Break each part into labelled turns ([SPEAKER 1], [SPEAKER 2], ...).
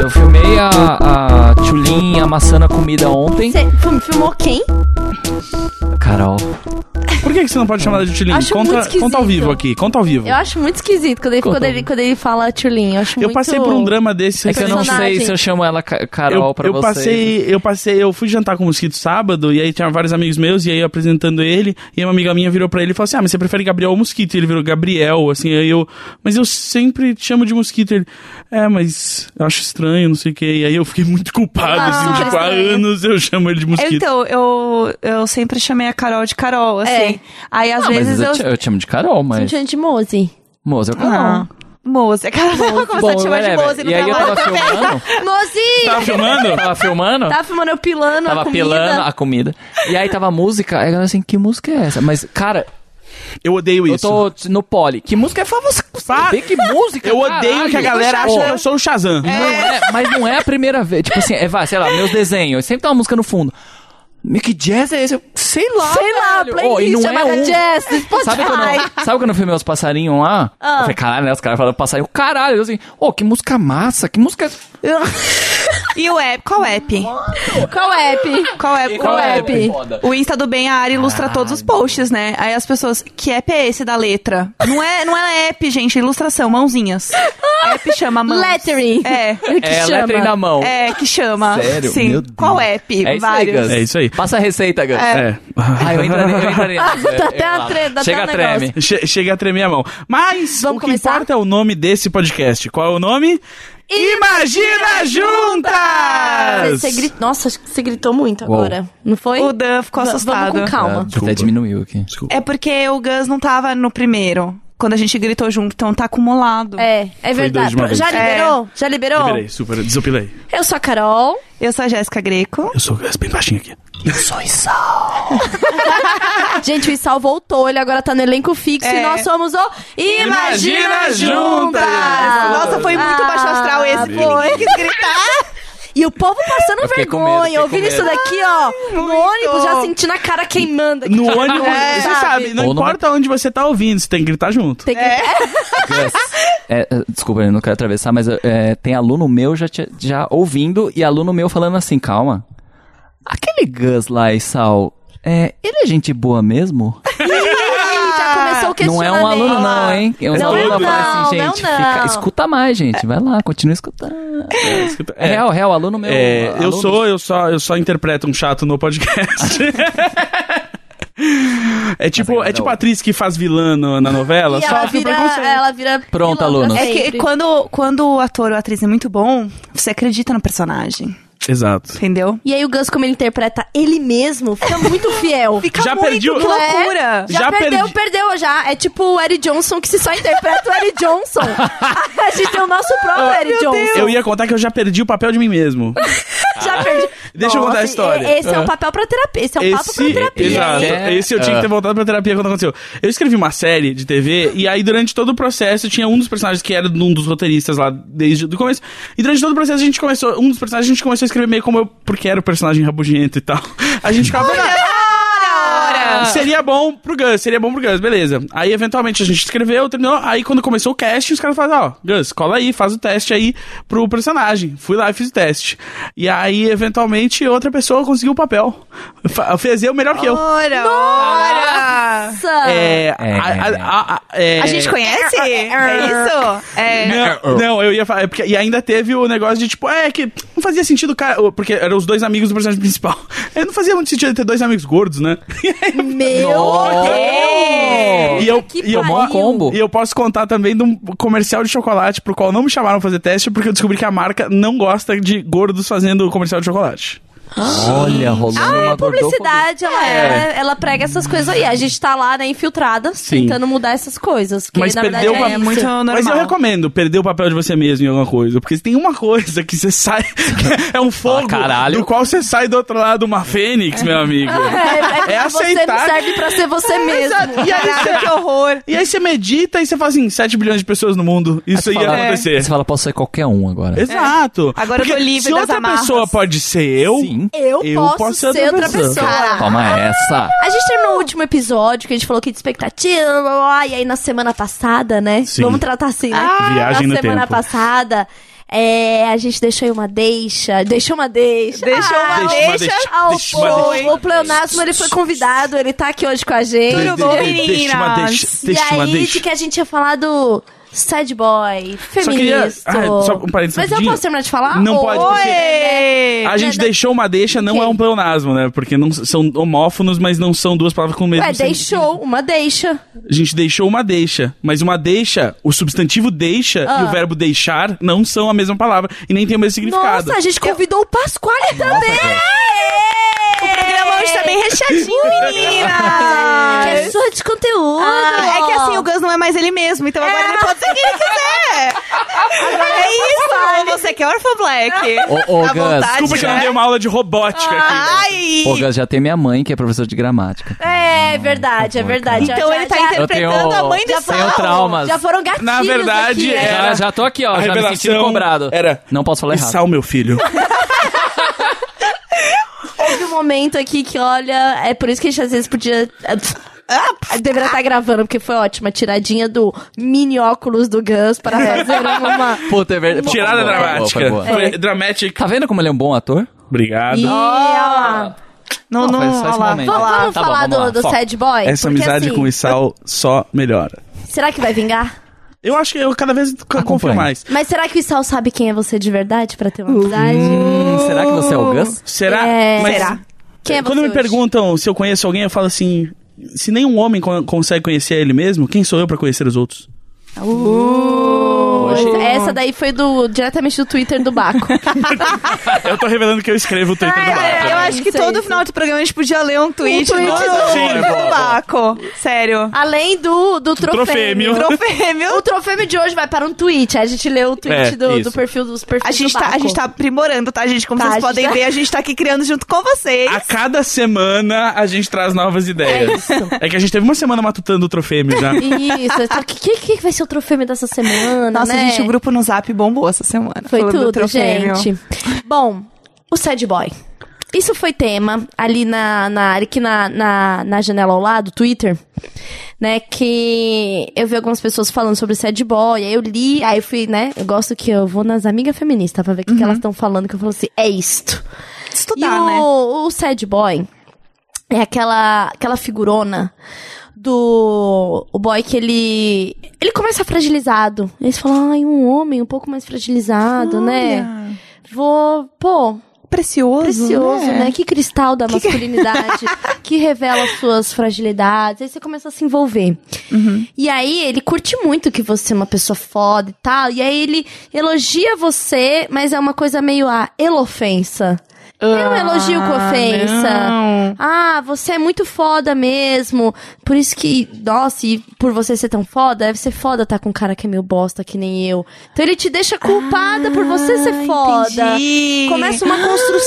[SPEAKER 1] Eu filmei a, a Tchulin amassando a comida ontem.
[SPEAKER 2] Você fil- filmou quem?
[SPEAKER 1] Carol.
[SPEAKER 3] Por que, que você não pode chamar ela de Tilin?
[SPEAKER 2] Acho muito
[SPEAKER 3] Conta,
[SPEAKER 2] esquisito.
[SPEAKER 3] conta ao vivo aqui, conta ao vivo.
[SPEAKER 2] Eu acho muito esquisito quando ele,
[SPEAKER 1] Conta.
[SPEAKER 2] quando ele, quando ele fala Tchulin. Eu, acho
[SPEAKER 3] Eu
[SPEAKER 2] muito-
[SPEAKER 3] passei por um drama desse
[SPEAKER 1] É que eu não
[SPEAKER 3] recentemente.
[SPEAKER 1] sei se eu chamo ela Ca- Carol
[SPEAKER 3] eu,
[SPEAKER 1] pra
[SPEAKER 3] eu
[SPEAKER 1] você.
[SPEAKER 3] passei, eu passei, eu fui jantar com o Mosquito sábado, e aí tinha vários amigos meus, e aí eu apresentando ele, e uma amiga minha virou pra ele e falou assim: Ah, mas você prefere Gabriel ou Mosquito? E ele virou Gabriel, assim, aí eu, mas eu sempre te chamo de Mosquito. Ele, é, mas eu acho estranho, não sei o quê. E aí eu fiquei muito culpado,
[SPEAKER 2] Ah,
[SPEAKER 3] assim, tipo, há
[SPEAKER 2] estranho.
[SPEAKER 3] anos eu chamo ele de Mosquito.
[SPEAKER 4] Então, eu, eu sempre chamei a Carol de Carol, assim.
[SPEAKER 2] É.
[SPEAKER 4] Aí, às
[SPEAKER 1] Ah, mas
[SPEAKER 4] vezes,
[SPEAKER 1] eu,
[SPEAKER 4] eu...
[SPEAKER 1] te- eu te chamo de Carol, mas. é
[SPEAKER 2] Tchulin de Mose.
[SPEAKER 1] Moça, eu
[SPEAKER 4] Ah, Mose. A Carol começou a te chamar de
[SPEAKER 1] whatever.
[SPEAKER 4] Mose
[SPEAKER 1] né,
[SPEAKER 4] no
[SPEAKER 1] E aí eu
[SPEAKER 4] trabalho.
[SPEAKER 1] tava filmando.
[SPEAKER 2] Mose!
[SPEAKER 3] Tava Tá filmando?
[SPEAKER 1] Tava filmando?
[SPEAKER 2] Tava filmando eu pilando a
[SPEAKER 1] Tava
[SPEAKER 2] comida.
[SPEAKER 1] pelando a comida. E aí tava a música. Aí a galera assim, que música é essa? Mas, cara,
[SPEAKER 3] Eu odeio isso. Ah,
[SPEAKER 1] eu tô no pole. Que música é? Fala, você sabe que música?
[SPEAKER 3] Eu odeio
[SPEAKER 1] caralho.
[SPEAKER 3] que a galera acha
[SPEAKER 1] Pô,
[SPEAKER 3] que eu sou o Shazam.
[SPEAKER 1] Não é, mas não é a primeira vez. Tipo assim, é, vai, sei lá, meus desenhos. Sempre tem uma música no fundo. Mas que jazz é esse? Eu- Sei lá.
[SPEAKER 2] Sei lá,
[SPEAKER 1] velho.
[SPEAKER 2] playlist
[SPEAKER 1] Ó, e não é
[SPEAKER 2] chamada
[SPEAKER 1] um-
[SPEAKER 2] Jazz, do Spotify. Ah.
[SPEAKER 1] Sabe quando, eu- sabe quando eu filmei os passarinhos lá? Eu falei, caralho, né? Os caras falaram passarinho. Caralho, eu assim, ô, que música massa, que música. é
[SPEAKER 4] E o app? Qual app?
[SPEAKER 2] Qual app?
[SPEAKER 4] Qual app?
[SPEAKER 1] qual é Ah,
[SPEAKER 2] app?
[SPEAKER 1] Foda.
[SPEAKER 4] O Insta do Bem, a Ari ilustra todos os posts, né? Aí as pessoas, que app é esse da letra? Não é, não é app, gente, é ilustração, mãozinhas. app chama mãos.
[SPEAKER 2] Lettering.
[SPEAKER 4] É.
[SPEAKER 2] Que
[SPEAKER 1] É,
[SPEAKER 2] chama?
[SPEAKER 1] letra na mão.
[SPEAKER 4] É, que chama.
[SPEAKER 1] Sério?
[SPEAKER 4] Sim.
[SPEAKER 1] Meu Deus.
[SPEAKER 4] Qual app?
[SPEAKER 1] É isso aí, Gus.
[SPEAKER 4] Vários.
[SPEAKER 3] É isso aí.
[SPEAKER 1] Passa a receita, Gus.
[SPEAKER 3] É.
[SPEAKER 1] Ai, eu entraria, eu entraria.
[SPEAKER 2] Ah,
[SPEAKER 1] nessa,
[SPEAKER 2] dá
[SPEAKER 1] eu-
[SPEAKER 2] até a
[SPEAKER 1] eu lá.
[SPEAKER 2] tre- dá até
[SPEAKER 1] Chega
[SPEAKER 2] um
[SPEAKER 1] a treme.
[SPEAKER 3] Che- Chega a tremer a mão. Mas
[SPEAKER 2] Vamos
[SPEAKER 3] o que
[SPEAKER 2] começar?
[SPEAKER 3] importa é o nome desse podcast. Qual é o nome? Imagina Juntas!
[SPEAKER 2] Você grita... Nossa, acho que você gritou muito
[SPEAKER 1] Uou.
[SPEAKER 2] agora. Não foi?
[SPEAKER 4] O Dan ficou
[SPEAKER 2] V-
[SPEAKER 4] assustado.
[SPEAKER 2] Vamos com calma.
[SPEAKER 1] Ah, Até diminuiu aqui.
[SPEAKER 4] É porque o Gus não tava no primeiro. Quando a gente gritou junto, então tá acumulado.
[SPEAKER 2] É, é
[SPEAKER 3] dois de
[SPEAKER 2] verdade.
[SPEAKER 3] uma vez.
[SPEAKER 2] Já liberou? Já liberou?
[SPEAKER 3] Liberei, super, desopilei.
[SPEAKER 2] Eu sou a Carol.
[SPEAKER 4] Eu sou a Jéssica Greco.
[SPEAKER 3] Eu sou bem baixinho aqui.
[SPEAKER 2] Gente, o Isal voltou, ele agora tá no elenco fixo
[SPEAKER 4] É.
[SPEAKER 2] e nós somos o
[SPEAKER 3] Imagina
[SPEAKER 2] Imagina
[SPEAKER 3] Juntas!
[SPEAKER 2] Juntas!
[SPEAKER 4] Nossa, Ah, foi muito baixo astral esse, foi. Quis gritar.
[SPEAKER 2] E o povo passando
[SPEAKER 1] Eu fiquei com medo,
[SPEAKER 2] vergonha,
[SPEAKER 1] fiquei
[SPEAKER 2] ouvindo
[SPEAKER 1] com
[SPEAKER 2] isso
[SPEAKER 1] medo.
[SPEAKER 2] daqui, ó, no
[SPEAKER 4] muito.
[SPEAKER 2] ônibus, já sentindo a cara queimando. aqui.
[SPEAKER 3] No ônibus,
[SPEAKER 2] É,
[SPEAKER 3] você sabe, não
[SPEAKER 1] Ou no
[SPEAKER 3] importa onde você tá ouvindo, você tem que gritar junto.
[SPEAKER 2] Tem que...
[SPEAKER 1] Gus, é, é, desculpa, eu não quero atravessar, mas é, tem aluno meu já, te- já ouvindo e aluno meu falando assim, calma. Aquele Gus lá e Sal, é, ele é gente boa mesmo?
[SPEAKER 2] Ih, já começou o
[SPEAKER 1] Não é
[SPEAKER 2] questionamento.
[SPEAKER 1] um aluno não, hein? É um
[SPEAKER 2] Não,
[SPEAKER 1] aluno
[SPEAKER 2] não,
[SPEAKER 1] fala assim, gente,
[SPEAKER 2] não, não.
[SPEAKER 1] fica- escuta mais, gente. Vai lá, continua escutando. É,
[SPEAKER 3] É,
[SPEAKER 1] real, real, aluno meu.
[SPEAKER 3] é, eu
[SPEAKER 1] aluno-
[SPEAKER 3] sou, eu só, eu só interpreto um chato no podcast. é tipo, é
[SPEAKER 1] agora
[SPEAKER 3] tipo
[SPEAKER 1] não.
[SPEAKER 3] a atriz que faz vilã no- na novela,
[SPEAKER 2] E
[SPEAKER 3] só
[SPEAKER 2] ela
[SPEAKER 3] que
[SPEAKER 2] vira,
[SPEAKER 3] preconceito.
[SPEAKER 2] ela vira...
[SPEAKER 1] Pronto,
[SPEAKER 2] pilantra
[SPEAKER 1] alunos.
[SPEAKER 4] É que
[SPEAKER 2] sempre.
[SPEAKER 4] quando, quando o ator ou a atriz é muito bom, você acredita no personagem,
[SPEAKER 3] Exato.
[SPEAKER 4] entendeu?
[SPEAKER 2] E aí o Gus, como ele interpreta ele mesmo, fica muito fiel.
[SPEAKER 4] Fica
[SPEAKER 3] Já
[SPEAKER 4] muito,
[SPEAKER 3] perdi o-
[SPEAKER 4] que loucura!
[SPEAKER 2] Já,
[SPEAKER 3] Já
[SPEAKER 2] perdeu,
[SPEAKER 3] perdi.
[SPEAKER 2] perdeu já. É tipo o Eric Johnson que se só interpreta o Eric Johnson. a gente tem o nosso próprio Eric Johnson.
[SPEAKER 3] Eu ia contar que eu já perdi o papel de mim mesmo.
[SPEAKER 2] Já perdi.
[SPEAKER 3] Deixa eu contar a história.
[SPEAKER 2] e- Esse é
[SPEAKER 3] Ah.
[SPEAKER 2] um papel pra terapia. Esse é um papo pra terapia.
[SPEAKER 3] Exato.
[SPEAKER 1] É.
[SPEAKER 3] Esse eu tinha que ter voltado pra terapia quando aconteceu. Eu escrevi uma série de TV e aí durante todo o processo tinha um dos personagens que era de um dos roteiristas lá desde o começo. E durante todo o processo a gente começou, um dos personagens a gente começou a escrever meio como eu, porque era o personagem rabugento e tal. A gente ficava. "Ah, Seria bom pro Gus, seria bom pro Gus, beleza. Aí, eventualmente, a gente escreveu, terminou. Aí, quando começou o cast, os caras falaram, ó, Gus, cola aí, faz o teste aí pro personagem. Fui lá e fiz o teste. E aí, eventualmente, outra pessoa conseguiu o papel. Fa- Fez eu melhor que eu.
[SPEAKER 4] Ora, ora!
[SPEAKER 2] Nossa!
[SPEAKER 3] É,
[SPEAKER 1] É.
[SPEAKER 3] a, a- a- a- é-
[SPEAKER 4] A gente conhece? É isso? É.
[SPEAKER 3] Não, não, eu ia falar. é porque- e ainda teve o negócio de tipo, é que não fazia sentido o cara. o- Porque eram os dois amigos do personagem principal. É, não fazia muito sentido ter dois amigos gordos, né?
[SPEAKER 2] Meu
[SPEAKER 1] Nossa!
[SPEAKER 2] Deus!
[SPEAKER 3] E eu-
[SPEAKER 2] que
[SPEAKER 3] e eu-
[SPEAKER 2] pariu.
[SPEAKER 1] Mó combo.
[SPEAKER 3] E eu posso contar também de um comercial de chocolate pro qual não me chamaram pra fazer teste, porque eu descobri que a marca não gosta de gordos fazendo comercial de chocolate.
[SPEAKER 1] Olha, rolando uma
[SPEAKER 2] A
[SPEAKER 1] gordofobia.
[SPEAKER 2] Ah, é publicidade, ela,
[SPEAKER 3] É.
[SPEAKER 2] ela, ela prega essas coisas aí. A gente tá lá, né, infiltrada,
[SPEAKER 3] Sim.
[SPEAKER 2] tentando mudar essas coisas. Porque,
[SPEAKER 3] Mas
[SPEAKER 2] na
[SPEAKER 3] perdeu
[SPEAKER 2] verdade,
[SPEAKER 3] uma-
[SPEAKER 2] é
[SPEAKER 4] É muito
[SPEAKER 2] isso.
[SPEAKER 4] normal.
[SPEAKER 3] Mas eu recomendo perder o papel de você mesmo em alguma coisa, porque tem uma coisa que você sai. que é um
[SPEAKER 4] Ah,
[SPEAKER 3] fogo
[SPEAKER 1] caralho.
[SPEAKER 3] do qual você sai do outro lado uma fênix, meu amigo.
[SPEAKER 2] É, é,
[SPEAKER 3] É
[SPEAKER 2] você não
[SPEAKER 3] aceitar-
[SPEAKER 2] serve pra ser você mesmo.
[SPEAKER 3] E aí
[SPEAKER 4] Caraca,
[SPEAKER 3] você-
[SPEAKER 4] que horror!
[SPEAKER 3] E aí você medita e você fala assim, 7 bilhões de pessoas no mundo, isso
[SPEAKER 1] Você
[SPEAKER 3] ia
[SPEAKER 1] fala-
[SPEAKER 4] é,
[SPEAKER 3] acontecer.
[SPEAKER 1] Você fala, posso ser qualquer um agora.
[SPEAKER 3] Exato.
[SPEAKER 4] Agora eu
[SPEAKER 3] Porque
[SPEAKER 4] tô livre
[SPEAKER 3] se
[SPEAKER 4] das
[SPEAKER 3] outra
[SPEAKER 4] amarras.
[SPEAKER 3] pessoa pode ser eu,
[SPEAKER 1] Sim. Sim.
[SPEAKER 2] Eu,
[SPEAKER 3] Eu
[SPEAKER 2] posso,
[SPEAKER 3] posso
[SPEAKER 2] ser, outra pessoa.
[SPEAKER 1] Toma essa.
[SPEAKER 2] A gente terminou o último episódio que a gente falou que de expectativa, blá, blá, blá, e aí na semana passada, né?
[SPEAKER 3] Sim.
[SPEAKER 2] Vamos tratar assim, né?
[SPEAKER 3] Ah, Viagem
[SPEAKER 2] na
[SPEAKER 3] no
[SPEAKER 2] semana
[SPEAKER 3] tempo.
[SPEAKER 2] passada, é, a gente deixou aí uma deixa, deixou uma deixa.
[SPEAKER 4] Deixou uma
[SPEAKER 2] Ah,
[SPEAKER 4] deixa.
[SPEAKER 2] ao
[SPEAKER 3] deixa uma
[SPEAKER 2] povo.
[SPEAKER 3] deixa.
[SPEAKER 2] O Pleonasmo, ele foi convidado, ele tá aqui hoje com a gente.
[SPEAKER 4] Tudo bom,
[SPEAKER 3] De- de- Deixa uma
[SPEAKER 4] meninas?
[SPEAKER 3] deixa. Deixa
[SPEAKER 2] e
[SPEAKER 3] uma
[SPEAKER 2] aí, de
[SPEAKER 3] deixa.
[SPEAKER 2] que a gente ia falar do sad boy,
[SPEAKER 3] queria-
[SPEAKER 2] feminista.
[SPEAKER 3] Ah, só um parênteses
[SPEAKER 2] Mas eu
[SPEAKER 3] rapidinho.
[SPEAKER 2] posso terminar de falar?
[SPEAKER 3] Não
[SPEAKER 2] Ou-
[SPEAKER 3] pode, porque- é
[SPEAKER 4] Oi!
[SPEAKER 3] A gente
[SPEAKER 2] Né,
[SPEAKER 3] deixou uma deixa, não
[SPEAKER 2] Ok.
[SPEAKER 3] é um pleonasmo, né? Porque não, são homófonos, mas não são duas palavras com o mesmo
[SPEAKER 2] Ué,
[SPEAKER 3] sentido.
[SPEAKER 2] deixou, uma deixa.
[SPEAKER 3] A gente deixou uma deixa, mas uma deixa, o substantivo deixa
[SPEAKER 2] Ah.
[SPEAKER 3] e o verbo deixar não são a mesma palavra e nem tem o mesmo significado.
[SPEAKER 2] Nossa, a gente convidou o Pasquale também!
[SPEAKER 4] O programa hoje tá bem recheadinho,
[SPEAKER 2] Que é
[SPEAKER 4] meninas!
[SPEAKER 2] surra de conteúdo!
[SPEAKER 4] Ah, é que assim, o Gus não é mais ele mesmo, então agora
[SPEAKER 2] É.
[SPEAKER 4] ele pode ser quem ele quiser! Agora é isso! Você que é Orphan Black!
[SPEAKER 1] Ô, ô,
[SPEAKER 4] À
[SPEAKER 1] Gus,
[SPEAKER 4] vontade,
[SPEAKER 3] Desculpa que eu não
[SPEAKER 4] né?
[SPEAKER 3] dei uma aula de robótica aqui.
[SPEAKER 2] Ah,
[SPEAKER 4] Ai!
[SPEAKER 1] Ô, Gus, já tem minha mãe, que é professora de gramática.
[SPEAKER 2] É verdade, é verdade. Já-
[SPEAKER 4] Então
[SPEAKER 2] já-
[SPEAKER 4] ele tá
[SPEAKER 2] já-
[SPEAKER 4] interpretando
[SPEAKER 1] Eu tenho-
[SPEAKER 4] a mãe
[SPEAKER 2] já
[SPEAKER 4] do
[SPEAKER 1] tenho
[SPEAKER 4] Saulo.
[SPEAKER 1] traumas. é.
[SPEAKER 2] Já foram gatilhos
[SPEAKER 3] Na verdade,
[SPEAKER 2] aqui, né?
[SPEAKER 3] era-
[SPEAKER 1] Já, já tô aqui, ó,
[SPEAKER 3] a
[SPEAKER 1] já me sentindo
[SPEAKER 3] revelação
[SPEAKER 1] cobrado.
[SPEAKER 3] era
[SPEAKER 1] Não posso falar errado.
[SPEAKER 3] Sal, meu filho.
[SPEAKER 2] Houve um momento aqui que, olha, é por isso que a gente às vezes podia... Ah, Deveria estar gravando, porque foi ótima. a Tiradinha do mini óculos do Gus para fazer uma...
[SPEAKER 1] Puta, é verdade.
[SPEAKER 3] Tirada
[SPEAKER 1] Boa, boa,
[SPEAKER 3] dramática.
[SPEAKER 1] boa, boa.
[SPEAKER 3] Foi Dramatic.
[SPEAKER 1] Tá vendo como ele é um bom ator?
[SPEAKER 3] Obrigado.
[SPEAKER 2] E, olha lá.
[SPEAKER 4] Não,
[SPEAKER 1] Foi
[SPEAKER 4] não,
[SPEAKER 1] só
[SPEAKER 4] olha
[SPEAKER 1] esse
[SPEAKER 4] lá.
[SPEAKER 1] momento.
[SPEAKER 2] Vamos, vamos
[SPEAKER 1] Tá bom,
[SPEAKER 2] falar
[SPEAKER 1] vamos lá.
[SPEAKER 2] do, do
[SPEAKER 1] Foco.
[SPEAKER 2] sad boy?
[SPEAKER 3] Essa
[SPEAKER 2] Porque,
[SPEAKER 3] amizade
[SPEAKER 2] assim,
[SPEAKER 3] com o Sal só melhora.
[SPEAKER 2] Será que vai vingar?
[SPEAKER 3] Eu acho que eu cada vez c- confio
[SPEAKER 1] Acompanha.
[SPEAKER 3] mais.
[SPEAKER 2] Mas será que o Sal sabe quem é você de verdade pra ter uma amizade?
[SPEAKER 1] Hum, será que você é o Gus?
[SPEAKER 3] Será?
[SPEAKER 2] É.
[SPEAKER 3] Mas
[SPEAKER 4] Será?
[SPEAKER 2] Quem é você
[SPEAKER 3] Quando me
[SPEAKER 2] hoje?
[SPEAKER 3] perguntam se eu conheço alguém, eu falo assim: se nenhum homem con- consegue conhecer ele mesmo, quem sou eu pra conhecer os outros?
[SPEAKER 1] Hoje?
[SPEAKER 2] é. Essa daí foi do diretamente do Twitter do Baco.
[SPEAKER 3] Eu tô revelando que eu escrevo o Twitter do
[SPEAKER 2] Ai,
[SPEAKER 3] Marco.
[SPEAKER 2] ai,
[SPEAKER 4] É, Eu acho que
[SPEAKER 2] Isso,
[SPEAKER 4] todo
[SPEAKER 2] isso.
[SPEAKER 4] final de programa a gente podia ler um tweet,
[SPEAKER 2] tweet
[SPEAKER 4] do,
[SPEAKER 2] do-
[SPEAKER 3] Sim, boa,
[SPEAKER 4] do
[SPEAKER 3] boa.
[SPEAKER 4] Baco. Sério.
[SPEAKER 2] Além do, do trofêmio.
[SPEAKER 3] trofêmio.
[SPEAKER 2] O
[SPEAKER 4] Trofêmeo.
[SPEAKER 2] trofêmeo de hoje vai para um tweet. Aí A gente lê o tweet
[SPEAKER 3] É,
[SPEAKER 2] do,
[SPEAKER 3] isso.
[SPEAKER 2] do perfil dos perfis
[SPEAKER 4] A
[SPEAKER 2] do
[SPEAKER 4] gente, tá,
[SPEAKER 2] Baco.
[SPEAKER 4] a gente tá aprimorando, tá, gente? Como
[SPEAKER 2] Tá, a
[SPEAKER 4] vocês
[SPEAKER 2] gente
[SPEAKER 4] podem
[SPEAKER 2] tá-
[SPEAKER 4] ver, a gente tá aqui criando junto com vocês.
[SPEAKER 3] A cada semana a gente traz novas
[SPEAKER 2] É
[SPEAKER 3] ideias.
[SPEAKER 2] isso.
[SPEAKER 3] É que a gente teve uma semana matutando o né? trofêmio já.
[SPEAKER 2] Isso. O que, que, que vai ser o trofêmeo dessa semana,
[SPEAKER 4] Nossa,
[SPEAKER 2] né?
[SPEAKER 4] gente, o grupo no Zap bombou essa semana.
[SPEAKER 2] Foi
[SPEAKER 4] falando do
[SPEAKER 2] tudo,
[SPEAKER 4] trofêmeo.
[SPEAKER 2] gente. Bom, o sad boy. Isso foi tema ali na, na aqui na, na, na janela ao lado, Twitter, né? Que eu vi algumas pessoas falando sobre sad boy, aí eu li, aí eu fui, né? Eu gosto que eu vou nas amigas feministas pra ver o que, que elas estão falando, que eu falo assim, é isto.
[SPEAKER 4] Estudar,
[SPEAKER 2] e o,
[SPEAKER 4] né?
[SPEAKER 2] o sad boy é aquela, aquela figurona do o boy que ele ele começa fragilizado. Eles falam, ai, um homem um pouco mais fragilizado, né? Vou, pô,
[SPEAKER 4] Precioso.
[SPEAKER 2] precioso, né? Que cristal da
[SPEAKER 4] Que- é?
[SPEAKER 2] masculinidade que revela as suas fragilidades. Aí você começa a se envolver.
[SPEAKER 4] Uhum.
[SPEAKER 2] E aí ele curte muito que você é uma pessoa foda e tal. E aí ele elogia você, mas é uma coisa meio a elofensa. é um elogio com ofensa.
[SPEAKER 4] Ah, não.
[SPEAKER 2] Ah, você é muito foda mesmo. Por isso que, nossa, e por você ser tão foda, deve ser foda estar com um cara que é meio bosta, que nem eu. Então ele te deixa culpada por você ser
[SPEAKER 4] Ah,
[SPEAKER 2] foda.
[SPEAKER 4] entendi.
[SPEAKER 2] Começa uma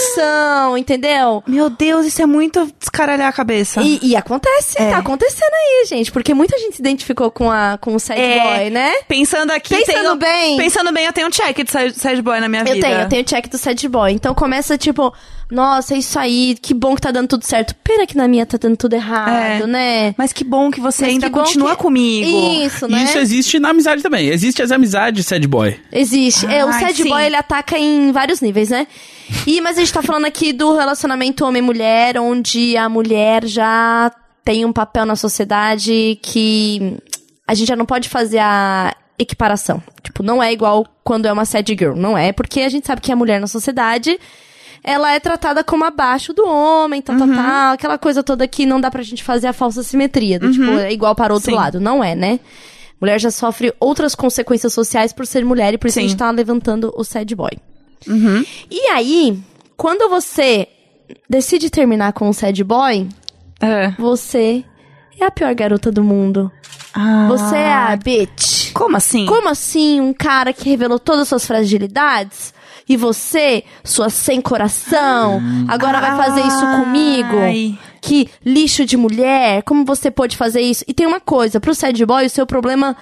[SPEAKER 2] construção, entendeu?
[SPEAKER 4] Meu Deus, isso é muito descaralhar a cabeça.
[SPEAKER 2] E, e acontece,
[SPEAKER 4] Tá. É.
[SPEAKER 2] tá acontecendo aí, gente. Porque muita gente se identificou com, a, com o sad
[SPEAKER 4] É.
[SPEAKER 2] boy, né?
[SPEAKER 4] Pensando aqui,
[SPEAKER 2] Pensando
[SPEAKER 4] tenho-
[SPEAKER 2] bem.
[SPEAKER 4] Pensando bem, eu tenho um check de sad, sad boy na minha
[SPEAKER 2] Eu
[SPEAKER 4] vida.
[SPEAKER 2] tenho, eu tenho o check do sad boy. Então começa tipo, nossa, é isso aí, que bom que tá dando tudo certo. Pena que na minha tá dando tudo errado,
[SPEAKER 4] É.
[SPEAKER 2] né?
[SPEAKER 4] Mas que bom que você
[SPEAKER 2] Mas
[SPEAKER 4] ainda
[SPEAKER 2] que bom
[SPEAKER 4] continua
[SPEAKER 2] que- é
[SPEAKER 4] comigo.
[SPEAKER 2] Isso,
[SPEAKER 3] E
[SPEAKER 2] né?
[SPEAKER 3] isso existe na amizade também. Existe as amizades sad boy.
[SPEAKER 2] Existe. é, o
[SPEAKER 4] Ai,
[SPEAKER 2] sad
[SPEAKER 4] sim.
[SPEAKER 2] boy, ele ataca em vários níveis, né? E, mas a gente tá falando aqui do relacionamento homem-mulher, onde a mulher já tem um papel na sociedade que a gente já não pode fazer a equiparação. Tipo, não é igual quando é uma sad girl. Não é, porque a gente sabe que a mulher na sociedade, ela é tratada como abaixo do homem, tal,
[SPEAKER 4] Uhum.
[SPEAKER 2] tal, tal. Aquela coisa toda que não dá pra gente fazer a falsa simetria. do Tipo, é igual para outro
[SPEAKER 4] Uhum. Sim.
[SPEAKER 2] lado. Não é, né? Mulher já sofre outras consequências sociais por ser mulher e por isso a
[SPEAKER 4] Sim. Uhum.
[SPEAKER 2] gente tá levantando o sad boy. E aí, quando você decide terminar com o sad boy,
[SPEAKER 4] É.
[SPEAKER 2] você é a pior garota do mundo.
[SPEAKER 4] Ah.
[SPEAKER 2] Você é a bitch.
[SPEAKER 4] Como assim?
[SPEAKER 2] Como assim um cara que revelou todas as suas fragilidades e você, sua sem coração, agora vai fazer isso comigo?
[SPEAKER 4] Hum. Ai.
[SPEAKER 2] Que lixo de mulher, como você pôde fazer isso? E tem uma coisa, pro sad boy, o seu problema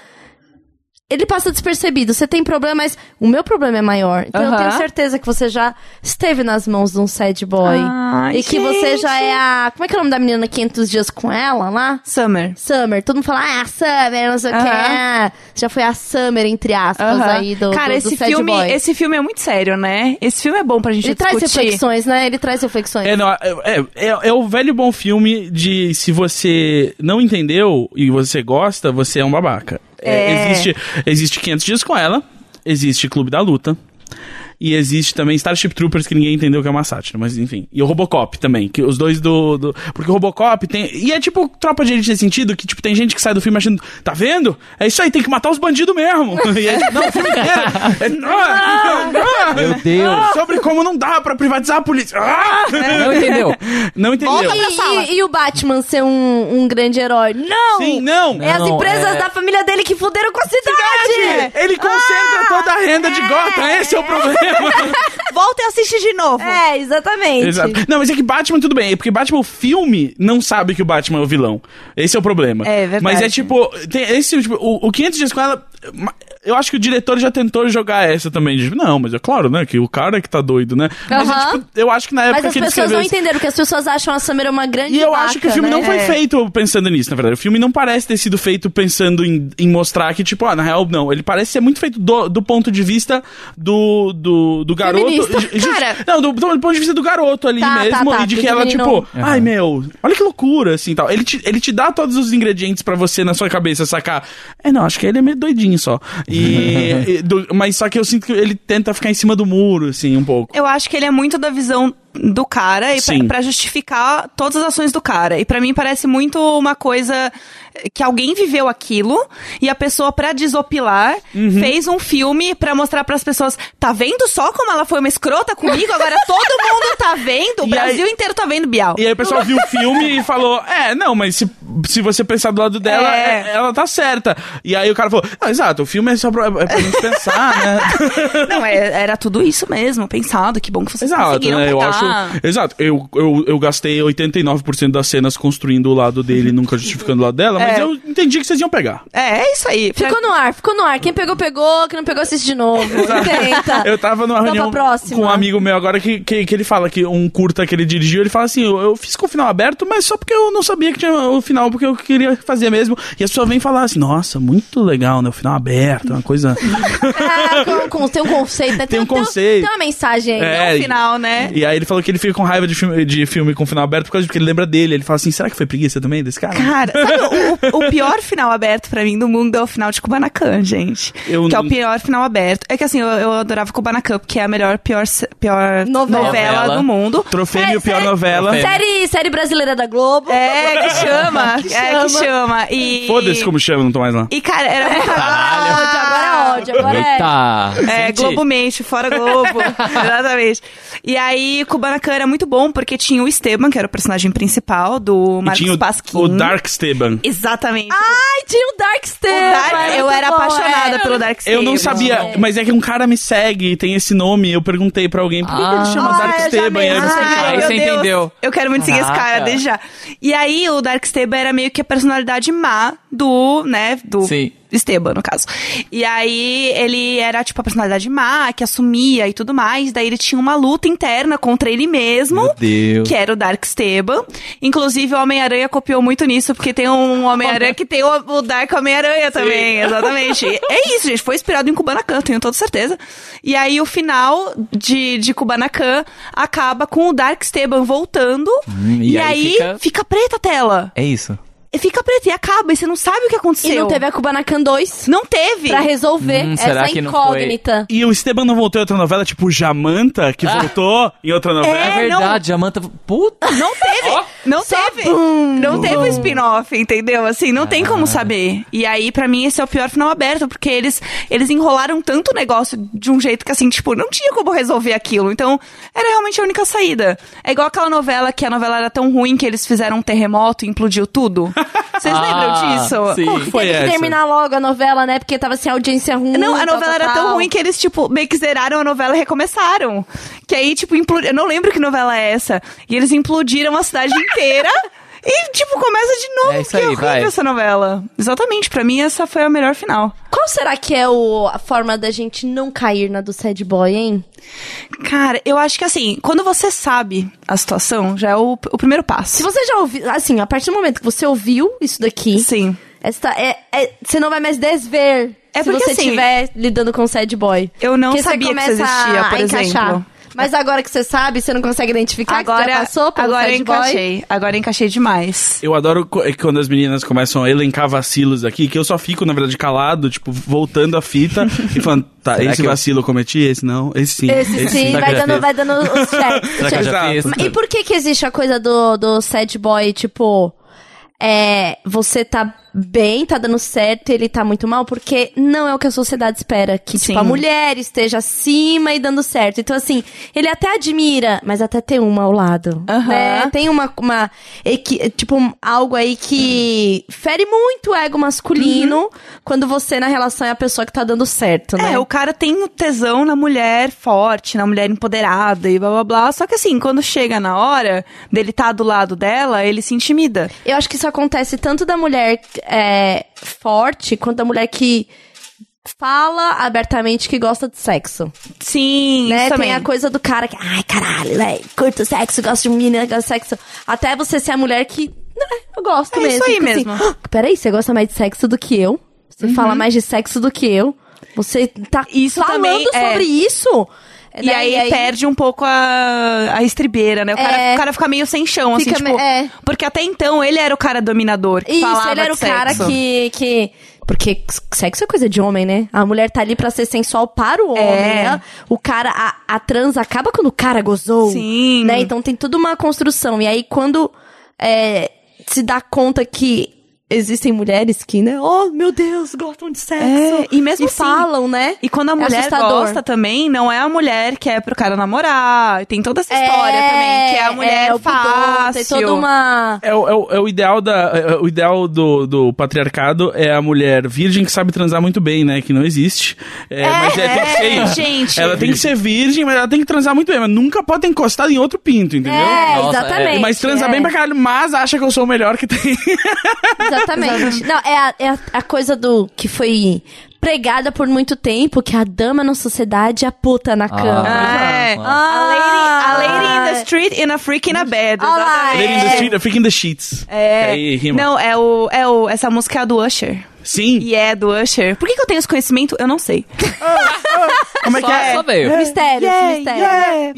[SPEAKER 2] Ele passa despercebido. Você tem problema, mas o meu problema é maior. Então eu
[SPEAKER 4] Aham.
[SPEAKER 2] tenho certeza que você já esteve nas mãos de um sad boy.
[SPEAKER 4] Ai,
[SPEAKER 2] e que você
[SPEAKER 4] gente.
[SPEAKER 2] já é a. Como é que é o nome da menina 500 dias com ela lá?
[SPEAKER 4] Summer.
[SPEAKER 2] Summer. Todo mundo fala, ah, Summer, não sei o que.
[SPEAKER 4] Aham.
[SPEAKER 2] Já foi a Summer, entre aspas,
[SPEAKER 4] Aham.
[SPEAKER 2] aí do.
[SPEAKER 4] Cara,
[SPEAKER 2] do- do
[SPEAKER 4] esse,
[SPEAKER 2] sad
[SPEAKER 4] filme,
[SPEAKER 2] boy.
[SPEAKER 4] esse filme é muito sério, né? Esse filme é bom pra gente
[SPEAKER 2] Ele traz
[SPEAKER 4] discutir.
[SPEAKER 2] reflexões, né? Ele traz reflexões.
[SPEAKER 3] É, não, é, é, é- é o velho bom filme de se você não entendeu e você gosta, você é um babaca. É,
[SPEAKER 4] É.
[SPEAKER 3] existe, existe 500 Dias com Ela, existe Clube da Luta, e existe também Starship Troopers, que ninguém entendeu que é uma sátira, mas enfim. E o Robocop também, que os dois do... do- porque o Robocop tem... E é tipo tropa de elite nesse sentido, que tipo tem gente que sai do filme achando, tá vendo? É isso aí, tem que matar os bandidos mesmo. E é, tipo, não, o filme inteiro. É, "Ah, ah,
[SPEAKER 1] Meu Deus.
[SPEAKER 3] ah, sobre como não dá pra privatizar a polícia. Ah!
[SPEAKER 1] Não entendeu?
[SPEAKER 3] Não entendeu.
[SPEAKER 2] E- e, e o Batman ser um, um grande herói? Não!
[SPEAKER 3] Sim, não.
[SPEAKER 2] É as
[SPEAKER 1] Não,
[SPEAKER 2] empresas
[SPEAKER 1] é-
[SPEAKER 2] da família dele que fuderam com a cidade!
[SPEAKER 3] Ele concentra toda a renda de
[SPEAKER 2] é.
[SPEAKER 3] Gotham, esse é o problema.
[SPEAKER 4] Volta e assiste de novo.
[SPEAKER 2] É, exatamente.
[SPEAKER 3] Exato. Não, mas é que Batman tudo bem, é porque Batman o filme não sabe que o Batman é o vilão. Esse é o problema.
[SPEAKER 4] É verdade.
[SPEAKER 3] Mas é tipo, tem esse tipo, o, o 500 dias com ela, ma- eu acho que o diretor já tentou jogar essa também. de, não, mas é claro, né, que o cara que tá doido, né? Mas é,
[SPEAKER 2] Aham.
[SPEAKER 3] tipo, eu acho que na época
[SPEAKER 2] Mas as
[SPEAKER 3] que ele
[SPEAKER 2] pessoas
[SPEAKER 3] escreveu
[SPEAKER 2] não
[SPEAKER 3] esse-
[SPEAKER 2] entenderam, porque as pessoas acham a Summer uma grande
[SPEAKER 3] E eu
[SPEAKER 2] vaca,
[SPEAKER 3] acho que o filme
[SPEAKER 2] né?
[SPEAKER 3] não foi
[SPEAKER 4] É.
[SPEAKER 3] feito pensando nisso, na verdade. O filme não parece ter sido feito pensando em, em mostrar que, tipo, ah, na real, não. Ele parece ser muito feito do, do ponto de vista do, do, do garoto.
[SPEAKER 2] Feminista.
[SPEAKER 3] Ju- ju-
[SPEAKER 4] Cara.
[SPEAKER 3] Não, do, do ponto de vista do garoto ali
[SPEAKER 2] Tá,
[SPEAKER 3] mesmo.
[SPEAKER 2] tá, tá,
[SPEAKER 3] e de
[SPEAKER 2] do
[SPEAKER 3] que ela, tipo,
[SPEAKER 2] menino.
[SPEAKER 3] ai meu, olha que loucura, assim tal. Ele te, ele te dá todos os ingredientes pra você na sua cabeça sacar. É, não, acho que ele é meio doidinho só. E, e do- mas só que eu sinto que ele tenta ficar em cima do muro, assim, um pouco.
[SPEAKER 4] Eu acho que ele é muito da visão do cara e pra-
[SPEAKER 3] Sim.
[SPEAKER 4] pra justificar todas as ações do cara. E pra mim parece muito uma coisa eh, que alguém viveu aquilo e a pessoa pra desopilar
[SPEAKER 3] Uhum.
[SPEAKER 4] fez um filme pra mostrar pras pessoas, tá vendo só como ela foi uma escrota comigo? Agora todo mundo tá vendo, o
[SPEAKER 3] E
[SPEAKER 4] Brasil
[SPEAKER 3] aí-
[SPEAKER 4] inteiro tá vendo Bial.
[SPEAKER 3] E aí o pessoal viu o filme e falou: É, não, mas se, se você pensar do lado dela,
[SPEAKER 4] É.
[SPEAKER 3] é- ela tá certa. E aí o cara falou: Não, exato, o filme é só pra, é pra gente pensar, né?
[SPEAKER 4] Não, é- era tudo isso mesmo, pensado, que bom que vocês
[SPEAKER 3] Exato,
[SPEAKER 4] conseguiram
[SPEAKER 3] né? Eu
[SPEAKER 4] pegar.
[SPEAKER 3] acho. Exato. Eu, eu, eu gastei 89% das cenas construindo o lado dele, nunca justificando o lado dela, mas
[SPEAKER 4] É.
[SPEAKER 3] eu entendi que vocês iam pegar.
[SPEAKER 4] É, é isso aí. Pra-
[SPEAKER 2] Ficou no ar, ficou no ar. Quem pegou, pegou. Quem não pegou, assiste de novo. Tenta.
[SPEAKER 3] Eu tava numa
[SPEAKER 2] Vamos pra
[SPEAKER 3] reunião
[SPEAKER 2] próxima.
[SPEAKER 3] com um amigo meu agora que, que, que ele fala que um curta que ele dirigiu, ele fala assim: eu, eu fiz com o final aberto, mas só porque eu não sabia que tinha o final, porque eu queria fazer mesmo. E a pessoa vem falar assim: nossa, muito legal, né? O final aberto, é uma coisa.
[SPEAKER 2] Ah, com- com- tem um conceito, né?
[SPEAKER 3] Tem um conceito.
[SPEAKER 2] Tem, uma mensagem aí.
[SPEAKER 3] É,
[SPEAKER 4] no final, né?
[SPEAKER 3] E aí ele falou que ele fica com raiva de filme, de filme com final aberto por causa de que ele lembra dele. Ele fala assim: será que foi preguiça também desse cara?
[SPEAKER 4] Cara, sabe o, o pior final aberto pra mim do mundo é o final de Kubanacan, gente.
[SPEAKER 3] Eu
[SPEAKER 4] que é o
[SPEAKER 3] não-
[SPEAKER 4] pior final aberto. É que assim, eu, eu adorava Kubanacan, porque é a melhor, pior, se- pior
[SPEAKER 2] Novela.
[SPEAKER 4] novela.
[SPEAKER 1] Novela.
[SPEAKER 4] do mundo.
[SPEAKER 3] Trofêmeo,
[SPEAKER 2] É,
[SPEAKER 3] pior
[SPEAKER 2] sério?
[SPEAKER 3] novela.
[SPEAKER 1] Troféu.
[SPEAKER 2] Série, série brasileira da Globo.
[SPEAKER 4] É, que chama. É, que chama. E...
[SPEAKER 3] Foda-se como chama, não tô mais lá.
[SPEAKER 4] E, cara, era muito...
[SPEAKER 2] Ódio, agora é ódio. Agora é.
[SPEAKER 1] Eita.
[SPEAKER 4] É,
[SPEAKER 1] Senti.
[SPEAKER 4] Globo Mente, fora Globo. Exatamente. E aí, Kubanacan era muito bom, porque tinha o Esteban, que era o personagem principal do
[SPEAKER 3] E tinha
[SPEAKER 4] Marcos Pasquim.
[SPEAKER 3] o, o Dark Esteban.
[SPEAKER 4] Exatamente.
[SPEAKER 2] Ai, tinha o Dark
[SPEAKER 4] O
[SPEAKER 2] Star.
[SPEAKER 4] Dark- eu era apaixonada
[SPEAKER 2] é.
[SPEAKER 4] pelo Dark
[SPEAKER 3] Eu não
[SPEAKER 4] Esteban.
[SPEAKER 3] sabia, mas é que um cara me segue e tem esse nome. Eu perguntei pra alguém por que que ele chama
[SPEAKER 4] Ah,
[SPEAKER 3] Dark
[SPEAKER 4] eu já
[SPEAKER 3] Esteban. E
[SPEAKER 4] amei.
[SPEAKER 3] aí me
[SPEAKER 1] Ai,
[SPEAKER 3] explicaram.
[SPEAKER 1] você
[SPEAKER 4] meu Deus.
[SPEAKER 1] entendeu.
[SPEAKER 4] Eu quero muito seguir esse cara,
[SPEAKER 1] Caraca.
[SPEAKER 4] desde já. E aí, o Dark Esteban era meio que a personalidade má do, né, do
[SPEAKER 1] Sim.
[SPEAKER 4] Esteban, no caso. E aí, ele era, tipo, a personalidade má, que assumia e tudo mais. Daí, ele tinha uma luta interna contra ele mesmo.
[SPEAKER 1] Meu Deus.
[SPEAKER 4] Que era o Dark Esteban. Inclusive, o Homem-Aranha copiou muito nisso, porque tem um Homem-Aranha que tem o, o Dark Homem-Aranha também, exatamente. E É isso, gente. Foi inspirado em Kubanacan, tenho toda certeza. E aí, o final de, de Kubanacan acaba com o Dark Esteban voltando.
[SPEAKER 1] Hum,
[SPEAKER 4] e, aí, fica... preta a tela.
[SPEAKER 1] É isso.
[SPEAKER 4] E Fica preta e acaba, e você não sabe o que aconteceu.
[SPEAKER 2] E não teve a Kubanacan 2
[SPEAKER 4] Não teve.
[SPEAKER 2] pra resolver
[SPEAKER 1] Hum, será
[SPEAKER 2] essa
[SPEAKER 1] que não foi?
[SPEAKER 2] incógnita.
[SPEAKER 3] E o Esteban não voltou em outra novela, tipo o Jamanta, que voltou em outra novela.
[SPEAKER 1] É,
[SPEAKER 4] É, não.
[SPEAKER 1] verdade, Jamanta. Puta.
[SPEAKER 4] Não teve. Não teve. não teve o spin-off, entendeu? Assim, não tem como saber. E aí, pra mim, esse é o pior final aberto, porque eles, eles enrolaram tanto o negócio de um jeito que, assim, tipo, não tinha como resolver aquilo. Então, era realmente a única saída. É igual aquela novela que a novela era tão ruim que eles fizeram um terremoto e implodiu tudo. Vocês
[SPEAKER 1] Ah,
[SPEAKER 4] lembram disso?
[SPEAKER 1] sim.
[SPEAKER 3] Qual que foi
[SPEAKER 2] Teve que
[SPEAKER 3] essa?
[SPEAKER 2] terminar logo a novela, né? Porque tava sem audiência ruim.
[SPEAKER 4] Não, a
[SPEAKER 2] tal,
[SPEAKER 4] novela
[SPEAKER 2] tal,
[SPEAKER 4] era tão
[SPEAKER 2] tal.
[SPEAKER 4] ruim que eles, tipo, meio que zeraram a novela e recomeçaram. Que aí, tipo, implodiram. Eu não lembro que novela é essa. E eles implodiram a cidade inteira. E, tipo, começa de novo,
[SPEAKER 1] É isso
[SPEAKER 4] que
[SPEAKER 1] aí,
[SPEAKER 4] é horrível
[SPEAKER 1] vai.
[SPEAKER 4] essa novela. Exatamente, pra mim essa foi a melhor final.
[SPEAKER 2] Qual será que é o, a forma da gente não cair na do sad boy, hein?
[SPEAKER 4] Cara, eu acho que assim, quando você sabe a situação, já é o, o primeiro
[SPEAKER 2] Se
[SPEAKER 4] passo.
[SPEAKER 2] você já ouviu, assim, a partir do momento que você ouviu isso daqui,
[SPEAKER 4] Sim.
[SPEAKER 2] esta é, é- você não vai mais desver
[SPEAKER 4] É
[SPEAKER 2] se
[SPEAKER 4] porque,
[SPEAKER 2] você
[SPEAKER 4] assim,
[SPEAKER 2] estiver lidando com o sad boy.
[SPEAKER 4] Eu não
[SPEAKER 2] Porque
[SPEAKER 4] sabia
[SPEAKER 2] você
[SPEAKER 4] que
[SPEAKER 2] começa
[SPEAKER 4] isso existia, por
[SPEAKER 2] a encaixar.
[SPEAKER 4] exemplo.
[SPEAKER 2] Mas agora que você sabe, você não consegue identificar Ah, que você já passou pelo
[SPEAKER 4] agora eu
[SPEAKER 2] sad boy.
[SPEAKER 4] encaixei. Agora eu encaixei demais.
[SPEAKER 3] Eu adoro co- é que quando as meninas começam a elencar vacilos aqui, que eu só fico, na verdade, calado, tipo, voltando a fita e falando, tá,
[SPEAKER 1] Será
[SPEAKER 3] esse
[SPEAKER 1] que eu-
[SPEAKER 3] vacilo eu cometi, esse não, esse sim.
[SPEAKER 2] Esse sim,
[SPEAKER 1] será
[SPEAKER 2] vai
[SPEAKER 1] que já
[SPEAKER 2] dando,
[SPEAKER 1] fez?
[SPEAKER 2] vai dando os checks.
[SPEAKER 1] Será que eu já
[SPEAKER 3] Exato.
[SPEAKER 1] fiz?
[SPEAKER 2] E por que que existe a coisa do, do sad boy, tipo... É, você tá bem, tá dando certo, ele tá muito mal, porque não é o que a sociedade espera. Que,
[SPEAKER 4] Sim.
[SPEAKER 2] tipo, a mulher esteja acima e dando certo. Então, assim, ele até admira, mas até tem uma ao lado.
[SPEAKER 4] Aham.
[SPEAKER 2] né? Tem uma, uma equi- tipo, um- algo aí que fere muito o ego masculino quando você, na relação, é a pessoa que tá dando certo, né?
[SPEAKER 4] Uhum. É, o cara tem o tesão na mulher forte, na mulher empoderada e blá blá blá. Só que assim, quando chega na hora dele tá do lado dela, ele se intimida.
[SPEAKER 2] Eu acho que isso acontece tanto da mulher é, forte quanto da mulher que fala abertamente que gosta de sexo.
[SPEAKER 4] Sim,
[SPEAKER 2] né?
[SPEAKER 4] isso também.
[SPEAKER 2] Tem a coisa do cara que, ai, caralho, né? curto sexo, gosto de menina, gosto de sexo. Até você ser a mulher que, né, eu gosto
[SPEAKER 4] É
[SPEAKER 2] mesmo.
[SPEAKER 4] isso aí
[SPEAKER 2] Fica assim,
[SPEAKER 4] mesmo. Uhum.
[SPEAKER 2] "Ah, peraí, você gosta mais de sexo do que eu? Você fala mais de sexo do que eu? Você tá
[SPEAKER 4] Isso
[SPEAKER 2] falando
[SPEAKER 4] também é.
[SPEAKER 2] sobre isso?
[SPEAKER 4] E
[SPEAKER 2] né?
[SPEAKER 4] aí, perde um pouco a, a estribeira, né? O, cara,
[SPEAKER 2] É.
[SPEAKER 4] o cara fica meio sem chão,
[SPEAKER 2] Fica
[SPEAKER 4] assim,
[SPEAKER 2] me-
[SPEAKER 4] tipo...
[SPEAKER 2] é.
[SPEAKER 4] Porque até então ele era o cara dominador. que
[SPEAKER 2] Isso,
[SPEAKER 4] falava
[SPEAKER 2] ele era o
[SPEAKER 4] de
[SPEAKER 2] cara
[SPEAKER 4] sexo.
[SPEAKER 2] que, que. Porque sexo é coisa de homem, né? A mulher tá ali pra ser sensual para o homem.
[SPEAKER 4] É.
[SPEAKER 2] né? O cara, a, a trans acaba quando o cara gozou.
[SPEAKER 4] Sim.
[SPEAKER 2] Né? Então tem toda uma construção. E aí quando é, se dá conta que existem mulheres que, né? Oh, meu Deus, gostam de sexo.
[SPEAKER 4] É, e mesmo assim-
[SPEAKER 2] falam, né?
[SPEAKER 4] E quando a
[SPEAKER 2] É
[SPEAKER 4] mulher
[SPEAKER 2] assustador.
[SPEAKER 4] gosta também, não é a mulher que é pro cara namorar. Tem toda essa história
[SPEAKER 2] É,
[SPEAKER 4] também, que é a mulher
[SPEAKER 2] é, o pudor,
[SPEAKER 4] fácil.
[SPEAKER 2] Tem toda uma.
[SPEAKER 3] É o, é o- é o ideal, da, é o ideal do, do patriarcado é a mulher virgem que sabe transar muito bem, né? Que não existe. É, mas é, tem que ser isso.
[SPEAKER 4] gente.
[SPEAKER 3] Ela tem que ser virgem, mas ela tem que transar muito bem. Mas nunca pode ter encostado em outro pinto, entendeu?
[SPEAKER 2] É,
[SPEAKER 1] Nossa, é.
[SPEAKER 2] exatamente.
[SPEAKER 3] Mas transa bem
[SPEAKER 2] é.
[SPEAKER 3] pra caralho, mas acha que eu sou o melhor que tem.
[SPEAKER 2] Exatamente. Não, é a, é a- a coisa do que foi pregada por muito tempo, que a dama na sociedade é a puta
[SPEAKER 3] Ah.
[SPEAKER 2] na cama.
[SPEAKER 4] É.
[SPEAKER 1] Ah,
[SPEAKER 4] A lady, a lady in the
[SPEAKER 2] Ah.
[SPEAKER 4] street in a freak in a bed.
[SPEAKER 2] Olha lá,
[SPEAKER 4] exatamente.
[SPEAKER 3] Lady in the
[SPEAKER 2] É.
[SPEAKER 3] street, fica in the sheets. Que aí
[SPEAKER 4] É,
[SPEAKER 3] rima.
[SPEAKER 4] não, é o, é o. Essa música é a do Usher.
[SPEAKER 3] Sim.
[SPEAKER 4] E é do Usher. Por que, que eu tenho esse conhecimento? Eu não sei.
[SPEAKER 3] Como é que
[SPEAKER 1] só,
[SPEAKER 3] é?
[SPEAKER 1] só veio.
[SPEAKER 2] um Mistério, mistério.
[SPEAKER 4] yeah,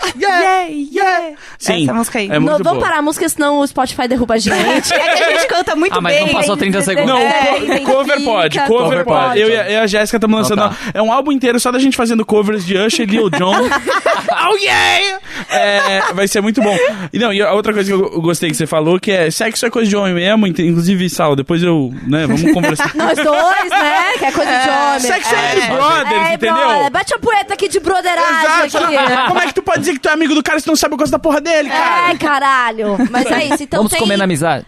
[SPEAKER 3] Yeah! Yeah!
[SPEAKER 4] yeah, yeah.
[SPEAKER 3] Sim.
[SPEAKER 4] Essa música aí.
[SPEAKER 3] É muito
[SPEAKER 2] Não, vamos
[SPEAKER 3] boa.
[SPEAKER 2] parar a música, senão o Spotify derruba a gente.
[SPEAKER 4] É que a gente canta muito
[SPEAKER 1] Ah, mas
[SPEAKER 4] bem. né?
[SPEAKER 1] não passou 30 segundos.
[SPEAKER 3] Não,
[SPEAKER 2] É,
[SPEAKER 3] co-
[SPEAKER 2] identifica,
[SPEAKER 3] cover pode, cover,
[SPEAKER 1] cover
[SPEAKER 3] pode.
[SPEAKER 1] pode.
[SPEAKER 3] Eu e a, eu e a Jéssica estamos lançando.
[SPEAKER 1] Então tá.
[SPEAKER 3] É um álbum inteiro só da gente fazendo covers de Usher e Lil Jon. oh yeah! É, vai ser muito bom. E não, e a outra coisa que eu gostei que você falou, que é sexo é coisa de homem mesmo, inte- inclusive, Sal, depois eu, né, vamos conversar.
[SPEAKER 2] Nós dois, né? Que é coisa de homem.
[SPEAKER 3] Sexo é, entre
[SPEAKER 2] É.
[SPEAKER 3] brothers,
[SPEAKER 2] É,
[SPEAKER 3] entendeu?
[SPEAKER 2] brother, bate a poeta aqui de brotheragem
[SPEAKER 3] Exato.
[SPEAKER 2] aqui.
[SPEAKER 3] Como é que tu pode dizer que tu é amigo do cara se tu não sabe o gosto da porra dele, cara?
[SPEAKER 2] É, caralho. Mas é isso, então
[SPEAKER 1] Vamos
[SPEAKER 2] tem...
[SPEAKER 1] comer na amizade.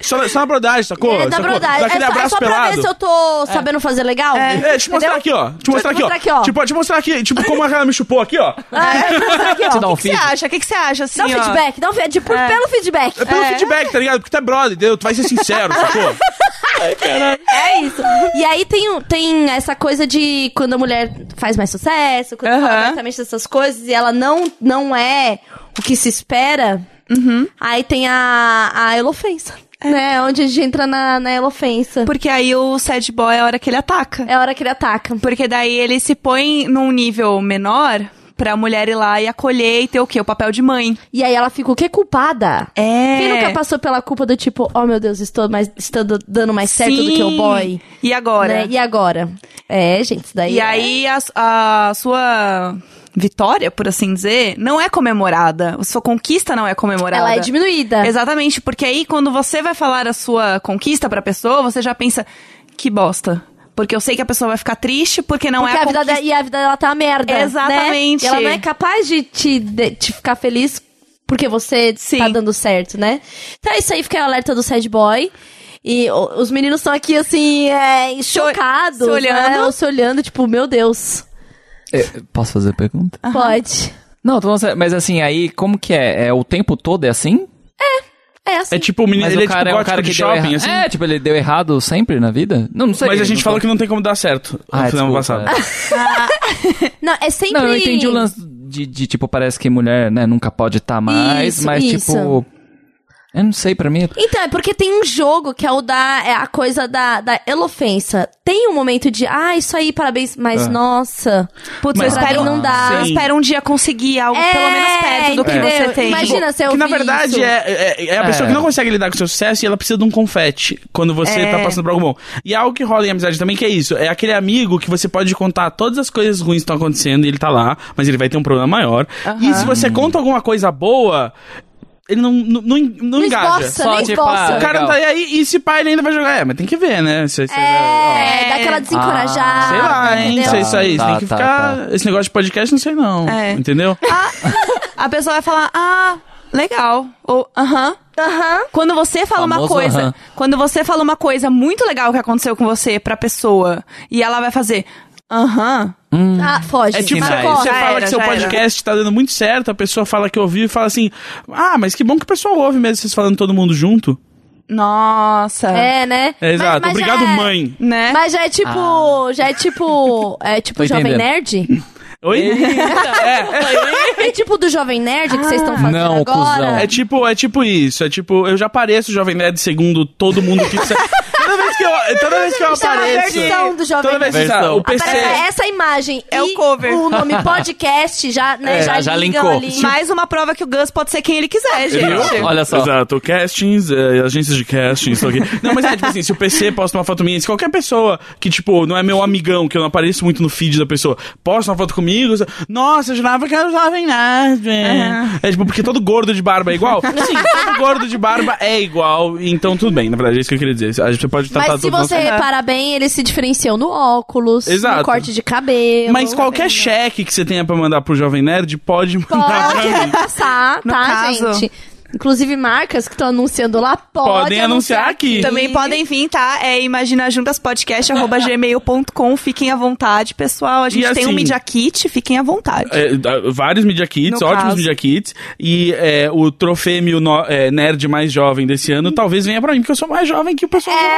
[SPEAKER 3] Só, só na brodagem, sacou?
[SPEAKER 2] É, da
[SPEAKER 3] Sacou?
[SPEAKER 2] brodagem.
[SPEAKER 3] Dá
[SPEAKER 2] É
[SPEAKER 3] aquele
[SPEAKER 2] só, é
[SPEAKER 3] abraço
[SPEAKER 2] só pra ver
[SPEAKER 3] pelado.
[SPEAKER 2] se eu tô sabendo fazer legal.
[SPEAKER 3] É, deixa eu mostrar
[SPEAKER 2] Entendeu?
[SPEAKER 3] aqui, ó. Deixa eu mostrar aqui, ó.
[SPEAKER 2] mostrar aqui, ó.
[SPEAKER 3] Tipo, deixa eu mostrar aqui, tipo, como ela me chupou aqui, ó.
[SPEAKER 2] Aqui, ó.
[SPEAKER 1] Te dá um
[SPEAKER 4] O que que
[SPEAKER 1] feed.
[SPEAKER 4] você acha? O que que você acha? Assim,
[SPEAKER 2] Dá um
[SPEAKER 4] ó?
[SPEAKER 2] feedback, dá um feedback. Tipo,
[SPEAKER 4] É.
[SPEAKER 2] pelo feedback.
[SPEAKER 3] É pelo feedback, tá ligado? Porque tu é brother, entendeu? Tu vai ser sincero, sacou?
[SPEAKER 2] É isso. E aí tem, o- tem essa coisa de quando a mulher faz mais sucesso, quando
[SPEAKER 4] Aham.
[SPEAKER 2] fala abertamente dessas coisas e ela não, não é o que se espera,
[SPEAKER 4] Uhum.
[SPEAKER 2] aí tem a, a elofensa.
[SPEAKER 4] É.
[SPEAKER 2] Né? Onde a gente entra na, na elofensa.
[SPEAKER 4] Porque aí o sad boy é a hora que ele ataca.
[SPEAKER 2] É a hora que ele ataca.
[SPEAKER 4] Porque daí ele se põe num nível menor pra mulher ir lá e acolher e ter o quê? O papel de mãe.
[SPEAKER 2] E aí ela fica o quê? Culpada.
[SPEAKER 4] É.
[SPEAKER 2] Quem nunca passou pela culpa do tipo, oh meu Deus, estou, mais, estou dando mais certo do que o
[SPEAKER 4] Sim.
[SPEAKER 2] boy?
[SPEAKER 4] E agora?
[SPEAKER 2] Né? E agora? É, gente, isso daí.
[SPEAKER 4] E
[SPEAKER 2] é-
[SPEAKER 4] aí a, a sua vitória, por assim dizer, não é comemorada. A sua conquista não é comemorada.
[SPEAKER 2] Ela é diminuída.
[SPEAKER 4] Exatamente, porque aí quando você vai falar a sua conquista pra pessoa, você já pensa, que bosta. Porque eu sei que a pessoa vai ficar triste porque não
[SPEAKER 2] Porque
[SPEAKER 4] é a
[SPEAKER 2] a vida
[SPEAKER 4] conquista.
[SPEAKER 2] dela, e a vida dela tá uma merda.
[SPEAKER 4] Exatamente.
[SPEAKER 2] né? E ela não é capaz de te, de- te ficar feliz porque você
[SPEAKER 4] Sim.
[SPEAKER 2] tá dando certo, né? Então é isso aí, fica o alerta do sad boy. E o- os meninos estão aqui, assim, é, chocados.
[SPEAKER 4] se olhando.
[SPEAKER 2] né? Ou se olhando, tipo, meu Deus.
[SPEAKER 1] Eu- Eh, Posso fazer a pergunta?
[SPEAKER 2] Pode.
[SPEAKER 1] Não, tô falando sério, mas assim, aí, como que é? É o tempo todo é assim?
[SPEAKER 2] É assim.
[SPEAKER 3] É tipo o menino,
[SPEAKER 1] Mas
[SPEAKER 3] ele
[SPEAKER 1] o cara
[SPEAKER 3] é
[SPEAKER 1] é,
[SPEAKER 3] tipo
[SPEAKER 1] um cara
[SPEAKER 3] gótico
[SPEAKER 1] que
[SPEAKER 3] de
[SPEAKER 1] deu
[SPEAKER 3] shopping,
[SPEAKER 1] erra-
[SPEAKER 3] assim.
[SPEAKER 1] É, tipo, ele deu errado sempre na vida? Não, não sei.
[SPEAKER 3] Mas a gente
[SPEAKER 1] Não
[SPEAKER 3] falou
[SPEAKER 1] sei.
[SPEAKER 3] que não tem como dar certo
[SPEAKER 1] Ah,
[SPEAKER 3] no final
[SPEAKER 1] desculpa.
[SPEAKER 3] passado.
[SPEAKER 2] Não, é sempre.
[SPEAKER 1] Não, eu entendi o lance de, de, tipo, parece que mulher, né, nunca pode estar mais,
[SPEAKER 2] Isso,
[SPEAKER 1] mas
[SPEAKER 2] isso.
[SPEAKER 1] tipo. Eu não sei, pra mim.
[SPEAKER 2] Então, é porque tem um jogo que é o da. É a coisa da, da elofensa. Tem um momento de. Ah, isso aí, parabéns, mas
[SPEAKER 1] Ah.
[SPEAKER 2] nossa.
[SPEAKER 4] Putz,
[SPEAKER 3] Mas-
[SPEAKER 4] eu espero,
[SPEAKER 2] é- pra mim não dá. É,
[SPEAKER 4] Eu
[SPEAKER 3] Sim.
[SPEAKER 4] espero um dia conseguir algo pelo menos perto do que
[SPEAKER 2] entendeu?
[SPEAKER 4] você tem. Tipo,
[SPEAKER 2] Imagina se eu
[SPEAKER 3] que na
[SPEAKER 2] ouvir
[SPEAKER 3] verdade
[SPEAKER 2] isso.
[SPEAKER 3] é, é, é a
[SPEAKER 1] É.
[SPEAKER 3] pessoa que não consegue lidar com o seu sucesso e ela precisa de um confete quando você
[SPEAKER 4] É.
[SPEAKER 3] tá passando por algo bom. E é algo que rola em amizade também, que é isso. É aquele amigo que você pode contar todas as coisas ruins que estão acontecendo e ele tá lá, mas ele vai ter um problema maior. E se você conta alguma coisa boa, ele não, não, não, não
[SPEAKER 2] Não
[SPEAKER 3] engaja.
[SPEAKER 2] esboça, nem
[SPEAKER 1] tipo,
[SPEAKER 2] esboça.
[SPEAKER 1] ah,
[SPEAKER 3] O cara não tá aí e se pá, ele ainda vai jogar. É, mas tem que ver, né? Se- se- ó,
[SPEAKER 2] É, dá aquela desencorajada.
[SPEAKER 3] Ah, Sei lá, hein?
[SPEAKER 2] Ah, entendeu?
[SPEAKER 3] Sei isso aí.
[SPEAKER 1] Tá,
[SPEAKER 3] tem que
[SPEAKER 1] tá,
[SPEAKER 3] ficar. Esse negócio de podcast, não sei não.
[SPEAKER 4] É.
[SPEAKER 3] Entendeu?
[SPEAKER 4] A pessoa vai falar, ah, legal. Ou, aham.
[SPEAKER 2] Aham.
[SPEAKER 4] Quando você fala uma
[SPEAKER 1] Famoso
[SPEAKER 4] coisa,
[SPEAKER 1] aham.
[SPEAKER 4] quando você fala uma coisa muito legal que aconteceu com você pra pessoa, e ela vai fazer, aham,
[SPEAKER 2] Ah, foge.
[SPEAKER 3] É tipo,
[SPEAKER 2] Mas
[SPEAKER 4] sinais.
[SPEAKER 2] foge.
[SPEAKER 3] você
[SPEAKER 4] Já
[SPEAKER 3] fala
[SPEAKER 4] era,
[SPEAKER 3] que seu
[SPEAKER 4] já era.
[SPEAKER 3] podcast tá dando muito certo, a pessoa fala que ouviu e fala assim: Ah, mas que bom que o pessoal ouve mesmo vocês falando todo mundo junto.
[SPEAKER 4] nossa.
[SPEAKER 2] É, né?
[SPEAKER 3] É, exato.
[SPEAKER 2] Mas- mas já
[SPEAKER 3] Obrigado,
[SPEAKER 2] é-
[SPEAKER 3] mãe.
[SPEAKER 4] Né?
[SPEAKER 2] Mas já é tipo. Já é tipo. É tipo
[SPEAKER 1] Ah. Tô
[SPEAKER 2] Jovem
[SPEAKER 1] entendendo.
[SPEAKER 2] Nerd?
[SPEAKER 3] Oi?
[SPEAKER 2] É tipo do Jovem Nerd que vocês estão fazendo
[SPEAKER 1] Ah. Não, cuzão.
[SPEAKER 2] agora?
[SPEAKER 3] É tipo, é tipo isso. É tipo, eu já pareço o Jovem Nerd segundo todo mundo que. toda vez que eu, toda vez que eu
[SPEAKER 2] Isso é uma
[SPEAKER 3] apareço.
[SPEAKER 2] versão do Jovem
[SPEAKER 3] Toda vez que
[SPEAKER 2] Nerd.
[SPEAKER 3] sabe, o PC.
[SPEAKER 2] Aparece essa imagem.
[SPEAKER 4] É
[SPEAKER 2] e
[SPEAKER 4] o cover.
[SPEAKER 2] O nome podcast já, né,
[SPEAKER 1] É,
[SPEAKER 2] já,
[SPEAKER 1] já- já
[SPEAKER 2] ligam
[SPEAKER 1] linkou.
[SPEAKER 2] ali.
[SPEAKER 4] Tipo, Mais uma prova que o Gus pode ser quem ele quiser,
[SPEAKER 1] Entendeu?
[SPEAKER 4] gente.
[SPEAKER 1] Olha só.
[SPEAKER 3] Exato, castings, eh, agências de castings, isso aqui. Não, mas é, tipo assim, se o PC posta uma foto minha, se qualquer pessoa que, tipo, não é meu amigão, que eu não apareço muito no feed da pessoa, posta uma foto comigo, você- nossa, eu jurava que era jovem nerd. É tipo, porque todo gordo de barba é igual? Sim, todo gordo de barba é igual, então tudo bem, na verdade, é isso que eu queria dizer. A gente pode tratar
[SPEAKER 2] Mas se
[SPEAKER 3] todos nós-
[SPEAKER 2] você reparar bem, eles se diferenciam no óculos,
[SPEAKER 3] Exato.
[SPEAKER 2] no corte de cabelo.
[SPEAKER 3] Mas qualquer cheque que você tenha pra mandar pro Jovem Nerd, pode mandar pra
[SPEAKER 2] Pode
[SPEAKER 3] mim.
[SPEAKER 2] passar,
[SPEAKER 4] No
[SPEAKER 2] tá,
[SPEAKER 4] caso.
[SPEAKER 2] gente? Inclusive, marcas que estão anunciando lá podem
[SPEAKER 3] Podem anunciar aqui.
[SPEAKER 4] Também podem vir, tá? É imaginajuntaspodcast.gmail.com. Fiquem à vontade, pessoal. A gente
[SPEAKER 3] E
[SPEAKER 4] tem um
[SPEAKER 3] assim-
[SPEAKER 4] Media Kit, fiquem à vontade.
[SPEAKER 3] É, dá- vários Media Kits,
[SPEAKER 4] No
[SPEAKER 3] ótimos
[SPEAKER 4] caso.
[SPEAKER 3] Media Kits. E é, o trofêmio no- é, nerd mais jovem desse ano talvez venha pra mim, porque eu sou mais jovem que o pessoal
[SPEAKER 2] É,
[SPEAKER 3] do
[SPEAKER 2] o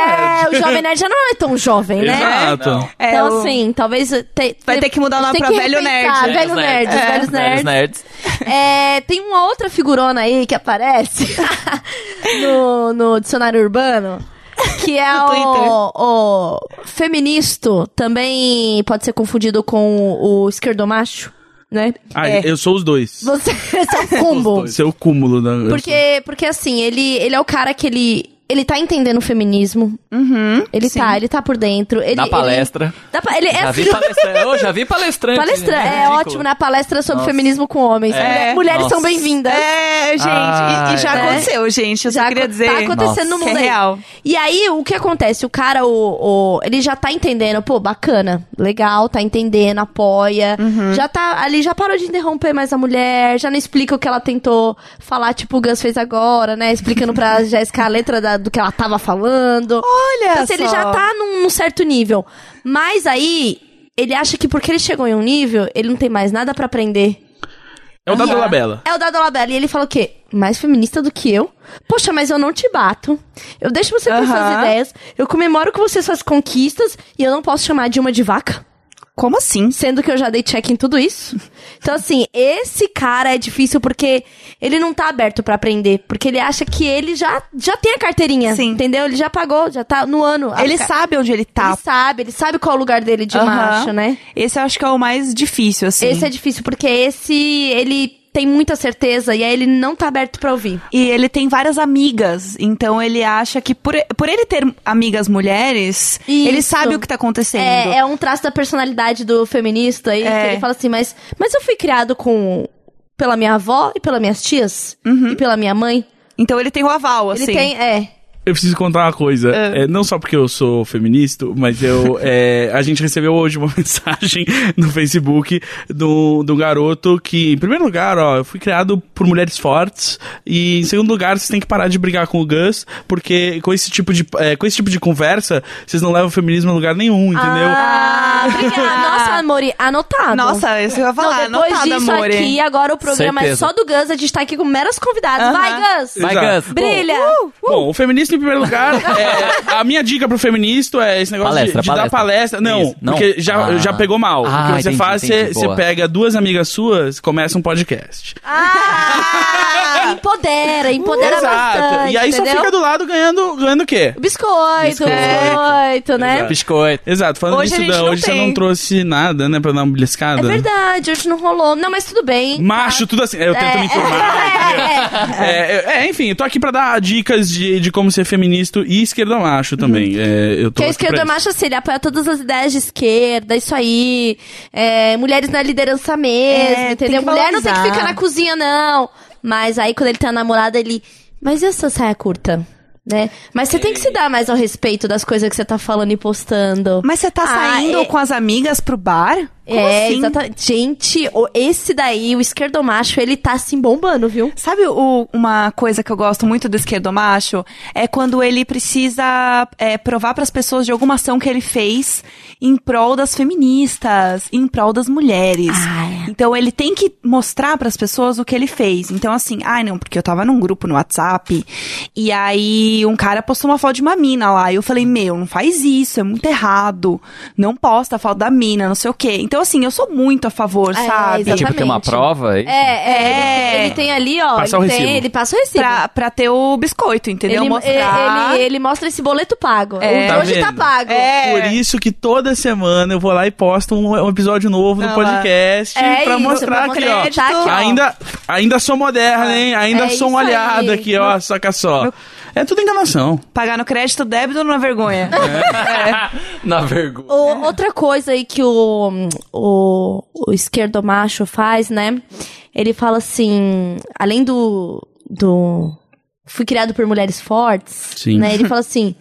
[SPEAKER 3] nerd.
[SPEAKER 2] Jovem Nerd já não é tão jovem, né?
[SPEAKER 3] Exato.
[SPEAKER 1] Não.
[SPEAKER 4] É,
[SPEAKER 2] então,
[SPEAKER 4] o-
[SPEAKER 2] assim, talvez. te-
[SPEAKER 4] Vai ter que mudar o
[SPEAKER 2] a gente
[SPEAKER 4] nome
[SPEAKER 2] tem que
[SPEAKER 4] pra Velho
[SPEAKER 2] repensar.
[SPEAKER 4] Nerd.
[SPEAKER 2] Velho
[SPEAKER 1] Velhos
[SPEAKER 2] Nerd,
[SPEAKER 1] nerds. É.
[SPEAKER 2] velhos
[SPEAKER 1] Velhos
[SPEAKER 2] nerds.
[SPEAKER 1] nerds.
[SPEAKER 2] É, tem uma outra figurona aí que aparece no, no dicionário urbano. Que é
[SPEAKER 4] No Twitter.
[SPEAKER 2] o, o feministo, também pode ser confundido com o, o esquerdomacho, né?
[SPEAKER 3] Ah,
[SPEAKER 4] É.
[SPEAKER 3] eu sou os dois.
[SPEAKER 2] Você esse é um combo.
[SPEAKER 3] Esse é o cúmulo da. eu sou-
[SPEAKER 2] Porque, porque assim, ele, ele é o cara que ele. Ele tá entendendo o feminismo. Uhum. Ele tá, ele tá por dentro. Ele,
[SPEAKER 1] Na palestra.
[SPEAKER 2] Ele, dá pa- ele é
[SPEAKER 1] Já
[SPEAKER 2] assim,
[SPEAKER 1] vi palestrante. Ô, já vi palestrante.
[SPEAKER 2] palestra.
[SPEAKER 1] né?
[SPEAKER 2] É
[SPEAKER 1] Ridículo.
[SPEAKER 2] ótimo, né? Palestra sobre
[SPEAKER 1] Nossa.
[SPEAKER 2] feminismo com homens.
[SPEAKER 1] É.
[SPEAKER 2] Mulher- Mulheres são
[SPEAKER 1] Nossa.
[SPEAKER 2] bem-vindas.
[SPEAKER 4] É, gente. e- e,
[SPEAKER 1] Ai,
[SPEAKER 4] já
[SPEAKER 2] né?
[SPEAKER 4] aconteceu, gente. Eu só
[SPEAKER 2] Já
[SPEAKER 4] queria
[SPEAKER 2] tá
[SPEAKER 4] dizer.
[SPEAKER 2] acontecendo no
[SPEAKER 4] que
[SPEAKER 2] mundo
[SPEAKER 4] é
[SPEAKER 2] aí.
[SPEAKER 4] real.
[SPEAKER 2] E aí, o que acontece? O cara, o, o- ele já tá entendendo, pô, bacana, legal, tá entendendo, apoia.
[SPEAKER 4] Uhum.
[SPEAKER 2] Já tá ali, já parou de interromper mais a mulher, já não explica o que ela tentou falar, tipo o Gus fez agora, né? Explicando pra Jéssica a letra da- do que ela tava falando.
[SPEAKER 4] Olha
[SPEAKER 2] Então, assim, ele
[SPEAKER 4] só.
[SPEAKER 2] já tá num, num certo nível. Mas aí, ele acha que porque ele chegou em um nível, ele não tem mais nada pra aprender.
[SPEAKER 3] É o da
[SPEAKER 2] E ela-
[SPEAKER 3] Dolabella.
[SPEAKER 2] É o da Dolabella. E ele fala o quê? Mais feminista do que eu? Poxa, mas eu não te bato. Eu deixo você com suas
[SPEAKER 4] Aham.
[SPEAKER 2] ideias. Eu comemoro com você suas conquistas. E eu não posso chamar de uma de vaca.
[SPEAKER 4] Como assim?
[SPEAKER 2] Sendo que eu já dei check em tudo isso. Então, assim, esse cara é difícil porque ele não tá aberto pra aprender. Porque ele acha que ele já, já tem a carteirinha.
[SPEAKER 4] Sim.
[SPEAKER 2] Entendeu? Ele já pagou, já tá no ano. A
[SPEAKER 4] Ele
[SPEAKER 2] ca-
[SPEAKER 4] sabe onde Ah, ele tá.
[SPEAKER 2] Ele sabe, ele sabe qual é o lugar dele de
[SPEAKER 4] Aham.
[SPEAKER 2] macho, né?
[SPEAKER 4] Esse eu acho que é o mais difícil, assim.
[SPEAKER 2] Esse é difícil, porque esse, ele tem muita certeza e aí ele não tá aberto pra ouvir.
[SPEAKER 4] E ele tem várias amigas, então ele acha que por, por ele ter amigas mulheres,
[SPEAKER 2] Isso.
[SPEAKER 4] ele sabe o que tá acontecendo.
[SPEAKER 2] É, é um traço da personalidade do feminista aí,
[SPEAKER 4] É.
[SPEAKER 2] que ele fala assim, mas, mas eu fui criado com pela minha avó e pelas minhas tias e pela minha mãe.
[SPEAKER 4] Então ele tem o aval,
[SPEAKER 2] Ele
[SPEAKER 4] assim.
[SPEAKER 2] tem, é.
[SPEAKER 3] Eu preciso contar uma coisa. É, não só porque eu sou feminista, mas eu. é, a gente recebeu hoje uma mensagem no Facebook do, do garoto que, em primeiro lugar, ó, eu fui criado por mulheres fortes. E em segundo lugar, vocês têm que parar de brigar com o Gus, porque com esse tipo de, é, com esse tipo de conversa, vocês não levam o feminismo a lugar nenhum, entendeu?
[SPEAKER 2] Ah, obrigada. Nossa, Amori, anotado.
[SPEAKER 4] Nossa, é isso que eu ia
[SPEAKER 2] Não,
[SPEAKER 4] falar.
[SPEAKER 2] depois
[SPEAKER 4] Ah, anotado,
[SPEAKER 2] disso
[SPEAKER 4] amore.
[SPEAKER 2] aqui, agora o programa é
[SPEAKER 1] Certeza.
[SPEAKER 2] só do Gus. A gente tá aqui com meros convidados.
[SPEAKER 4] Aham.
[SPEAKER 2] Vai, Gus!
[SPEAKER 1] Vai,
[SPEAKER 3] Exato.
[SPEAKER 1] Gus.
[SPEAKER 2] Brilha!
[SPEAKER 3] Bom, o feminista em primeiro lugar, é, a minha dica pro feminista é esse negócio
[SPEAKER 1] Palestra,
[SPEAKER 3] de, de
[SPEAKER 1] palestra.
[SPEAKER 3] dar palestra. Não,
[SPEAKER 1] Isso. Não?
[SPEAKER 3] porque já,
[SPEAKER 1] Ah.
[SPEAKER 3] já pegou mal.
[SPEAKER 1] Ah,
[SPEAKER 3] o que você
[SPEAKER 1] entendi,
[SPEAKER 3] faz,
[SPEAKER 1] entendi.
[SPEAKER 3] você, você
[SPEAKER 1] Boa.
[SPEAKER 3] pega duas amigas suas, começa um podcast.
[SPEAKER 2] Ah, empodera, empodera bastante.
[SPEAKER 3] e aí
[SPEAKER 2] entendeu?
[SPEAKER 3] só fica do lado ganhando, ganhando o quê?
[SPEAKER 2] Biscoito, biscoito, né?
[SPEAKER 3] Exato.
[SPEAKER 1] Biscoito.
[SPEAKER 3] Exato, falando
[SPEAKER 4] Hoje a
[SPEAKER 3] nisso,
[SPEAKER 4] gente
[SPEAKER 3] Dan,
[SPEAKER 4] não
[SPEAKER 3] hoje você
[SPEAKER 4] tem.
[SPEAKER 3] não trouxe nada, né, pra dar uma
[SPEAKER 2] É
[SPEAKER 3] beliscada.
[SPEAKER 2] verdade, tá. hoje não rolou. Não, mas tudo bem.
[SPEAKER 3] Macho, tudo assim. Eu tento me informar.
[SPEAKER 2] É, é, é.
[SPEAKER 3] É, eu- é, enfim, eu tô aqui pra dar dicas de, de como ser feminista e esquerda macho também. É, eu
[SPEAKER 2] Uhum. Porque
[SPEAKER 3] tô
[SPEAKER 2] a
[SPEAKER 3] aqui pra
[SPEAKER 2] esquerda
[SPEAKER 3] isso.
[SPEAKER 2] macho, assim, ele apoia todas as ideias de esquerda, isso aí. É, mulheres na liderança mesmo,
[SPEAKER 4] É, tem
[SPEAKER 2] entendeu?
[SPEAKER 4] que
[SPEAKER 2] Mulher não tem que
[SPEAKER 4] valorizar.
[SPEAKER 2] ficar na cozinha, não. Mas aí, quando ele tem a namorada, ele... Mas e essa saia curta? Né? Mas você tem que se dar mais ao respeito das coisas que você tá falando e postando.
[SPEAKER 4] Mas você tá
[SPEAKER 2] Ah,
[SPEAKER 4] saindo
[SPEAKER 2] é-
[SPEAKER 4] com as amigas pro bar? Como
[SPEAKER 2] é,
[SPEAKER 4] assim?
[SPEAKER 2] exatamente. Gente, o- esse daí, o esquerdomacho, ele tá assim bombando, viu?
[SPEAKER 4] Sabe o- uma coisa que eu gosto muito do esquerdo macho? É quando ele precisa é, provar pras pessoas de alguma ação que ele fez em prol das feministas, em prol das mulheres.
[SPEAKER 2] Ah,
[SPEAKER 4] Então ele tem que mostrar pras pessoas o que ele fez. Então assim, ai não, porque eu tava num grupo no WhatsApp e aí um cara postou uma foto de uma mina lá e eu falei, meu, não faz isso, é muito errado. Não posta a foto da mina, não sei o quê. Então assim, eu sou muito a favor,
[SPEAKER 2] É,
[SPEAKER 4] sabe?
[SPEAKER 2] exatamente.
[SPEAKER 1] Tipo, tem uma prova aí?
[SPEAKER 2] É, é, ele, ele tem ali, ó.
[SPEAKER 3] Passa o
[SPEAKER 2] ele, tem,
[SPEAKER 3] recibo.
[SPEAKER 2] ele passa o recibo.
[SPEAKER 4] Pra, pra ter o biscoito, entendeu?
[SPEAKER 2] Ele, é,
[SPEAKER 4] Mostrar.
[SPEAKER 2] ele- ele mostra esse boleto pago.
[SPEAKER 4] É.
[SPEAKER 2] O
[SPEAKER 3] Tá
[SPEAKER 2] hoje tá
[SPEAKER 3] vendo?
[SPEAKER 2] pago.
[SPEAKER 4] É.
[SPEAKER 3] Por isso que toda semana eu vou lá e posto um, um episódio novo do
[SPEAKER 4] Ah lá.
[SPEAKER 3] podcast
[SPEAKER 2] É
[SPEAKER 3] pra
[SPEAKER 2] isso,
[SPEAKER 3] mostrar
[SPEAKER 2] pra
[SPEAKER 3] aqui,
[SPEAKER 2] mostrar
[SPEAKER 3] ó.
[SPEAKER 2] que tá aqui, ó.
[SPEAKER 3] Ainda, ainda sou moderna, hein? Ainda
[SPEAKER 2] É
[SPEAKER 3] sou
[SPEAKER 2] isso
[SPEAKER 3] um aliado
[SPEAKER 2] aí.
[SPEAKER 3] aqui, ó. Saca só. É tudo enganação.
[SPEAKER 4] Pagar no crédito, débito ou na vergonha?
[SPEAKER 1] Na vergonha.
[SPEAKER 2] O- outra coisa aí que o, o, o esquerdo macho faz, né? Ele fala assim, além do, do. Fui criado por mulheres fortes,
[SPEAKER 3] Sim.
[SPEAKER 2] né? Ele fala assim,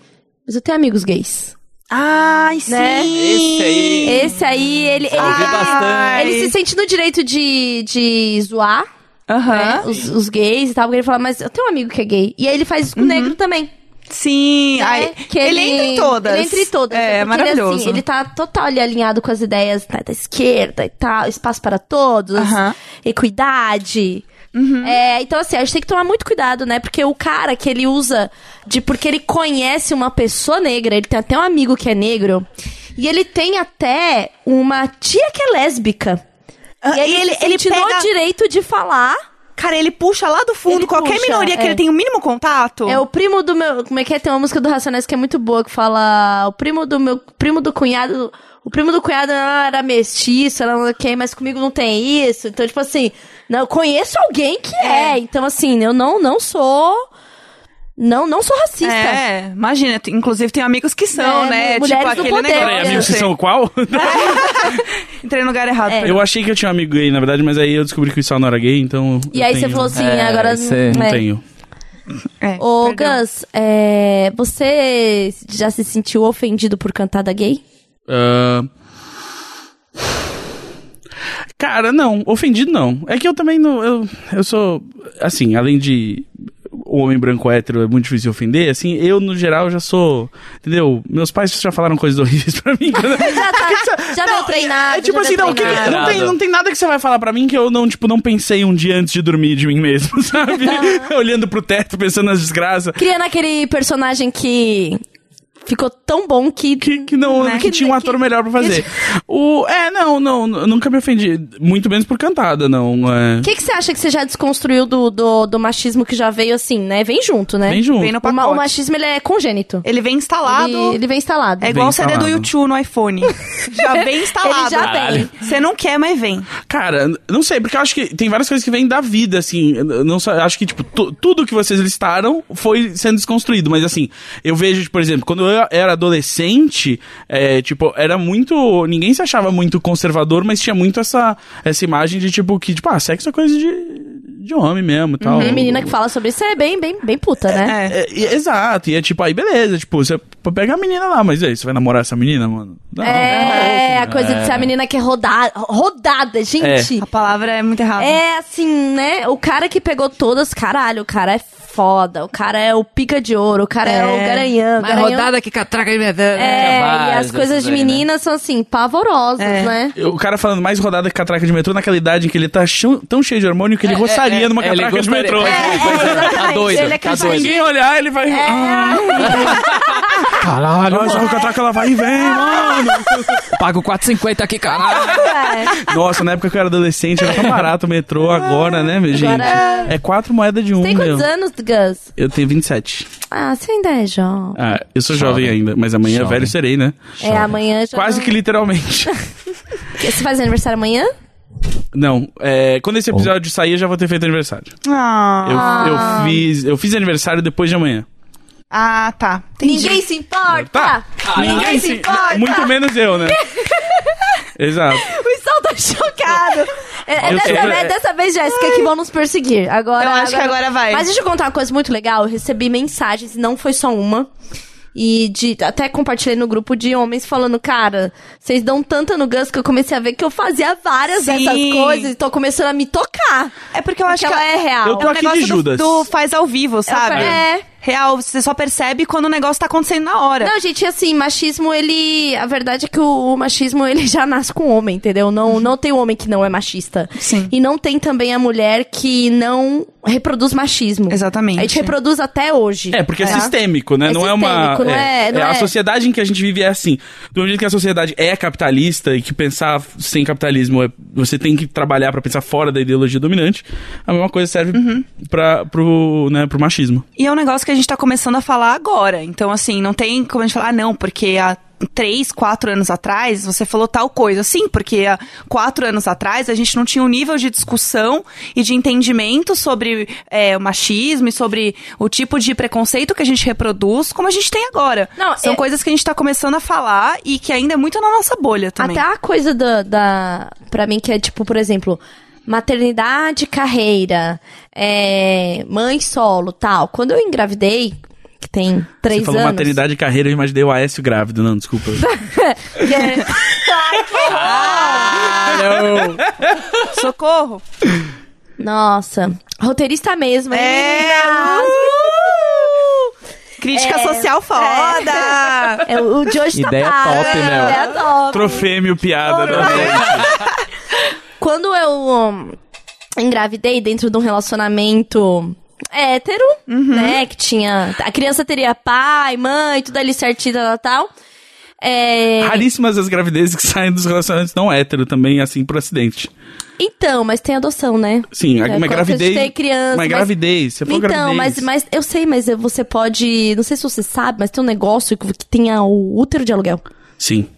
[SPEAKER 2] mas eu tenho amigos gays.
[SPEAKER 4] Ai, sim!
[SPEAKER 2] Né?
[SPEAKER 1] Esse aí.
[SPEAKER 2] Esse aí, ele. ele-
[SPEAKER 1] Ouvi
[SPEAKER 4] Ai.
[SPEAKER 1] bastante.
[SPEAKER 2] ele se sente no direito de, de zoar né,
[SPEAKER 4] Aham.
[SPEAKER 2] os, os gays e tal, porque ele fala, mas eu tenho um amigo que é gay. E aí ele faz isso com
[SPEAKER 4] Uhum.
[SPEAKER 2] o negro também.
[SPEAKER 4] Sim!
[SPEAKER 2] né?
[SPEAKER 4] Ai,
[SPEAKER 2] que
[SPEAKER 4] ele, entra em todas.
[SPEAKER 2] Ele entra em todas. né?
[SPEAKER 4] É,
[SPEAKER 2] Porque ele, assim,
[SPEAKER 4] maravilhoso.
[SPEAKER 2] Ele, tá total ali alinhado com as ideias né, da esquerda e tal, espaço para todos,
[SPEAKER 4] Aham. Uhum.
[SPEAKER 2] equidade. É, então, assim, a gente tem que tomar muito cuidado, né? Porque o cara que ele usa de porque ele conhece uma pessoa negra, ele tem até um amigo que é negro, e ele tem até uma tia que é lésbica.
[SPEAKER 4] Ah,
[SPEAKER 2] e aí
[SPEAKER 4] e
[SPEAKER 2] ele,
[SPEAKER 4] ele
[SPEAKER 2] ele tirou
[SPEAKER 4] pega-
[SPEAKER 2] o direito de falar.
[SPEAKER 4] Cara, ele puxa lá do fundo
[SPEAKER 2] Ele
[SPEAKER 4] qualquer
[SPEAKER 2] puxa,
[SPEAKER 4] minoria que
[SPEAKER 2] é.
[SPEAKER 4] ele tem o mínimo contato.
[SPEAKER 2] É o primo do meu. Como é que é? Tem uma música do Racionais que é muito boa, que fala. O primo do meu. Primo do cunhado. O primo do cunhado ah, era mestiço, era não sei o quê, mas comigo não tem isso. Então, tipo assim, não, eu conheço alguém que é. Então, assim, eu não, não sou. Não, não sou racista.
[SPEAKER 4] É, imagina. t- Inclusive, tem amigos que são,
[SPEAKER 2] É,
[SPEAKER 4] né?
[SPEAKER 2] mulheres
[SPEAKER 4] Tipo
[SPEAKER 2] do
[SPEAKER 4] aquele
[SPEAKER 2] poder.
[SPEAKER 4] negócio.
[SPEAKER 3] Peraí,
[SPEAKER 2] Olha,
[SPEAKER 3] amigos, vocês são qual?
[SPEAKER 4] Entrei no lugar errado.
[SPEAKER 2] É.
[SPEAKER 4] perdão.
[SPEAKER 3] Eu achei que eu tinha um amigo gay, na verdade, mas aí eu descobri que o Sal não era gay, então.
[SPEAKER 2] E
[SPEAKER 3] eu
[SPEAKER 2] aí
[SPEAKER 3] tenho-
[SPEAKER 2] você falou assim,
[SPEAKER 1] É,
[SPEAKER 2] agora.
[SPEAKER 1] você
[SPEAKER 3] Não
[SPEAKER 2] é.
[SPEAKER 3] tenho.
[SPEAKER 4] É,
[SPEAKER 2] Ô,
[SPEAKER 4] perdão.
[SPEAKER 2] Gus, é, você já se sentiu ofendido por cantada gay?
[SPEAKER 3] Ah, Cara, não, ofendido não. É que eu também não. Eu, eu sou. Assim, além de homem branco hétero é muito difícil ofender, assim, eu no geral já sou. Entendeu? Meus pais já falaram coisas horríveis pra mim.
[SPEAKER 2] Já,
[SPEAKER 3] quando-
[SPEAKER 2] tá, já
[SPEAKER 3] Não,
[SPEAKER 2] veio treinado.
[SPEAKER 3] É tipo
[SPEAKER 2] já
[SPEAKER 3] assim,
[SPEAKER 2] veio
[SPEAKER 3] não, que-
[SPEAKER 2] treinado.
[SPEAKER 3] não, tem, não tem nada que você vai falar pra mim que eu não, tipo, não pensei um dia antes de dormir de mim mesmo, sabe? Olhando pro teto, pensando nas desgraças.
[SPEAKER 2] Criando aquele personagem que ficou tão bom que.
[SPEAKER 3] que, que não
[SPEAKER 2] Né?
[SPEAKER 3] que tinha um
[SPEAKER 2] Que-
[SPEAKER 3] ator melhor pra fazer. O, é, não, não, eu nunca me ofendi. Muito menos por cantada, não. É.
[SPEAKER 2] O que, que você acha que você já desconstruiu do, do, do machismo que já veio assim, né? Vem junto, né?
[SPEAKER 3] Vem junto.
[SPEAKER 4] Vem no
[SPEAKER 2] O, ma-
[SPEAKER 4] pacote.
[SPEAKER 2] o machismo ele é congênito.
[SPEAKER 4] Ele vem instalado.
[SPEAKER 2] Ele, ele vem instalado.
[SPEAKER 4] É igual o CD do
[SPEAKER 3] instalado.
[SPEAKER 4] YouTube no iPhone. já vem instalado.
[SPEAKER 2] Ele já vem.
[SPEAKER 4] Você não quer, mas vem.
[SPEAKER 3] Cara, n- não sei, porque eu acho que tem várias coisas que vêm da vida, assim. eu Não sei, acho que, tipo, tu- tudo que vocês listaram foi sendo desconstruído. Mas, assim, eu vejo, tipo, por exemplo, quando eu era adolescente, é, tipo, era muito. Ninguém se achava muito conservador, mas tinha muito essa, essa imagem de, tipo, que, tipo, ah, sexo é coisa de. de homem mesmo e tal.
[SPEAKER 2] Tem Uhum, menina que fala sobre isso, é bem, bem, bem puta, né?
[SPEAKER 4] É.
[SPEAKER 3] É, e- exato, e é tipo, aí beleza, tipo, você p- pega a menina lá, mas e aí, você vai namorar essa menina, mano? Não,
[SPEAKER 2] É, a coisa de ser a menina que é rodada, rodada, gente.
[SPEAKER 4] A palavra é muito errada.
[SPEAKER 2] É assim, né? O cara que pegou todas, caralho, o cara é foda, o cara é o pica de ouro, o cara é, o
[SPEAKER 4] É.
[SPEAKER 2] garanhão.
[SPEAKER 5] Mais
[SPEAKER 2] Garanhão-
[SPEAKER 5] rodada que catraca de verdade.
[SPEAKER 2] É, e
[SPEAKER 1] Várias
[SPEAKER 2] as coisas
[SPEAKER 1] dessas
[SPEAKER 2] de
[SPEAKER 1] aí, né?
[SPEAKER 2] meninas são assim, pavorosas,
[SPEAKER 4] É.
[SPEAKER 2] né?
[SPEAKER 3] O cara falando mais rodada que catraca de metrô naquela idade em que ele tá chão- tão cheio de hormônio que ele roçaria numa
[SPEAKER 1] É, ele
[SPEAKER 3] catraca de
[SPEAKER 1] gostaria-
[SPEAKER 3] metrô.
[SPEAKER 1] É, pois é, tá
[SPEAKER 2] exatamente.
[SPEAKER 1] doido,
[SPEAKER 2] Ele é
[SPEAKER 1] tá
[SPEAKER 2] aquele
[SPEAKER 1] doido.
[SPEAKER 3] Ninguém olhar, ele
[SPEAKER 2] É.
[SPEAKER 3] vai. Ah,
[SPEAKER 1] Caralho,
[SPEAKER 3] olha só o catraca lá vai e vem, mano.
[SPEAKER 1] pago 4,50 aqui, caralho.
[SPEAKER 2] É.
[SPEAKER 3] Nossa, na época que eu era adolescente era tão barato o metrô, agora, né, minha gente?
[SPEAKER 2] Agora-
[SPEAKER 3] É quatro moedas de um,
[SPEAKER 2] Tem
[SPEAKER 3] meu.
[SPEAKER 2] quantos anos, Gus?
[SPEAKER 3] Eu tenho 27.
[SPEAKER 2] Ah, você ainda é jovem.
[SPEAKER 3] Ah, eu sou
[SPEAKER 1] Jovem.
[SPEAKER 3] jovem ainda, mas amanhã
[SPEAKER 1] Jovem.
[SPEAKER 3] velho serei, né?
[SPEAKER 2] É, amanhã já.
[SPEAKER 3] Quase
[SPEAKER 2] não-
[SPEAKER 3] que literalmente.
[SPEAKER 2] Você faz aniversário amanhã?
[SPEAKER 3] Não, é, quando esse episódio sair, eu já vou ter feito aniversário.
[SPEAKER 4] Ah.
[SPEAKER 3] Eu, eu fiz, eu fiz aniversário depois de amanhã.
[SPEAKER 4] Ah, tá. Entendi.
[SPEAKER 2] Ninguém se importa!
[SPEAKER 3] Tá.
[SPEAKER 2] Ah, Ninguém se importa!
[SPEAKER 3] Muito menos eu, né? Exato.
[SPEAKER 2] O Isal tá chocado. É, é
[SPEAKER 3] Eu
[SPEAKER 2] dessa,
[SPEAKER 3] sei.
[SPEAKER 2] é dessa vez, Jéssica, que vão nos perseguir. Agora,
[SPEAKER 4] Eu acho que agora vai.
[SPEAKER 2] Mas deixa eu contar uma coisa muito legal. Eu recebi mensagens, não foi só uma. E de, até compartilhei no grupo de homens falando, cara, vocês dão tanta no Gus que eu comecei a ver que eu fazia várias
[SPEAKER 4] Sim.
[SPEAKER 2] dessas coisas e tô começando a me tocar.
[SPEAKER 4] É porque eu acho
[SPEAKER 2] Porque
[SPEAKER 4] que
[SPEAKER 2] ela é real.
[SPEAKER 3] Eu tô
[SPEAKER 4] é um
[SPEAKER 3] aqui de
[SPEAKER 4] negócio do-
[SPEAKER 3] Judas.
[SPEAKER 4] Do, faz ao vivo, sabe?
[SPEAKER 2] é.
[SPEAKER 4] Real, você só percebe quando o negócio tá acontecendo na hora.
[SPEAKER 2] Não, gente, assim, machismo, ele. A verdade é que o, o machismo, ele já nasce com o homem, entendeu? Não, não tem homem que não é machista.
[SPEAKER 4] Uhum. Sim.
[SPEAKER 2] E não tem também a mulher que não reproduz machismo.
[SPEAKER 4] Exatamente.
[SPEAKER 2] A gente reproduz até hoje.
[SPEAKER 3] É, porque é,
[SPEAKER 2] tá?
[SPEAKER 3] sistêmico, né?
[SPEAKER 2] É
[SPEAKER 3] não é
[SPEAKER 2] sistêmico,
[SPEAKER 3] uma.
[SPEAKER 2] não é- não
[SPEAKER 3] A
[SPEAKER 2] é-
[SPEAKER 3] sociedade em que a gente vive é assim. Do mesmo jeito que a sociedade é capitalista e que pensar sem capitalismo é. Você tem que trabalhar pra pensar fora da ideologia dominante, a mesma coisa serve
[SPEAKER 2] Uhum.
[SPEAKER 3] pra, pro, né, pro machismo.
[SPEAKER 4] E é um negócio que a gente tá começando a falar agora. Então, assim, não tem como a gente falar, ah, não, porque há três, quatro anos atrás você falou tal coisa. Sim, porque há quatro anos atrás a gente não tinha um nível de discussão e de entendimento sobre é, o machismo e sobre o tipo de preconceito que a gente reproduz como a gente tem agora.
[SPEAKER 2] Não,
[SPEAKER 4] São
[SPEAKER 2] é-
[SPEAKER 4] coisas que a gente tá começando a falar e que ainda é muito na nossa bolha também.
[SPEAKER 2] Até a coisa da, da. Pra mim, que é tipo, por exemplo, maternidade, carreira, é, mãe solo tal. Quando eu engravidei, que tem três
[SPEAKER 3] Você falou
[SPEAKER 2] anos.
[SPEAKER 3] maternidade e carreira, eu imaginei o Aécio grávido. Não, desculpa.
[SPEAKER 2] que é-
[SPEAKER 3] Ah,
[SPEAKER 4] Socorro!
[SPEAKER 2] Nossa. Roteirista mesmo, hein?
[SPEAKER 4] É,
[SPEAKER 2] meninas?
[SPEAKER 4] Crítica
[SPEAKER 2] É,
[SPEAKER 4] social foda!
[SPEAKER 2] É, o o de hoje tá
[SPEAKER 1] Ideia
[SPEAKER 2] pago,
[SPEAKER 1] top,
[SPEAKER 2] né?
[SPEAKER 1] Mel.
[SPEAKER 2] Ideia top.
[SPEAKER 3] Trofêmio, piada. da noite.
[SPEAKER 2] Quando eu hum, engravidei dentro de um relacionamento hétero, né? Que tinha. A criança teria pai, mãe, tudo ali certinho, tal, tal. tal. É,
[SPEAKER 3] Raríssimas as gravidezes que saem dos relacionamentos não hétero também, assim, por acidente.
[SPEAKER 2] então, mas tem adoção, né?
[SPEAKER 3] Sim,
[SPEAKER 2] É,
[SPEAKER 3] uma
[SPEAKER 2] quando
[SPEAKER 3] gravidez.
[SPEAKER 2] você tem criança,
[SPEAKER 3] uma
[SPEAKER 2] mas-
[SPEAKER 3] gravidez. Você falou
[SPEAKER 2] Então, mas,
[SPEAKER 3] gravidez.
[SPEAKER 2] mas eu sei, mas você pode. Não sei se você sabe, mas tem um negócio que que tenha o útero de aluguel.
[SPEAKER 3] Sim.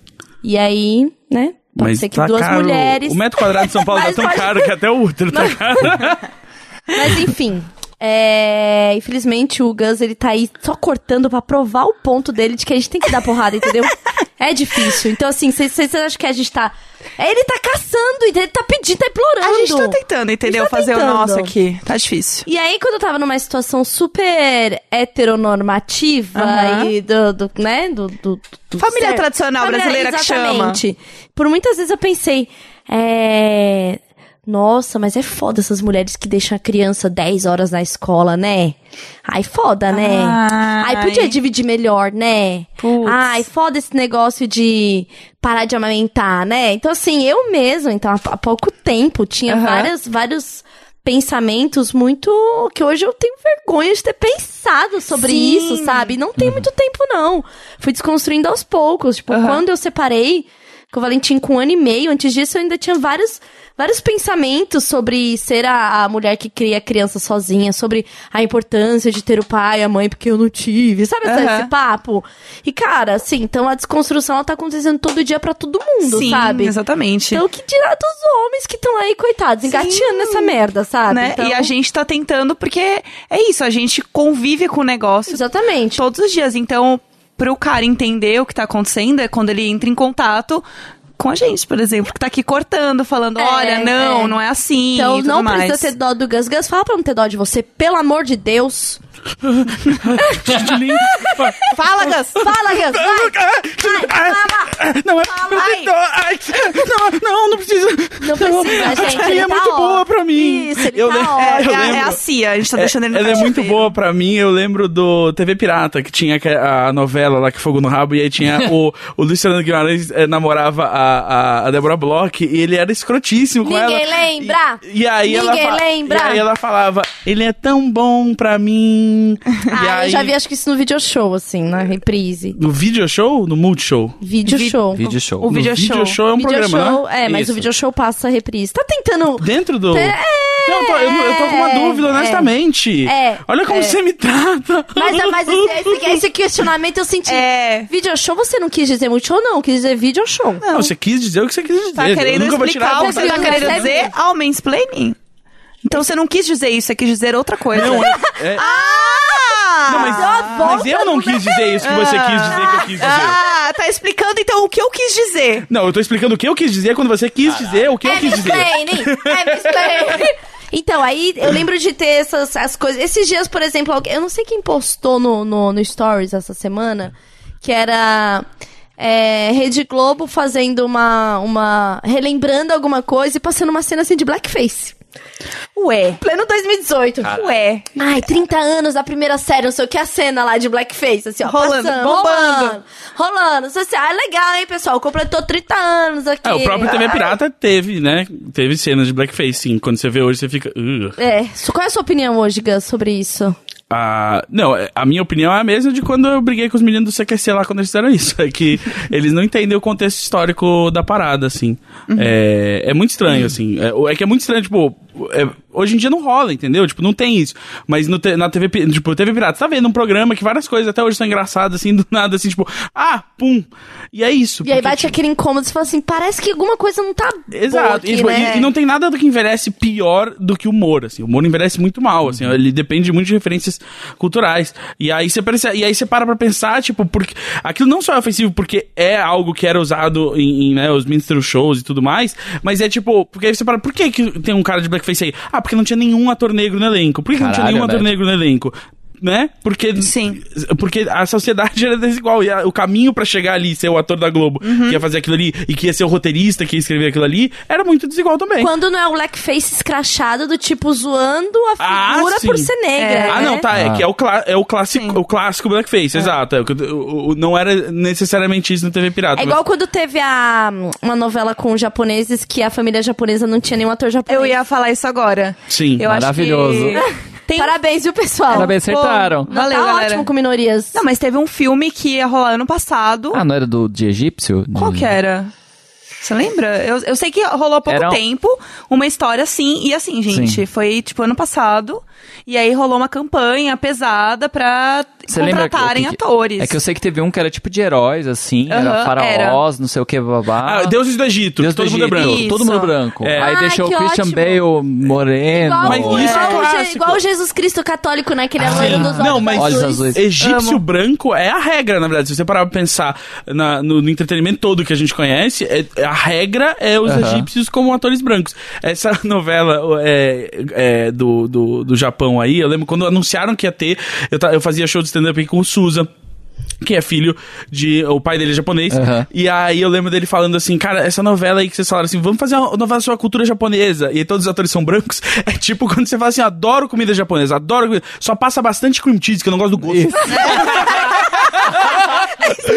[SPEAKER 2] E aí, né? Pode
[SPEAKER 3] mas
[SPEAKER 2] ser que
[SPEAKER 3] tá
[SPEAKER 2] duas
[SPEAKER 3] caro.
[SPEAKER 2] mulheres.
[SPEAKER 3] O metro quadrado de São Paulo tá
[SPEAKER 2] Mas
[SPEAKER 3] tão
[SPEAKER 2] pode-
[SPEAKER 3] caro que até o útero tá caro.
[SPEAKER 2] Mas enfim. é, Infelizmente o Gus ele tá aí só cortando pra provar o ponto dele de que a gente tem que dar porrada, entendeu? É difícil. Então, assim, vocês acham que a gente tá. É, Ele tá caçando, entendeu? ele tá pedindo, tá implorando.
[SPEAKER 4] A gente tá tentando, entendeu?
[SPEAKER 2] tá
[SPEAKER 4] Fazer
[SPEAKER 2] tentando.
[SPEAKER 4] o nosso aqui. Tá difícil.
[SPEAKER 2] E aí, quando eu tava numa situação super heteronormativa
[SPEAKER 4] Aham.
[SPEAKER 2] e do, do- né, do, do- do
[SPEAKER 4] Família
[SPEAKER 2] certo.
[SPEAKER 4] tradicional brasileira que chama.
[SPEAKER 2] exatamente. Por muitas vezes eu pensei, é... Nossa, mas é foda essas mulheres que deixam a criança 10 horas na escola, né? Ai, foda, né?
[SPEAKER 4] Ai.
[SPEAKER 2] Ai, podia dividir melhor, né?
[SPEAKER 4] Putz.
[SPEAKER 2] Ai, foda esse negócio de parar de amamentar, né? Então, assim, eu mesma, então, há há pouco tempo, tinha
[SPEAKER 4] Aham.
[SPEAKER 2] várias, vários pensamentos muito. que hoje eu tenho vergonha de ter pensado sobre
[SPEAKER 4] Sim. Uhum.
[SPEAKER 2] isso, sabe? Não tem muito tempo, não. Fui desconstruindo aos poucos. Tipo,
[SPEAKER 4] Aham.
[SPEAKER 2] quando eu separei com o Valentim com um ano e meio, antes disso eu ainda tinha vários. Vários pensamentos sobre ser a, a mulher que cria a criança sozinha, sobre a importância de ter o pai e a mãe, porque eu não tive, sabe? essa-
[SPEAKER 4] Aham.
[SPEAKER 2] Esse papo. E, cara, assim, então a desconstrução ela tá acontecendo todo dia pra todo mundo,
[SPEAKER 4] Sim,
[SPEAKER 2] sabe?
[SPEAKER 4] exatamente.
[SPEAKER 2] Então, que dirá dos homens que estão aí, coitados, engatinhando nessa merda, sabe?
[SPEAKER 4] né?
[SPEAKER 2] Então,
[SPEAKER 4] E a gente tá tentando, porque é isso, a gente convive com o negócio
[SPEAKER 2] Exatamente.
[SPEAKER 4] todos os dias. Então, pro cara entender o que tá acontecendo, é quando ele entra em contato com a gente, por exemplo, que tá aqui cortando, falando,
[SPEAKER 2] É,
[SPEAKER 4] olha, não,
[SPEAKER 2] é.
[SPEAKER 4] não é assim.
[SPEAKER 2] Então
[SPEAKER 4] e tudo
[SPEAKER 2] não
[SPEAKER 4] mais.
[SPEAKER 2] precisa ter dó do Gus. Gus, fala pra não ter dó de você, pelo amor de Deus.
[SPEAKER 4] Fala, Gus!
[SPEAKER 2] Fala, Gus, vai!
[SPEAKER 3] Não, é.
[SPEAKER 2] Ai.
[SPEAKER 3] Ai, Não, não, não precisa.
[SPEAKER 2] Não precisa, gente.
[SPEAKER 3] Ai,
[SPEAKER 2] ele
[SPEAKER 3] é
[SPEAKER 2] tá
[SPEAKER 3] muito
[SPEAKER 2] ótimo.
[SPEAKER 3] boa pra mim.
[SPEAKER 2] Isso, ele
[SPEAKER 3] Eu
[SPEAKER 2] tá
[SPEAKER 3] le-
[SPEAKER 4] É,
[SPEAKER 2] ótimo.
[SPEAKER 3] eu
[SPEAKER 4] é a- é a
[SPEAKER 3] lembro.
[SPEAKER 4] Cia, a gente tá deixando ele no
[SPEAKER 3] Ela é muito
[SPEAKER 4] cativeiro.
[SPEAKER 3] boa pra mim. Eu lembro do TV Pirata, que tinha que- a novela lá que Fogo no Rabo, e aí tinha o, o Luciano Guimarães eh, namorava a, a, a Débora Bloch, e ele era escrotíssimo com ela.
[SPEAKER 2] Ninguém lembra.
[SPEAKER 3] E, e aí ela
[SPEAKER 2] Ninguém
[SPEAKER 3] fa-
[SPEAKER 2] lembra.
[SPEAKER 3] E aí ela falava, ele é tão bom pra mim. e
[SPEAKER 2] Ah,
[SPEAKER 3] aí,
[SPEAKER 2] eu já vi acho que isso no video show, assim, na reprise.
[SPEAKER 3] No video show? No multishow?
[SPEAKER 2] Video show.
[SPEAKER 1] Vídeo
[SPEAKER 4] O
[SPEAKER 1] show.
[SPEAKER 3] No
[SPEAKER 4] video show.
[SPEAKER 3] video show é um
[SPEAKER 2] Video
[SPEAKER 3] programa,
[SPEAKER 2] show,
[SPEAKER 3] né?
[SPEAKER 2] É, mas
[SPEAKER 1] Isso.
[SPEAKER 2] o video show passa a reprise. Tá tentando.
[SPEAKER 3] Dentro do... Não, eu tô, eu, eu tô com uma dúvida,
[SPEAKER 2] É.
[SPEAKER 3] honestamente.
[SPEAKER 2] É.
[SPEAKER 3] Olha como
[SPEAKER 2] É.
[SPEAKER 3] você me trata.
[SPEAKER 2] Mas, mas esse, esse- esse questionamento eu senti.
[SPEAKER 4] É.
[SPEAKER 2] Video show você não quis dizer muito show, não. Quis dizer video show.
[SPEAKER 3] Não, você quis dizer o que você quis dizer.
[SPEAKER 4] Tá
[SPEAKER 3] eu
[SPEAKER 4] querendo
[SPEAKER 3] nunca vou tirar
[SPEAKER 4] explicar
[SPEAKER 3] a
[SPEAKER 4] o que
[SPEAKER 2] vontade
[SPEAKER 4] você tá
[SPEAKER 2] de
[SPEAKER 4] querendo
[SPEAKER 2] fazer.
[SPEAKER 4] dizer ao mansplaining? Então você não quis dizer isso, você quis dizer outra coisa.
[SPEAKER 3] Não, é, é-
[SPEAKER 4] Ah!
[SPEAKER 3] não, mas,
[SPEAKER 2] Ah,
[SPEAKER 3] mas eu
[SPEAKER 2] volta
[SPEAKER 3] não
[SPEAKER 2] no-
[SPEAKER 3] quis dizer isso que você quis dizer que eu quis dizer.
[SPEAKER 4] Ah, tá explicando então o que eu quis dizer.
[SPEAKER 3] Não, eu tô explicando o que eu quis dizer quando você
[SPEAKER 4] Ah,
[SPEAKER 3] quis dizer o que eu
[SPEAKER 2] É
[SPEAKER 3] quis dizer.
[SPEAKER 2] mansplaining! É mansplaining! Então, aí eu lembro de ter essas as coisas. Esses dias, por exemplo, alguém- eu não sei quem postou no, no, no Stories essa semana, que era é, Rede Globo fazendo uma, uma. relembrando alguma coisa e passando uma cena assim de blackface.
[SPEAKER 4] Ué.
[SPEAKER 2] Pleno 2018.
[SPEAKER 4] Ué.
[SPEAKER 2] Ai, 30 anos da primeira série, não sei o que, a cena lá de blackface, assim, ó.
[SPEAKER 4] Rolando,
[SPEAKER 2] passando,
[SPEAKER 4] bombando.
[SPEAKER 2] Rolando, rolando. Assim, ah, legal, hein, pessoal? Completou 30 anos aqui.
[SPEAKER 3] É, o próprio TV Pirata teve, né? Teve cenas de blackface, sim. Quando você vê hoje, você fica. "Ugh".
[SPEAKER 2] É, so- qual é a sua opinião hoje, Gus, sobre isso?
[SPEAKER 3] Ah, não, é- a minha opinião é a mesma de quando eu briguei com os meninos do CQC lá quando eles fizeram isso. É que eles não entendem o contexto histórico da parada, assim.
[SPEAKER 2] Uhum.
[SPEAKER 3] É, é muito estranho, assim. É, é que é muito estranho, tipo. é- hoje em dia não rola, entendeu? Tipo, não tem isso. Mas no te- na TV, pi- tipo, TV Pirata, você tá vendo um programa que várias coisas até hoje são engraçadas, assim, do nada, assim, tipo, ah, pum. E é isso.
[SPEAKER 2] E aí
[SPEAKER 3] porque,
[SPEAKER 2] bate aquele incômodo, você fala assim, parece que alguma coisa não tá
[SPEAKER 3] Exato.
[SPEAKER 2] boa
[SPEAKER 3] e,
[SPEAKER 2] aqui,
[SPEAKER 3] tipo,
[SPEAKER 2] né?
[SPEAKER 3] e- e não tem nada do que envelhece pior do que o humor, assim. O humor envelhece muito mal, assim. Ele depende muito de referências culturais. E aí você percebe, e aí você para pra pensar, tipo, porque aquilo não só é ofensivo porque é algo que era usado em, em, né, os minstrel shows e tudo mais, mas é tipo, porque aí você para, por que, que tem um cara de blackface aí? Ah, porque não tinha nenhum ator negro no elenco. Por que, que não tinha
[SPEAKER 1] Caralho,
[SPEAKER 3] nenhum ator
[SPEAKER 1] Beth.
[SPEAKER 3] negro no elenco? Né? Porque
[SPEAKER 4] Sim.
[SPEAKER 3] porque a sociedade era desigual e a- o caminho pra chegar ali, ser o ator da Globo que ia fazer aquilo ali e que ia ser o roteirista que ia escrever aquilo ali, era muito desigual também.
[SPEAKER 2] Quando não é o blackface escrachado do tipo zoando a
[SPEAKER 3] Ah,
[SPEAKER 2] figura
[SPEAKER 3] sim.
[SPEAKER 2] por ser negra,
[SPEAKER 4] É.
[SPEAKER 2] né?
[SPEAKER 3] Ah, não, tá. É
[SPEAKER 1] Ah.
[SPEAKER 3] que é o, cla- é o,
[SPEAKER 4] Sim.
[SPEAKER 3] clássico, o clássico blackface, exato. É, o que eu- o- o- não era necessariamente isso no TV Pirata.
[SPEAKER 2] É igual quando teve a, uma novela com japoneses que a família japonesa não tinha nenhum ator japonês.
[SPEAKER 4] Eu ia falar isso agora.
[SPEAKER 3] mas- sim.
[SPEAKER 4] Eu acho que-
[SPEAKER 1] Maravilhoso.
[SPEAKER 4] Tem-
[SPEAKER 2] Parabéns, viu, pessoal?
[SPEAKER 1] Parabéns, acertaram.
[SPEAKER 4] Pô,
[SPEAKER 2] Não,
[SPEAKER 4] Valeu,
[SPEAKER 2] tá
[SPEAKER 4] galera.
[SPEAKER 2] ótimo com minorias.
[SPEAKER 4] Não, mas teve um filme que ia rolar ano passado.
[SPEAKER 1] Ah, não era do de egípcio?
[SPEAKER 4] Qual
[SPEAKER 1] De-
[SPEAKER 4] que era? Você lembra? Eu, eu sei que rolou há pouco
[SPEAKER 1] Era um-
[SPEAKER 4] tempo, uma história assim, e assim, gente,
[SPEAKER 1] Sim.
[SPEAKER 4] foi tipo ano passado, e aí rolou uma campanha pesada pra
[SPEAKER 1] Você lembra
[SPEAKER 4] contratarem
[SPEAKER 1] o que que-
[SPEAKER 4] atores.
[SPEAKER 1] É que eu sei que teve um que era tipo de heróis, assim.
[SPEAKER 4] Aham,
[SPEAKER 1] era faraós, não sei o que, babá.
[SPEAKER 3] Ah, Deuses do Egito,
[SPEAKER 1] Deus
[SPEAKER 3] todo
[SPEAKER 1] do
[SPEAKER 3] mundo é
[SPEAKER 1] Egito,
[SPEAKER 3] branco.
[SPEAKER 4] Isso.
[SPEAKER 1] Todo mundo branco.
[SPEAKER 3] É.
[SPEAKER 1] Aí
[SPEAKER 2] Ah,
[SPEAKER 1] deixou
[SPEAKER 2] que
[SPEAKER 1] o Christian
[SPEAKER 2] ótimo.
[SPEAKER 1] Bale moreno.
[SPEAKER 2] Igual,
[SPEAKER 3] Mas isso é
[SPEAKER 2] igual, o Je-
[SPEAKER 3] clássico.
[SPEAKER 2] igual o Jesus Cristo católico, né? Que ele é loiro dos olhos
[SPEAKER 3] Não, mas
[SPEAKER 1] Olhos azuis.
[SPEAKER 3] egípcio
[SPEAKER 4] Amo.
[SPEAKER 3] branco é a regra, na verdade. Se você parar pra pensar na- no, no entretenimento todo que a gente conhece, é- a regra é os
[SPEAKER 1] Aham.
[SPEAKER 3] egípcios como atores brancos. Essa novela é, é, do, do, do Japão aí, eu lembro quando anunciaram que ia ter, eu, ta- eu fazia show de stand-up aqui com o Suza. Que é filho de. O pai dele é japonês.
[SPEAKER 1] Aham.
[SPEAKER 3] E aí eu lembro dele falando assim, cara, essa novela aí que vocês falaram assim, vamos fazer uma novela sobre a cultura japonesa, e aí todos os atores são brancos, é tipo quando você fala assim, adoro comida japonesa, adoro comida, só passa bastante cream cheese, que eu não gosto do gosto.
[SPEAKER 1] Isso.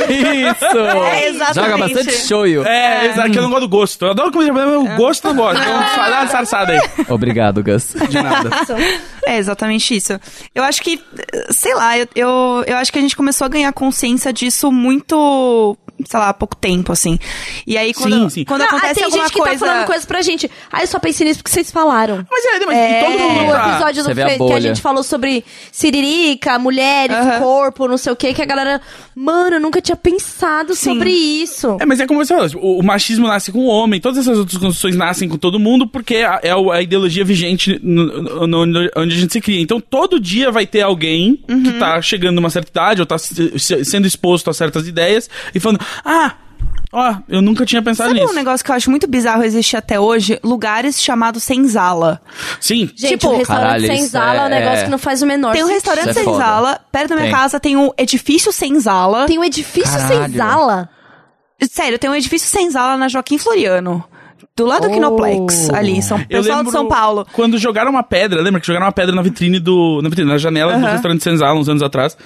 [SPEAKER 1] Isso!
[SPEAKER 4] É, exatamente.
[SPEAKER 1] Joga bastante shoyu.
[SPEAKER 3] É, exato, que eu não gosto do gosto. Eu adoro comida japonesa, mas o gosto eu não gosto. Então, só dá uma sarçada aí.
[SPEAKER 1] Obrigado, Gus.
[SPEAKER 3] De nada.
[SPEAKER 4] É exatamente isso. Eu acho que, eh, sei lá, eu, eu, eu acho que a gente começou a ganhar consciência disso muito, sei lá, há pouco tempo, assim. E aí quando,
[SPEAKER 3] Sim, sim.
[SPEAKER 4] quando
[SPEAKER 2] Não, ah,
[SPEAKER 4] acontece
[SPEAKER 2] tem
[SPEAKER 4] alguma
[SPEAKER 2] gente que
[SPEAKER 4] coisa...
[SPEAKER 2] tá falando coisa pra gente. Ah, eu só pensei nisso porque vocês falaram.
[SPEAKER 3] Mas é, mas e todo mundo
[SPEAKER 2] O
[SPEAKER 3] tá...
[SPEAKER 2] episódio do
[SPEAKER 1] Você vê a
[SPEAKER 2] Fe- que a
[SPEAKER 1] bolha.
[SPEAKER 2] gente falou sobre siririca, mulheres,
[SPEAKER 4] Aham.
[SPEAKER 2] corpo, não sei o que, que a galera. Mano, eu nunca tinha pensado
[SPEAKER 4] Sim.
[SPEAKER 2] sobre isso.
[SPEAKER 3] É, mas é como você falou, tipo, o, o machismo nasce com o homem, todas essas outras construções nascem com todo mundo, porque a- é o- a, ideologia vigente no- no- no- onde a gente se cria. Então, todo dia vai ter alguém que tá chegando numa certa idade, ou tá se- se- sendo exposto a certas ideias, e falando, ah... Ó, eu nunca tinha pensado
[SPEAKER 4] Sabe
[SPEAKER 3] nisso.
[SPEAKER 4] um negócio que eu acho muito bizarro existir até hoje? Lugares chamados senzala.
[SPEAKER 3] Sim.
[SPEAKER 2] Gente,
[SPEAKER 4] Tipo,
[SPEAKER 2] um restaurante
[SPEAKER 1] caralho,
[SPEAKER 2] sem
[SPEAKER 1] isso
[SPEAKER 2] sala é um
[SPEAKER 1] é-
[SPEAKER 2] negócio que não faz o menor
[SPEAKER 4] Tem um
[SPEAKER 2] sentido.
[SPEAKER 4] restaurante
[SPEAKER 1] Isso é foda.
[SPEAKER 4] senzala, perto da minha
[SPEAKER 1] Tem.
[SPEAKER 4] casa tem um edifício senzala.
[SPEAKER 2] Tem um edifício sem
[SPEAKER 1] Caralho.
[SPEAKER 2] sala.
[SPEAKER 4] Sério, tem um edifício senzala na Joaquim Floriano. Do lado do
[SPEAKER 2] Oh.
[SPEAKER 4] Kinoplex, ali, em São,
[SPEAKER 3] Eu
[SPEAKER 4] pessoal
[SPEAKER 3] lembro
[SPEAKER 4] de São Paulo.
[SPEAKER 3] Quando jogaram uma pedra, lembra que jogaram uma pedra na vitrine do. Na vitrine, na janela do
[SPEAKER 4] Aham.
[SPEAKER 3] restaurante Senzala, uns anos atrás.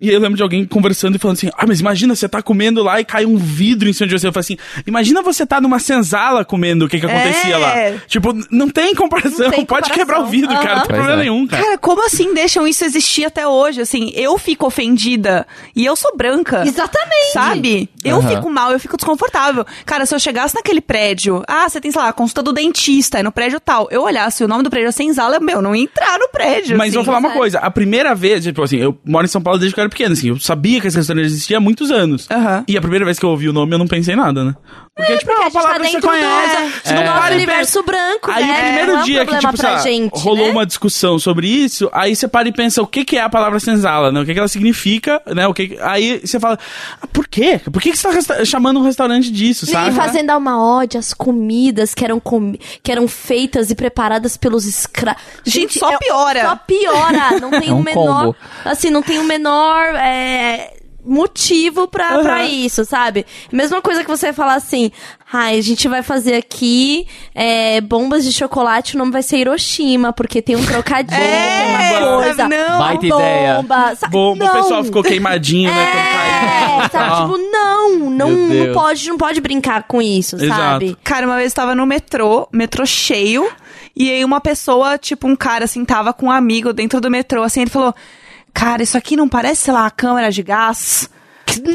[SPEAKER 3] E eu lembro de alguém conversando e falando assim: Ah, mas imagina, você tá comendo lá e cai um vidro em cima de você. Eu falo assim: Imagina você tá numa senzala comendo o que que acontecia
[SPEAKER 4] É.
[SPEAKER 3] lá. Tipo, não tem comparação.
[SPEAKER 2] Não tem
[SPEAKER 3] Pode
[SPEAKER 2] comparação.
[SPEAKER 3] quebrar o vidro, cara. Não
[SPEAKER 2] Aham.
[SPEAKER 3] tem problema
[SPEAKER 1] Pois é.
[SPEAKER 3] nenhum, cara.
[SPEAKER 4] Cara, como assim deixam isso existir até hoje? Assim, eu fico ofendida e eu sou
[SPEAKER 3] É.
[SPEAKER 4] branca.
[SPEAKER 2] Exatamente.
[SPEAKER 4] Sabe? Eu
[SPEAKER 1] Aham.
[SPEAKER 4] fico mal, eu fico desconfortável. Cara, se eu chegasse naquele prédio, ah, você tem, sei lá, a consulta do dentista, é no prédio tal. Eu olhasse o nome do prédio é senzala, meu, não ia entrar no prédio.
[SPEAKER 3] Mas
[SPEAKER 4] assim.
[SPEAKER 3] vou falar uma
[SPEAKER 2] sério.
[SPEAKER 3] coisa, a primeira vez, tipo assim, eu moro em São Paulo desde que eu era pequeno, assim, eu sabia que esse restaurante existia há muitos anos.
[SPEAKER 4] Aham.
[SPEAKER 3] E a primeira vez que eu ouvi o nome, eu não pensei em nada, né? Porque, tipo,
[SPEAKER 2] Porque
[SPEAKER 3] é
[SPEAKER 2] a
[SPEAKER 3] uma
[SPEAKER 2] gente tá
[SPEAKER 3] palavra que você
[SPEAKER 2] dentro
[SPEAKER 3] conhece.
[SPEAKER 2] do,
[SPEAKER 3] você não
[SPEAKER 2] do
[SPEAKER 3] para e
[SPEAKER 2] nosso
[SPEAKER 3] pensa.
[SPEAKER 2] universo branco,
[SPEAKER 3] Aí
[SPEAKER 2] né?
[SPEAKER 3] o primeiro
[SPEAKER 2] não é um
[SPEAKER 3] dia que,
[SPEAKER 2] problema
[SPEAKER 3] tipo,
[SPEAKER 2] pra
[SPEAKER 3] sabe,
[SPEAKER 2] gente,
[SPEAKER 3] rolou
[SPEAKER 2] né?
[SPEAKER 3] uma discussão sobre isso, aí você para e pensa o que, que é a palavra senzala, né? O que, que ela significa, né? O que que- Aí você fala, ah, por quê? Por que, que você tá resta- chamando um restaurante disso,
[SPEAKER 2] E
[SPEAKER 3] sabe?
[SPEAKER 2] fazendo uma ode às comidas que eram, comi- que eram feitas e preparadas pelos escravos.
[SPEAKER 4] Gente, só piora.
[SPEAKER 2] Só piora. Não tem
[SPEAKER 1] É
[SPEAKER 2] o
[SPEAKER 1] um
[SPEAKER 2] menor.
[SPEAKER 1] combo.
[SPEAKER 2] Assim, não tem o menor. é, Motivo pra,
[SPEAKER 3] Aham.
[SPEAKER 2] pra isso, sabe? Mesma coisa que você falar assim: ai, a gente vai fazer aqui é, bombas de chocolate, o nome vai ser Hiroshima, porque tem um trocadilho, tem uma
[SPEAKER 4] É,
[SPEAKER 2] coisa.
[SPEAKER 4] não.
[SPEAKER 1] Baita
[SPEAKER 2] bomba,
[SPEAKER 1] ideia.
[SPEAKER 2] sabe?
[SPEAKER 3] Bom,
[SPEAKER 2] Não.
[SPEAKER 3] o pessoal ficou queimadinho, né? quando caiu.
[SPEAKER 2] É, sabe? Tipo, não, não,
[SPEAKER 1] Meu
[SPEAKER 2] não
[SPEAKER 1] Deus.
[SPEAKER 2] pode, não pode brincar com isso,
[SPEAKER 3] Exato.
[SPEAKER 2] sabe?
[SPEAKER 4] Cara, uma vez eu tava no metrô, metrô cheio, e aí uma pessoa, tipo um cara assim, tava com um amigo dentro do metrô, assim, ele falou: Cara, isso aqui não parece, sei lá, a câmera de gás?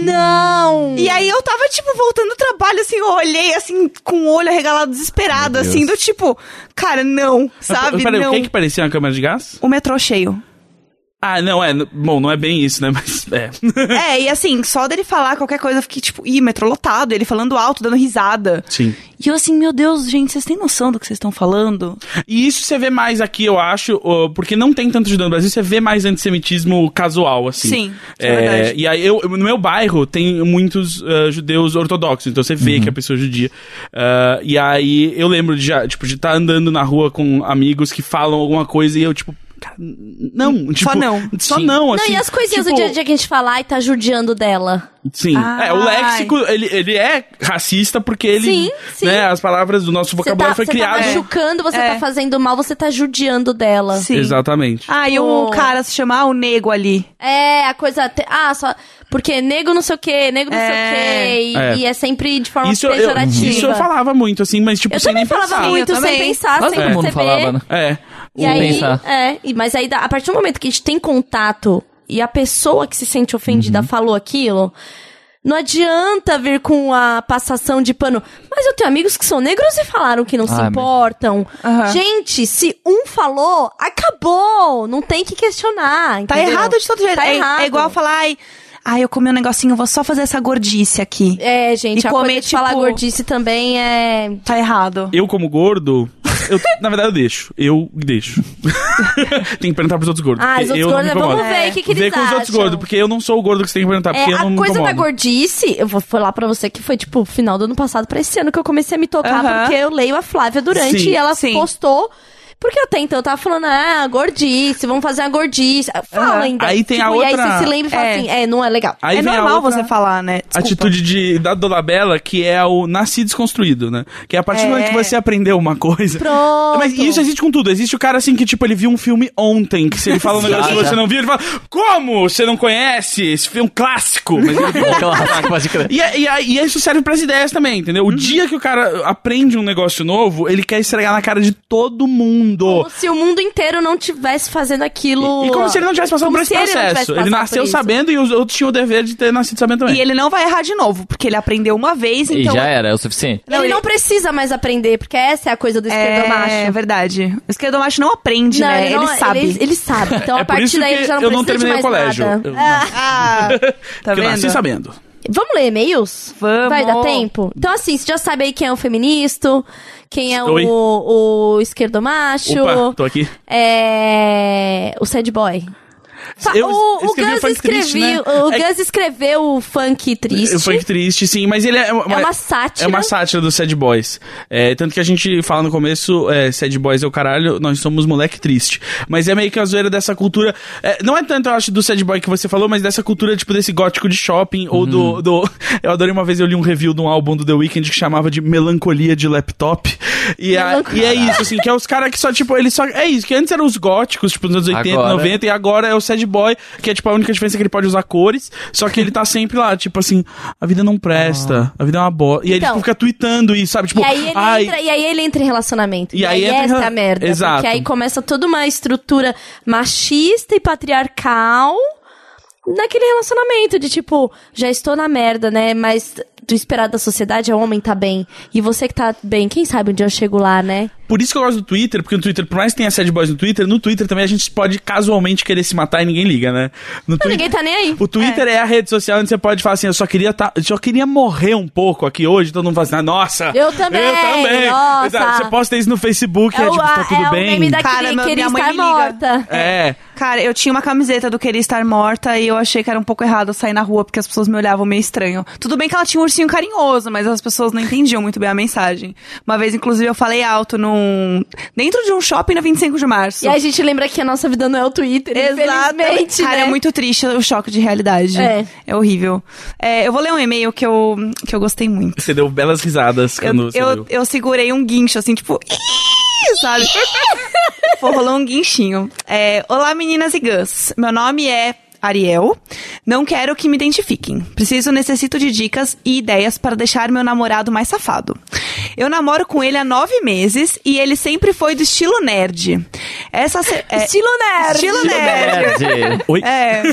[SPEAKER 2] Não!
[SPEAKER 4] E aí eu tava, tipo, voltando do trabalho, assim, eu olhei, assim, com o olho arregalado, desesperado,
[SPEAKER 1] Meu Deus.
[SPEAKER 4] assim, do tipo, cara, não, sabe?
[SPEAKER 3] Mas, peraí,
[SPEAKER 4] não.
[SPEAKER 3] o que que parecia uma câmera de gás?
[SPEAKER 4] O metrô cheio.
[SPEAKER 3] Ah, não, é. n- Bom, não é bem isso, né? Mas é.
[SPEAKER 4] é, e assim, só dele falar qualquer coisa, eu fiquei tipo, ih, metrô lotado, ele falando alto, dando risada.
[SPEAKER 3] Sim.
[SPEAKER 4] E eu assim, meu Deus, gente, vocês têm noção do que vocês estão falando?
[SPEAKER 3] E isso você vê mais aqui, eu acho, ô, porque não tem tanto judeu no Brasil, você vê mais antissemitismo casual, assim.
[SPEAKER 4] Sim, isso é
[SPEAKER 3] é,
[SPEAKER 4] verdade.
[SPEAKER 3] E aí, eu, no meu bairro, tem muitos ah, judeus ortodoxos, então você vê que a pessoa é judia. Ah, e aí, eu lembro de já, tipo, de estar andando na rua com amigos que falam alguma coisa e eu, tipo, cara, não. Tipo,
[SPEAKER 4] não.
[SPEAKER 3] Só
[SPEAKER 1] Sim.
[SPEAKER 3] não,
[SPEAKER 2] não,
[SPEAKER 3] assim.
[SPEAKER 2] e as coisinhas
[SPEAKER 3] tipo,
[SPEAKER 2] do dia a dia que a gente falar e tá judiando dela.
[SPEAKER 3] Sim. é, o
[SPEAKER 4] Ai.
[SPEAKER 3] léxico, ele, ele é racista porque ele.
[SPEAKER 2] Sim, sim.
[SPEAKER 3] Né, as palavras do nosso
[SPEAKER 2] Você
[SPEAKER 3] vocabulário
[SPEAKER 2] tá,
[SPEAKER 3] foi
[SPEAKER 2] você tá
[SPEAKER 3] criado.
[SPEAKER 2] machucando, você
[SPEAKER 4] É.
[SPEAKER 2] tá fazendo mal, você tá judiando dela.
[SPEAKER 3] Exatamente.
[SPEAKER 4] Ah, e o
[SPEAKER 2] Pô.
[SPEAKER 4] cara se chamar o nego ali.
[SPEAKER 2] É, a coisa. te- Ah, só. Porque nego não sei o quê, nego não
[SPEAKER 4] É.
[SPEAKER 2] sei o quê. E e é.
[SPEAKER 3] É.
[SPEAKER 2] sempre de forma
[SPEAKER 3] Isso eu,
[SPEAKER 2] pejorativa.
[SPEAKER 3] isso eu falava muito, assim, mas tipo,
[SPEAKER 2] Eu
[SPEAKER 3] sem
[SPEAKER 2] também
[SPEAKER 3] nem
[SPEAKER 2] falava
[SPEAKER 3] pensar.
[SPEAKER 2] muito,
[SPEAKER 4] Eu
[SPEAKER 2] sem
[SPEAKER 4] também.
[SPEAKER 2] pensar,
[SPEAKER 1] Quase
[SPEAKER 2] sem
[SPEAKER 1] todo mundo
[SPEAKER 2] perceber.
[SPEAKER 1] falava, né?
[SPEAKER 3] É.
[SPEAKER 2] E
[SPEAKER 1] Sem
[SPEAKER 2] aí,
[SPEAKER 1] pensar.
[SPEAKER 2] é, e- mas aí da- a partir do momento que a gente tem contato e a pessoa que se sente
[SPEAKER 3] Uhum.
[SPEAKER 2] ofendida falou aquilo, não adianta vir com a passação de pano. Mas eu tenho amigos que são negros e falaram que não se
[SPEAKER 1] Ah, mas-
[SPEAKER 2] importam.
[SPEAKER 4] Aham.
[SPEAKER 2] Gente, se um falou, acabou, não tem que questionar,
[SPEAKER 4] Tá
[SPEAKER 2] entendeu?
[SPEAKER 4] errado de todo jeito.
[SPEAKER 2] Tá
[SPEAKER 4] é,
[SPEAKER 2] errado.
[SPEAKER 4] é igual falar, ai, ai, eu comi um negocinho, vou só fazer essa gordice aqui.
[SPEAKER 2] É, gente,
[SPEAKER 4] E
[SPEAKER 2] a
[SPEAKER 4] comer,
[SPEAKER 2] coisa de
[SPEAKER 4] tipo-
[SPEAKER 2] falar gordice também é...
[SPEAKER 4] Tá errado.
[SPEAKER 3] Eu, como gordo, eu, na verdade eu deixo. Eu deixo. Tem que perguntar pros outros gordos.
[SPEAKER 2] Ah,
[SPEAKER 3] porque
[SPEAKER 2] os outros
[SPEAKER 3] eu
[SPEAKER 2] gordos,
[SPEAKER 3] não me
[SPEAKER 2] vamos
[SPEAKER 3] incomodo.
[SPEAKER 2] ver o que, que eles
[SPEAKER 3] Vê com os outros
[SPEAKER 2] acham.
[SPEAKER 3] gordos, porque eu não sou o gordo que você tem que perguntar, porque
[SPEAKER 2] É,
[SPEAKER 3] eu
[SPEAKER 2] a
[SPEAKER 3] não me
[SPEAKER 2] coisa da
[SPEAKER 3] incomodo.
[SPEAKER 2] gordice, eu vou falar pra você que foi, tipo, final do ano passado pra esse ano que eu comecei a me tocar,
[SPEAKER 4] Aham.
[SPEAKER 2] porque eu leio a Flávia Durante
[SPEAKER 3] Sim,
[SPEAKER 2] e ela
[SPEAKER 4] sim.
[SPEAKER 2] postou. Porque até então eu tava falando, ah, gordice, vamos fazer uma gordice. Fala
[SPEAKER 4] Aham.
[SPEAKER 2] ainda.
[SPEAKER 3] Aí tem
[SPEAKER 2] tipo,
[SPEAKER 3] a
[SPEAKER 2] E aí
[SPEAKER 3] outra-
[SPEAKER 2] você se lembra e fala
[SPEAKER 4] É.
[SPEAKER 2] assim, é, não é legal.
[SPEAKER 3] Aí
[SPEAKER 4] é
[SPEAKER 3] vem a
[SPEAKER 4] normal
[SPEAKER 3] outra
[SPEAKER 4] você falar, né? Desculpa.
[SPEAKER 3] Atitude de, da Dolabella, que é o nasci desconstruído, né? Que é a partir do momento que você aprendeu uma coisa.
[SPEAKER 2] Pronto.
[SPEAKER 3] Mas isso existe com tudo. Existe o cara assim que, tipo, ele viu um filme ontem, que se ele fala um negócio que
[SPEAKER 1] Exato.
[SPEAKER 3] você não viu, ele fala: Como? Você não conhece? Esse filme é um clássico. Mas ele viu.
[SPEAKER 1] Clássico, pode crer.
[SPEAKER 3] E, é- e, é- e isso serve pras ideias também, entendeu? O
[SPEAKER 2] Uhum.
[SPEAKER 3] dia que o cara aprende um negócio novo, ele quer esfregar na cara de todo mundo.
[SPEAKER 2] Como se o mundo inteiro não tivesse fazendo aquilo.
[SPEAKER 3] E, e como se ele não tivesse passado
[SPEAKER 2] Como
[SPEAKER 3] por esse
[SPEAKER 2] se ele não tivesse
[SPEAKER 3] processo. Ele,
[SPEAKER 2] passado por
[SPEAKER 3] nasceu
[SPEAKER 2] isso.
[SPEAKER 3] sabendo e os outros tinham o dever de ter nascido sabendo também.
[SPEAKER 4] E ele não vai errar de novo, porque ele aprendeu uma vez,
[SPEAKER 1] E
[SPEAKER 4] então.
[SPEAKER 1] já era, é o suficiente.
[SPEAKER 2] Ele não precisa mais aprender, porque essa é a coisa do esquerdomacho.
[SPEAKER 4] É verdade. O esquerdomacho não aprende, né? Ele,
[SPEAKER 2] não- é-
[SPEAKER 4] sabe.
[SPEAKER 2] Ele, ele sabe. Então,
[SPEAKER 3] É
[SPEAKER 2] a
[SPEAKER 3] por
[SPEAKER 2] partir
[SPEAKER 3] isso
[SPEAKER 2] daí,
[SPEAKER 3] que
[SPEAKER 2] ele já não
[SPEAKER 3] eu
[SPEAKER 2] precisa
[SPEAKER 3] não terminei
[SPEAKER 2] de
[SPEAKER 3] o
[SPEAKER 2] mais
[SPEAKER 3] colégio.
[SPEAKER 2] nada.
[SPEAKER 3] Eu-
[SPEAKER 2] Ah.
[SPEAKER 4] Ah, tá
[SPEAKER 3] Porque eu
[SPEAKER 4] vendo?
[SPEAKER 3] nasci sabendo.
[SPEAKER 2] Vamos ler e-mails?
[SPEAKER 4] Vamos.
[SPEAKER 2] Vai dar tempo? Então, assim, você já sabe aí quem é o feministo, quem é
[SPEAKER 3] Oi.
[SPEAKER 2] o, o esquerdomacho,
[SPEAKER 3] Opa, tô aqui.
[SPEAKER 2] é, o sad boy. Fa-
[SPEAKER 3] Eu
[SPEAKER 2] o, o
[SPEAKER 3] escrevi
[SPEAKER 2] Guns
[SPEAKER 3] funk triste,
[SPEAKER 2] escreveu,
[SPEAKER 3] né?
[SPEAKER 2] o
[SPEAKER 3] É-
[SPEAKER 2] Guns escreveu o funk triste.
[SPEAKER 3] O funk triste, sim, mas ele é.
[SPEAKER 2] É uma sátira.
[SPEAKER 3] É uma sátira do Sad Boys. É, tanto que a gente fala no começo, é, Sad Boys é o caralho, nós somos moleque triste. Mas é meio que a zoeira dessa cultura. é, não é tanto, eu acho, do Sad Boy que você falou, mas dessa cultura, tipo, desse gótico de shopping ou do, do- Eu adorei uma vez, eu li um review de um álbum do The Weeknd que chamava de Melancolia de Laptop. E, a-
[SPEAKER 2] Melanco-
[SPEAKER 3] e é isso, assim, que é os caras que só, tipo, eles só. É isso, que antes eram os góticos, tipo, nos anos 80,
[SPEAKER 1] Agora-
[SPEAKER 3] 90, e agora é o Sad Boy, que é, tipo, a única diferença é que ele pode usar cores, só que ele tá sempre lá, tipo assim, a vida não presta, a vida é uma bosta. E aí ele
[SPEAKER 2] Então.
[SPEAKER 3] tipo, fica tweetando e sabe, tipo,
[SPEAKER 2] E aí, ele
[SPEAKER 3] ai,
[SPEAKER 2] entra, e aí ele entra em relacionamento.
[SPEAKER 3] E aí entra em
[SPEAKER 2] essa é
[SPEAKER 3] rela-
[SPEAKER 2] a merda.
[SPEAKER 3] Exato.
[SPEAKER 2] Porque aí começa toda uma estrutura machista e patriarcal naquele relacionamento de tipo, já estou na merda, né? Mas do esperado da sociedade é o homem tá bem. E você que tá bem, quem sabe um dia eu chego lá, né?
[SPEAKER 3] por isso que eu gosto do Twitter, porque no Twitter, por mais que tenha sad boys no Twitter, no Twitter também a gente pode casualmente querer se matar e ninguém liga, né? No
[SPEAKER 2] Não,
[SPEAKER 3] Twitter-
[SPEAKER 2] ninguém tá nem aí.
[SPEAKER 3] O Twitter é. a rede social onde você pode falar assim, eu só queria tá, eu só queria morrer um pouco aqui hoje, todo mundo fala assim, ah, nossa.
[SPEAKER 2] Eu também,
[SPEAKER 3] Eu também.
[SPEAKER 2] nossa.
[SPEAKER 3] Exato, Você posta isso no Facebook, é,
[SPEAKER 2] o,
[SPEAKER 3] tipo, tá tudo
[SPEAKER 2] é o
[SPEAKER 3] bem.
[SPEAKER 2] meme da
[SPEAKER 4] Cara,
[SPEAKER 2] queria,
[SPEAKER 4] meu-
[SPEAKER 2] queria
[SPEAKER 4] minha mãe
[SPEAKER 2] estar
[SPEAKER 4] me liga.
[SPEAKER 2] morta.
[SPEAKER 3] É.
[SPEAKER 4] Cara, eu tinha uma camiseta do Queria Estar Morta e eu achei que era um pouco errado eu sair na rua porque as pessoas me olhavam meio estranho. Tudo bem que ela tinha um ursinho carinhoso, mas as pessoas não entendiam muito bem a mensagem. Uma vez, inclusive, eu falei alto num. dentro de um shopping na 25 de março.
[SPEAKER 2] E aí a gente lembra que a nossa vida não é o Twitter, infelizmente,
[SPEAKER 4] Cara,
[SPEAKER 2] né?
[SPEAKER 4] é muito triste o choque de realidade.
[SPEAKER 2] É.
[SPEAKER 4] horrível. É, eu vou ler um e-mail que eu, que eu gostei muito.
[SPEAKER 3] Você deu belas risadas
[SPEAKER 4] Eu,
[SPEAKER 3] quando você
[SPEAKER 4] eu,
[SPEAKER 3] leu.
[SPEAKER 4] eu segurei um guincho, assim, tipo. "Ih", Sabe? Pô, rolou um guinchinho. É, Olá, meninas e gãs. Meu nome é. Ariel, não quero que me identifiquem. Preciso, necessito de dicas e ideias para deixar meu namorado mais safado. Eu namoro com ele há nove meses e ele sempre foi do estilo nerd. Essa se- é-
[SPEAKER 2] Estilo nerd.
[SPEAKER 4] Estilo
[SPEAKER 2] Estilo
[SPEAKER 4] nerd.
[SPEAKER 1] Nerd.
[SPEAKER 3] Oi?
[SPEAKER 4] É.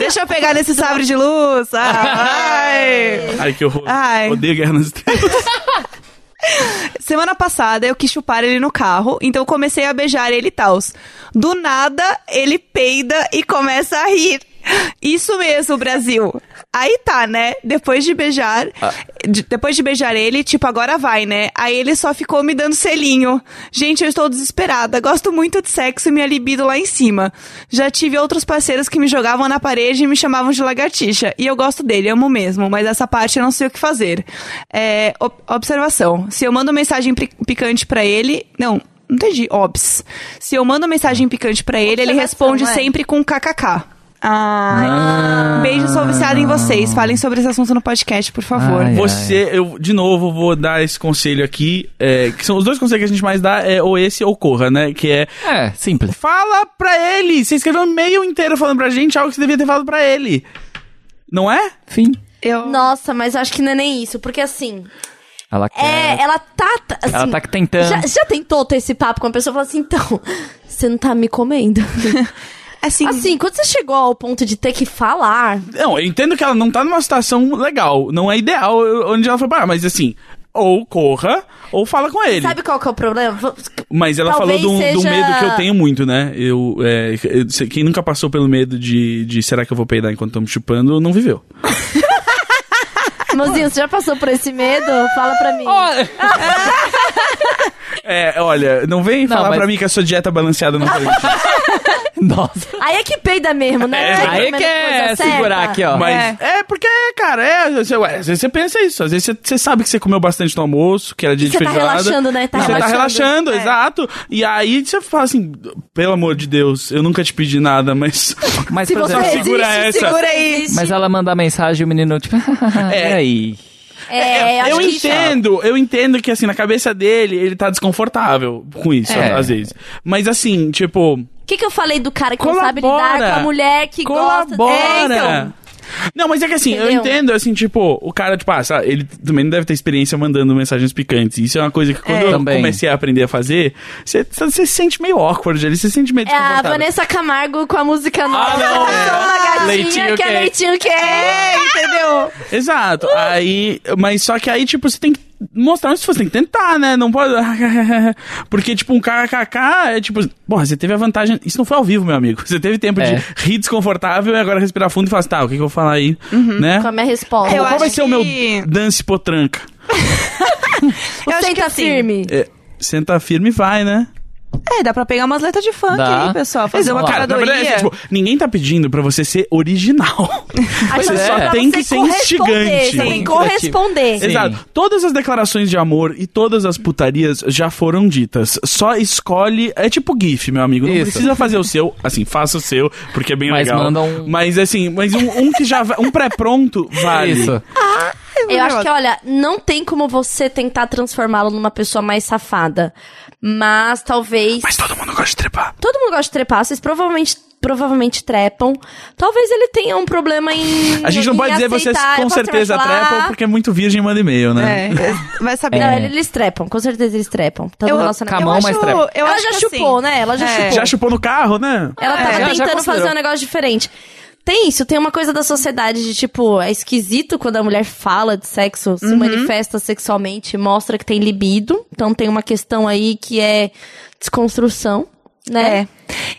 [SPEAKER 4] Deixa eu pegar nesse sabre de luz. Ah, ai.
[SPEAKER 3] Ai, que horror.
[SPEAKER 4] Ai.
[SPEAKER 3] Odeio Guerra nas Estrelas.
[SPEAKER 4] Semana passada eu quis chupar ele no carro, então eu comecei a beijar ele e tals. Do nada, ele peida e começa a rir. Isso mesmo, Brasil. Aí tá, né? Depois de beijar, de- depois de beijar ele, tipo, agora vai, né? Aí ele só ficou me dando selinho. Gente, eu estou desesperada. Gosto muito de sexo e minha libido lá em cima. Já tive outros parceiros que me jogavam na parede e me chamavam de lagartixa. E eu gosto dele, amo mesmo, mas essa parte eu não sei o que fazer. É, ob- observação. Se eu mando mensagem pri- picante pra ele, não, não entendi, obs. Se eu mando mensagem picante pra ele, ele
[SPEAKER 2] Observação,
[SPEAKER 4] responde
[SPEAKER 2] é.
[SPEAKER 4] sempre com kkk. Ah, beijo, sou viciada em vocês. Falem sobre esse assunto no podcast, por favor.
[SPEAKER 1] Ai,
[SPEAKER 3] Você, eu, de novo, vou dar esse conselho aqui, é, que são os dois conselhos que a gente mais dá, é ou esse ou corra, né? Que é,
[SPEAKER 1] É, simples.
[SPEAKER 3] fala pra ele! Você escreveu um e-mail inteiro falando pra gente algo que você devia ter falado pra ele. Não é?
[SPEAKER 1] Fim.
[SPEAKER 4] Eu...
[SPEAKER 2] Nossa, mas acho que não é nem isso, porque assim,
[SPEAKER 1] Ela quer.
[SPEAKER 2] é, ela tá. tá- assim,
[SPEAKER 1] Ela tá tentando.
[SPEAKER 2] já, já tentou ter esse papo com a pessoa e falar assim, então, você não tá me comendo.
[SPEAKER 4] Assim,
[SPEAKER 2] assim, quando você chegou ao ponto de ter que falar,
[SPEAKER 3] Não, eu entendo que ela não tá numa situação legal, não é ideal eu- onde ela foi parar, mas assim, ou corra, ou fala com ele.
[SPEAKER 2] sabe qual que é o problema? Va-
[SPEAKER 3] Mas ela
[SPEAKER 2] Talvez
[SPEAKER 3] falou de um, de um
[SPEAKER 2] seja-
[SPEAKER 3] medo que eu tenho muito, né? Eu, é, eu- se- quem nunca passou pelo medo de, de será que eu vou peidar enquanto estamos chupando, não viveu.
[SPEAKER 2] Mozinho, você já passou por esse medo? Fala pra mim.
[SPEAKER 3] É, olha, não vem
[SPEAKER 1] Não,
[SPEAKER 3] falar
[SPEAKER 1] mas-
[SPEAKER 3] pra mim que a sua dieta é balanceada não foi isso.
[SPEAKER 1] Nossa.
[SPEAKER 2] Aí é que peida mesmo, né? Não
[SPEAKER 1] Aí
[SPEAKER 2] comendo
[SPEAKER 1] que é
[SPEAKER 2] coisa certa.
[SPEAKER 1] segurar aqui, ó.
[SPEAKER 3] Mas é. porque, cara, é, às vezes, ué, às vezes você pensa isso. Às vezes você, você sabe que você comeu bastante no almoço, que era dia
[SPEAKER 2] E
[SPEAKER 3] de
[SPEAKER 2] você tá
[SPEAKER 3] feijoada.
[SPEAKER 2] relaxando, né? Tá
[SPEAKER 3] e você tá
[SPEAKER 2] relaxando.
[SPEAKER 3] relaxando,
[SPEAKER 2] É.
[SPEAKER 3] exato. E aí você fala assim, pelo amor de Deus, eu nunca te pedi nada, mas...
[SPEAKER 1] Mas,
[SPEAKER 2] Se
[SPEAKER 1] por
[SPEAKER 2] você
[SPEAKER 1] exemplo,
[SPEAKER 2] resiste,
[SPEAKER 3] segura essa.
[SPEAKER 2] segura
[SPEAKER 4] aí.
[SPEAKER 2] Existe.
[SPEAKER 1] um mas ela mandar mensagem e o menino, tipo, é. e aí?
[SPEAKER 2] É, acho
[SPEAKER 3] eu
[SPEAKER 2] que
[SPEAKER 3] entendo, eu entendo que assim, na cabeça dele, ele tá desconfortável com isso,
[SPEAKER 1] É.
[SPEAKER 3] às vezes. Mas assim, tipo.
[SPEAKER 2] O que, que eu falei do cara que não sabe
[SPEAKER 3] Colabora.
[SPEAKER 2] lidar com a mulher que
[SPEAKER 3] colabora.
[SPEAKER 2] gosta... É, então.
[SPEAKER 3] Não, mas é que assim, eu
[SPEAKER 2] Entendeu?
[SPEAKER 3] entendo, assim, tipo, o cara, tipo, ah, sabe, ele também não deve ter experiência mandando mensagens picantes. Isso é uma coisa que quando eu
[SPEAKER 1] Também.
[SPEAKER 3] comecei a aprender a fazer, você se sente meio awkward ali, você se sente meio
[SPEAKER 2] É a
[SPEAKER 3] desconfortável.
[SPEAKER 2] Vanessa Camargo com a música nova.
[SPEAKER 3] Ah, não.
[SPEAKER 2] Sou uma gatinha
[SPEAKER 3] Leitinho Ah.
[SPEAKER 2] que é
[SPEAKER 3] quente.
[SPEAKER 2] leitinho que
[SPEAKER 4] É, entendeu?
[SPEAKER 3] Exato. Aí, mas só que aí, tipo, você tem que mostrar um esforço, tem que tentar, né? Não pode. Porque, tipo, um kkk é tipo. Porra, você teve a vantagem. Isso não foi ao vivo, meu amigo. Você teve tempo
[SPEAKER 1] É.
[SPEAKER 3] de rir desconfortável e agora respirar fundo e falar, assim, tá, o que, que eu vou falar aí? Né?
[SPEAKER 2] Com a minha resposta.
[SPEAKER 4] Eu
[SPEAKER 3] Qual vai
[SPEAKER 4] acho
[SPEAKER 3] ser o meu
[SPEAKER 4] que-
[SPEAKER 3] dance potranca?
[SPEAKER 4] Eu acho que
[SPEAKER 2] Senta
[SPEAKER 4] assim,
[SPEAKER 2] firme.
[SPEAKER 3] É, senta firme e vai, né?
[SPEAKER 4] É, dá pra pegar umas letras de funk
[SPEAKER 1] Dá.
[SPEAKER 4] aí, pessoal.
[SPEAKER 3] Mas
[SPEAKER 4] Fazer
[SPEAKER 3] é
[SPEAKER 4] uma
[SPEAKER 3] uma cara, na verdade,
[SPEAKER 4] curadoria.
[SPEAKER 3] assim, tipo, ninguém tá pedindo pra você ser original.
[SPEAKER 2] Aí
[SPEAKER 3] Você
[SPEAKER 1] é.
[SPEAKER 3] só
[SPEAKER 2] pra
[SPEAKER 3] tem
[SPEAKER 2] você
[SPEAKER 3] que ser
[SPEAKER 2] corresponder, Você tem que
[SPEAKER 3] instigante.
[SPEAKER 2] corresponder.
[SPEAKER 1] Sim.
[SPEAKER 3] Exato. Todas as declarações de amor e todas as putarias já foram ditas. Só escolhe. É tipo GIF, meu amigo. Não
[SPEAKER 1] Isso.
[SPEAKER 3] precisa fazer o seu. Assim, faça o seu, porque é bem
[SPEAKER 1] Mas
[SPEAKER 3] legal.
[SPEAKER 1] manda um-
[SPEAKER 3] Mas assim, mas um, um que já. va- Um pré-pronto vale.
[SPEAKER 1] Isso.
[SPEAKER 3] é
[SPEAKER 2] Eu acho que, olha, não tem como você tentar transformá-lo numa pessoa mais safada. Mas talvez.
[SPEAKER 3] Mas todo mundo gosta de trepar.
[SPEAKER 2] Todo mundo gosta de trepar, vocês provavelmente, provavelmente trepam. Talvez ele tenha um problema em.
[SPEAKER 3] A gente não
[SPEAKER 2] em
[SPEAKER 3] pode dizer vocês
[SPEAKER 2] aceitar. "Ah, Eu
[SPEAKER 3] com
[SPEAKER 2] posso
[SPEAKER 3] certeza
[SPEAKER 2] falar.
[SPEAKER 3] trepam, porque é muito virgem manda e-mail, né?
[SPEAKER 4] É, vai saber.
[SPEAKER 2] Não, eles trepam, com certeza eles trepam. Todo
[SPEAKER 4] Eu-
[SPEAKER 2] relacionamento.
[SPEAKER 1] Camão,
[SPEAKER 4] acho-
[SPEAKER 1] mas trepa.
[SPEAKER 4] eu
[SPEAKER 2] né? Ela
[SPEAKER 4] acho
[SPEAKER 2] já
[SPEAKER 4] que
[SPEAKER 2] chupou,
[SPEAKER 4] assim-
[SPEAKER 2] né? Ela já
[SPEAKER 4] É.
[SPEAKER 2] chupou.
[SPEAKER 3] Tipo, Já chupou no carro, né?
[SPEAKER 2] Ela
[SPEAKER 4] É,
[SPEAKER 2] tava
[SPEAKER 1] já- já
[SPEAKER 2] tentando
[SPEAKER 1] considerou.
[SPEAKER 2] fazer um negócio diferente. Tem isso, tem uma coisa da sociedade de tipo, é esquisito quando a mulher fala de sexo,
[SPEAKER 4] Uhum.
[SPEAKER 2] se manifesta sexualmente, mostra que tem libido. Então tem uma questão aí que é desconstrução, né?
[SPEAKER 4] É.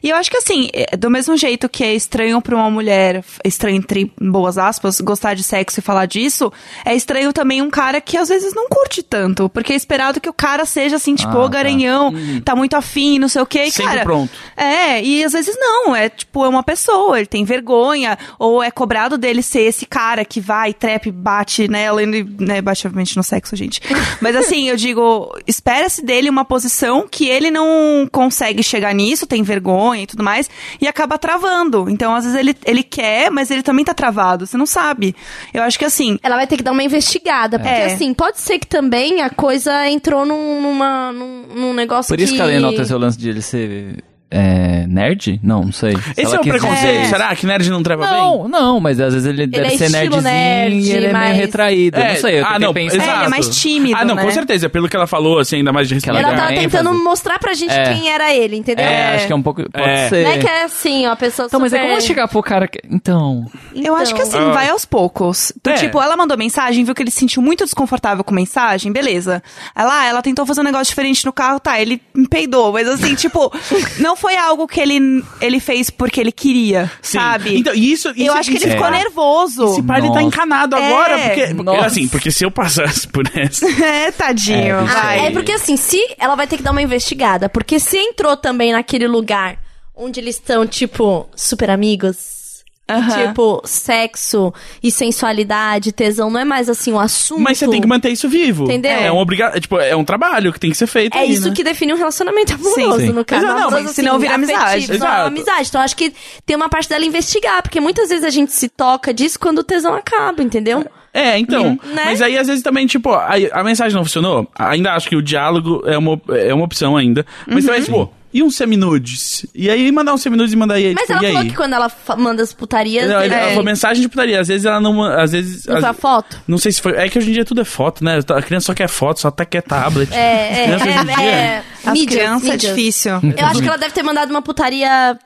[SPEAKER 4] E eu acho que assim, é, do mesmo jeito que é estranho pra uma mulher, f- estranho entre boas aspas, gostar de sexo e falar disso, é estranho também um cara que às vezes não curte tanto. Porque é esperado que o cara seja assim, tipo,
[SPEAKER 1] Ah,
[SPEAKER 4] ô
[SPEAKER 1] tá.
[SPEAKER 4] garanhão, tá muito afim, não sei o quê. E,
[SPEAKER 3] Sempre
[SPEAKER 4] cara,
[SPEAKER 3] pronto.
[SPEAKER 4] É, e às vezes não, é tipo, é uma pessoa, ele tem vergonha, ou é cobrado dele ser esse cara que vai, trepe, bate nela, ele, né, bate obviamente no sexo, gente. Mas assim, eu digo, espera-se dele uma posição que ele não consegue chegar nisso, tem vergonha e tudo mais, e acaba travando. Então, às vezes ele, ele quer, mas ele também tá travado, você não sabe. Eu acho que assim,
[SPEAKER 2] Ela vai ter que dar uma investigada, porque
[SPEAKER 4] É.
[SPEAKER 2] assim, pode ser que também a coisa entrou num, numa, num, num negócio
[SPEAKER 1] Por isso que, a Lena aconteceu o lance de ele ser é, nerd? Não, não sei. Se
[SPEAKER 3] Esse
[SPEAKER 1] ela
[SPEAKER 3] é o
[SPEAKER 1] quis dizer
[SPEAKER 3] preconceito.
[SPEAKER 1] isso.
[SPEAKER 3] Será que nerd não trepa bem?
[SPEAKER 1] Não, não, mas às vezes ele deve
[SPEAKER 2] é
[SPEAKER 1] ser nerdzinho
[SPEAKER 2] estilo nerd,
[SPEAKER 1] e ele é
[SPEAKER 2] mas-
[SPEAKER 1] meio retraído.
[SPEAKER 3] É,
[SPEAKER 1] não sei, eu
[SPEAKER 3] ah,
[SPEAKER 1] tentei
[SPEAKER 3] não,
[SPEAKER 1] pensar.
[SPEAKER 4] É, ele é mais tímido,
[SPEAKER 3] Ah, não, com
[SPEAKER 4] né?
[SPEAKER 3] certeza. Pelo que ela falou, assim, ainda mais de
[SPEAKER 1] ela tá-
[SPEAKER 2] Ela
[SPEAKER 3] responsabilidade.
[SPEAKER 2] tava
[SPEAKER 1] dá
[SPEAKER 2] tentando
[SPEAKER 1] ênfase.
[SPEAKER 2] mostrar pra gente
[SPEAKER 1] É.
[SPEAKER 2] quem era ele, entendeu?
[SPEAKER 1] É, acho que é um pouco. Pode
[SPEAKER 3] É.
[SPEAKER 1] ser.
[SPEAKER 2] Não é que é assim, ó, a pessoa
[SPEAKER 1] Então, mas é
[SPEAKER 2] super-
[SPEAKER 1] como chegar pro cara que. Então.
[SPEAKER 4] Eu acho que assim,
[SPEAKER 3] Ah.
[SPEAKER 4] vai aos poucos. Do
[SPEAKER 3] É.
[SPEAKER 4] Tipo, ela mandou mensagem, viu que ele se sentiu muito desconfortável com mensagem, beleza. Aí lá, ela tentou fazer um negócio diferente no carro, tá, ele me peidou, mas assim, tipo, não foi algo que ele, ele fez porque ele queria,
[SPEAKER 3] Sim.
[SPEAKER 4] sabe?
[SPEAKER 3] Então, e isso,
[SPEAKER 4] Eu acho que ele
[SPEAKER 1] é.
[SPEAKER 4] ficou nervoso.
[SPEAKER 3] Esse pai ele tá
[SPEAKER 1] Nossa.
[SPEAKER 3] encanado
[SPEAKER 4] É.
[SPEAKER 3] agora, porque.
[SPEAKER 1] Nossa.
[SPEAKER 3] Assim, porque se eu passasse por essa.
[SPEAKER 4] É, tadinho.
[SPEAKER 1] É, bicho,
[SPEAKER 4] vai.
[SPEAKER 2] Ah, é porque assim, se ela vai ter que dar uma investigada, porque se entrou também naquele lugar onde eles estão, tipo, super amigos, e,
[SPEAKER 4] Aham.
[SPEAKER 2] tipo, sexo e sensualidade, tesão, não é mais assim o assunto.
[SPEAKER 3] Mas você tem que manter isso vivo.
[SPEAKER 2] Entendeu?
[SPEAKER 3] É um obriga... é, tipo, é um trabalho que tem que ser feito.
[SPEAKER 2] É
[SPEAKER 3] aí,
[SPEAKER 2] isso
[SPEAKER 3] né?
[SPEAKER 2] que define um relacionamento amoroso,
[SPEAKER 1] Sim, sim.
[SPEAKER 2] no caso.
[SPEAKER 3] Exato, não,
[SPEAKER 2] amoroso,
[SPEAKER 4] mas senão vira amizade.
[SPEAKER 2] afetivo, só é uma
[SPEAKER 3] Exato.
[SPEAKER 2] amizade. Então, acho que tem uma parte dela investigar, porque muitas vezes a gente se toca disso quando o tesão acaba, entendeu?
[SPEAKER 3] É, então.
[SPEAKER 2] Né?
[SPEAKER 3] Mas aí, às vezes, também, tipo, aí a, mensagem não funcionou. Ainda acho que o diálogo é uma, op- é uma opção ainda. Mas também, tipo, e um seminudes? E aí mandar um seminudes e mandar e aí.
[SPEAKER 2] Mas
[SPEAKER 3] tipo,
[SPEAKER 2] ela
[SPEAKER 3] e
[SPEAKER 2] falou
[SPEAKER 3] aí?
[SPEAKER 2] que quando ela fa- manda as putarias,
[SPEAKER 3] Não, ele-
[SPEAKER 2] ele-
[SPEAKER 3] ela falou mensagem de putaria. Às vezes ela não. Às vezes.
[SPEAKER 2] É. não tá
[SPEAKER 3] às-
[SPEAKER 2] foi a foto?
[SPEAKER 3] Não sei se foi. É que hoje em dia tudo é foto, né? A criança só quer foto, só até quer tablet. As
[SPEAKER 2] É, é,
[SPEAKER 3] crianças hoje em
[SPEAKER 2] é,
[SPEAKER 3] dia-
[SPEAKER 2] é,
[SPEAKER 4] As
[SPEAKER 2] mídias,
[SPEAKER 4] crianças é
[SPEAKER 2] mídias.
[SPEAKER 4] difícil.
[SPEAKER 2] Eu acho que ela deve ter mandado uma putaria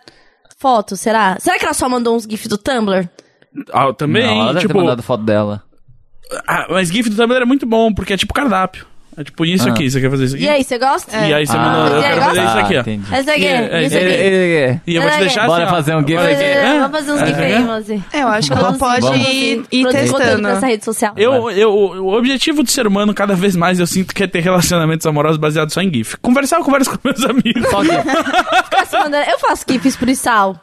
[SPEAKER 2] foto, será? Será que ela só mandou uns GIFs do Tumblr?
[SPEAKER 3] Ah, também,
[SPEAKER 1] não, ela deve ter
[SPEAKER 3] tipo.
[SPEAKER 1] mandado foto dela.
[SPEAKER 3] Ah, mas GIF do Tumblr era muito bom, porque é tipo cardápio. É tipo isso
[SPEAKER 1] Ah.
[SPEAKER 3] aqui, você quer fazer isso aqui?
[SPEAKER 2] E aí, você gosta?
[SPEAKER 3] E aí você
[SPEAKER 1] Ah,
[SPEAKER 3] manda. Eu
[SPEAKER 2] você
[SPEAKER 3] quero
[SPEAKER 2] gosta?
[SPEAKER 3] fazer isso aqui, ó.
[SPEAKER 1] entendi.
[SPEAKER 2] Essa aqui,
[SPEAKER 3] É, é,
[SPEAKER 2] isso aqui.
[SPEAKER 1] É, é, é.
[SPEAKER 3] E eu vou te
[SPEAKER 2] Peraí.
[SPEAKER 3] deixar
[SPEAKER 1] Bora
[SPEAKER 3] assim, ó.
[SPEAKER 1] fazer um GIF
[SPEAKER 3] Olha
[SPEAKER 1] aqui.
[SPEAKER 3] É.
[SPEAKER 2] Ah, Vamos fazer uns
[SPEAKER 3] É.
[SPEAKER 2] GIFs aí, Mose.
[SPEAKER 4] Eu acho que ela
[SPEAKER 2] Produzir-
[SPEAKER 4] pode
[SPEAKER 1] vamos.
[SPEAKER 4] ir, ir
[SPEAKER 2] produzir conteúdo
[SPEAKER 4] testando.
[SPEAKER 2] nessa rede social.
[SPEAKER 3] Eu, eu, o objetivo do ser humano, cada vez mais, eu sinto que é ter relacionamentos amorosos baseados só em GIF. Conversar, eu converso com meus amigos.
[SPEAKER 1] Só que.
[SPEAKER 2] Hum, Fica se mandando- Eu faço GIFs pro Sal.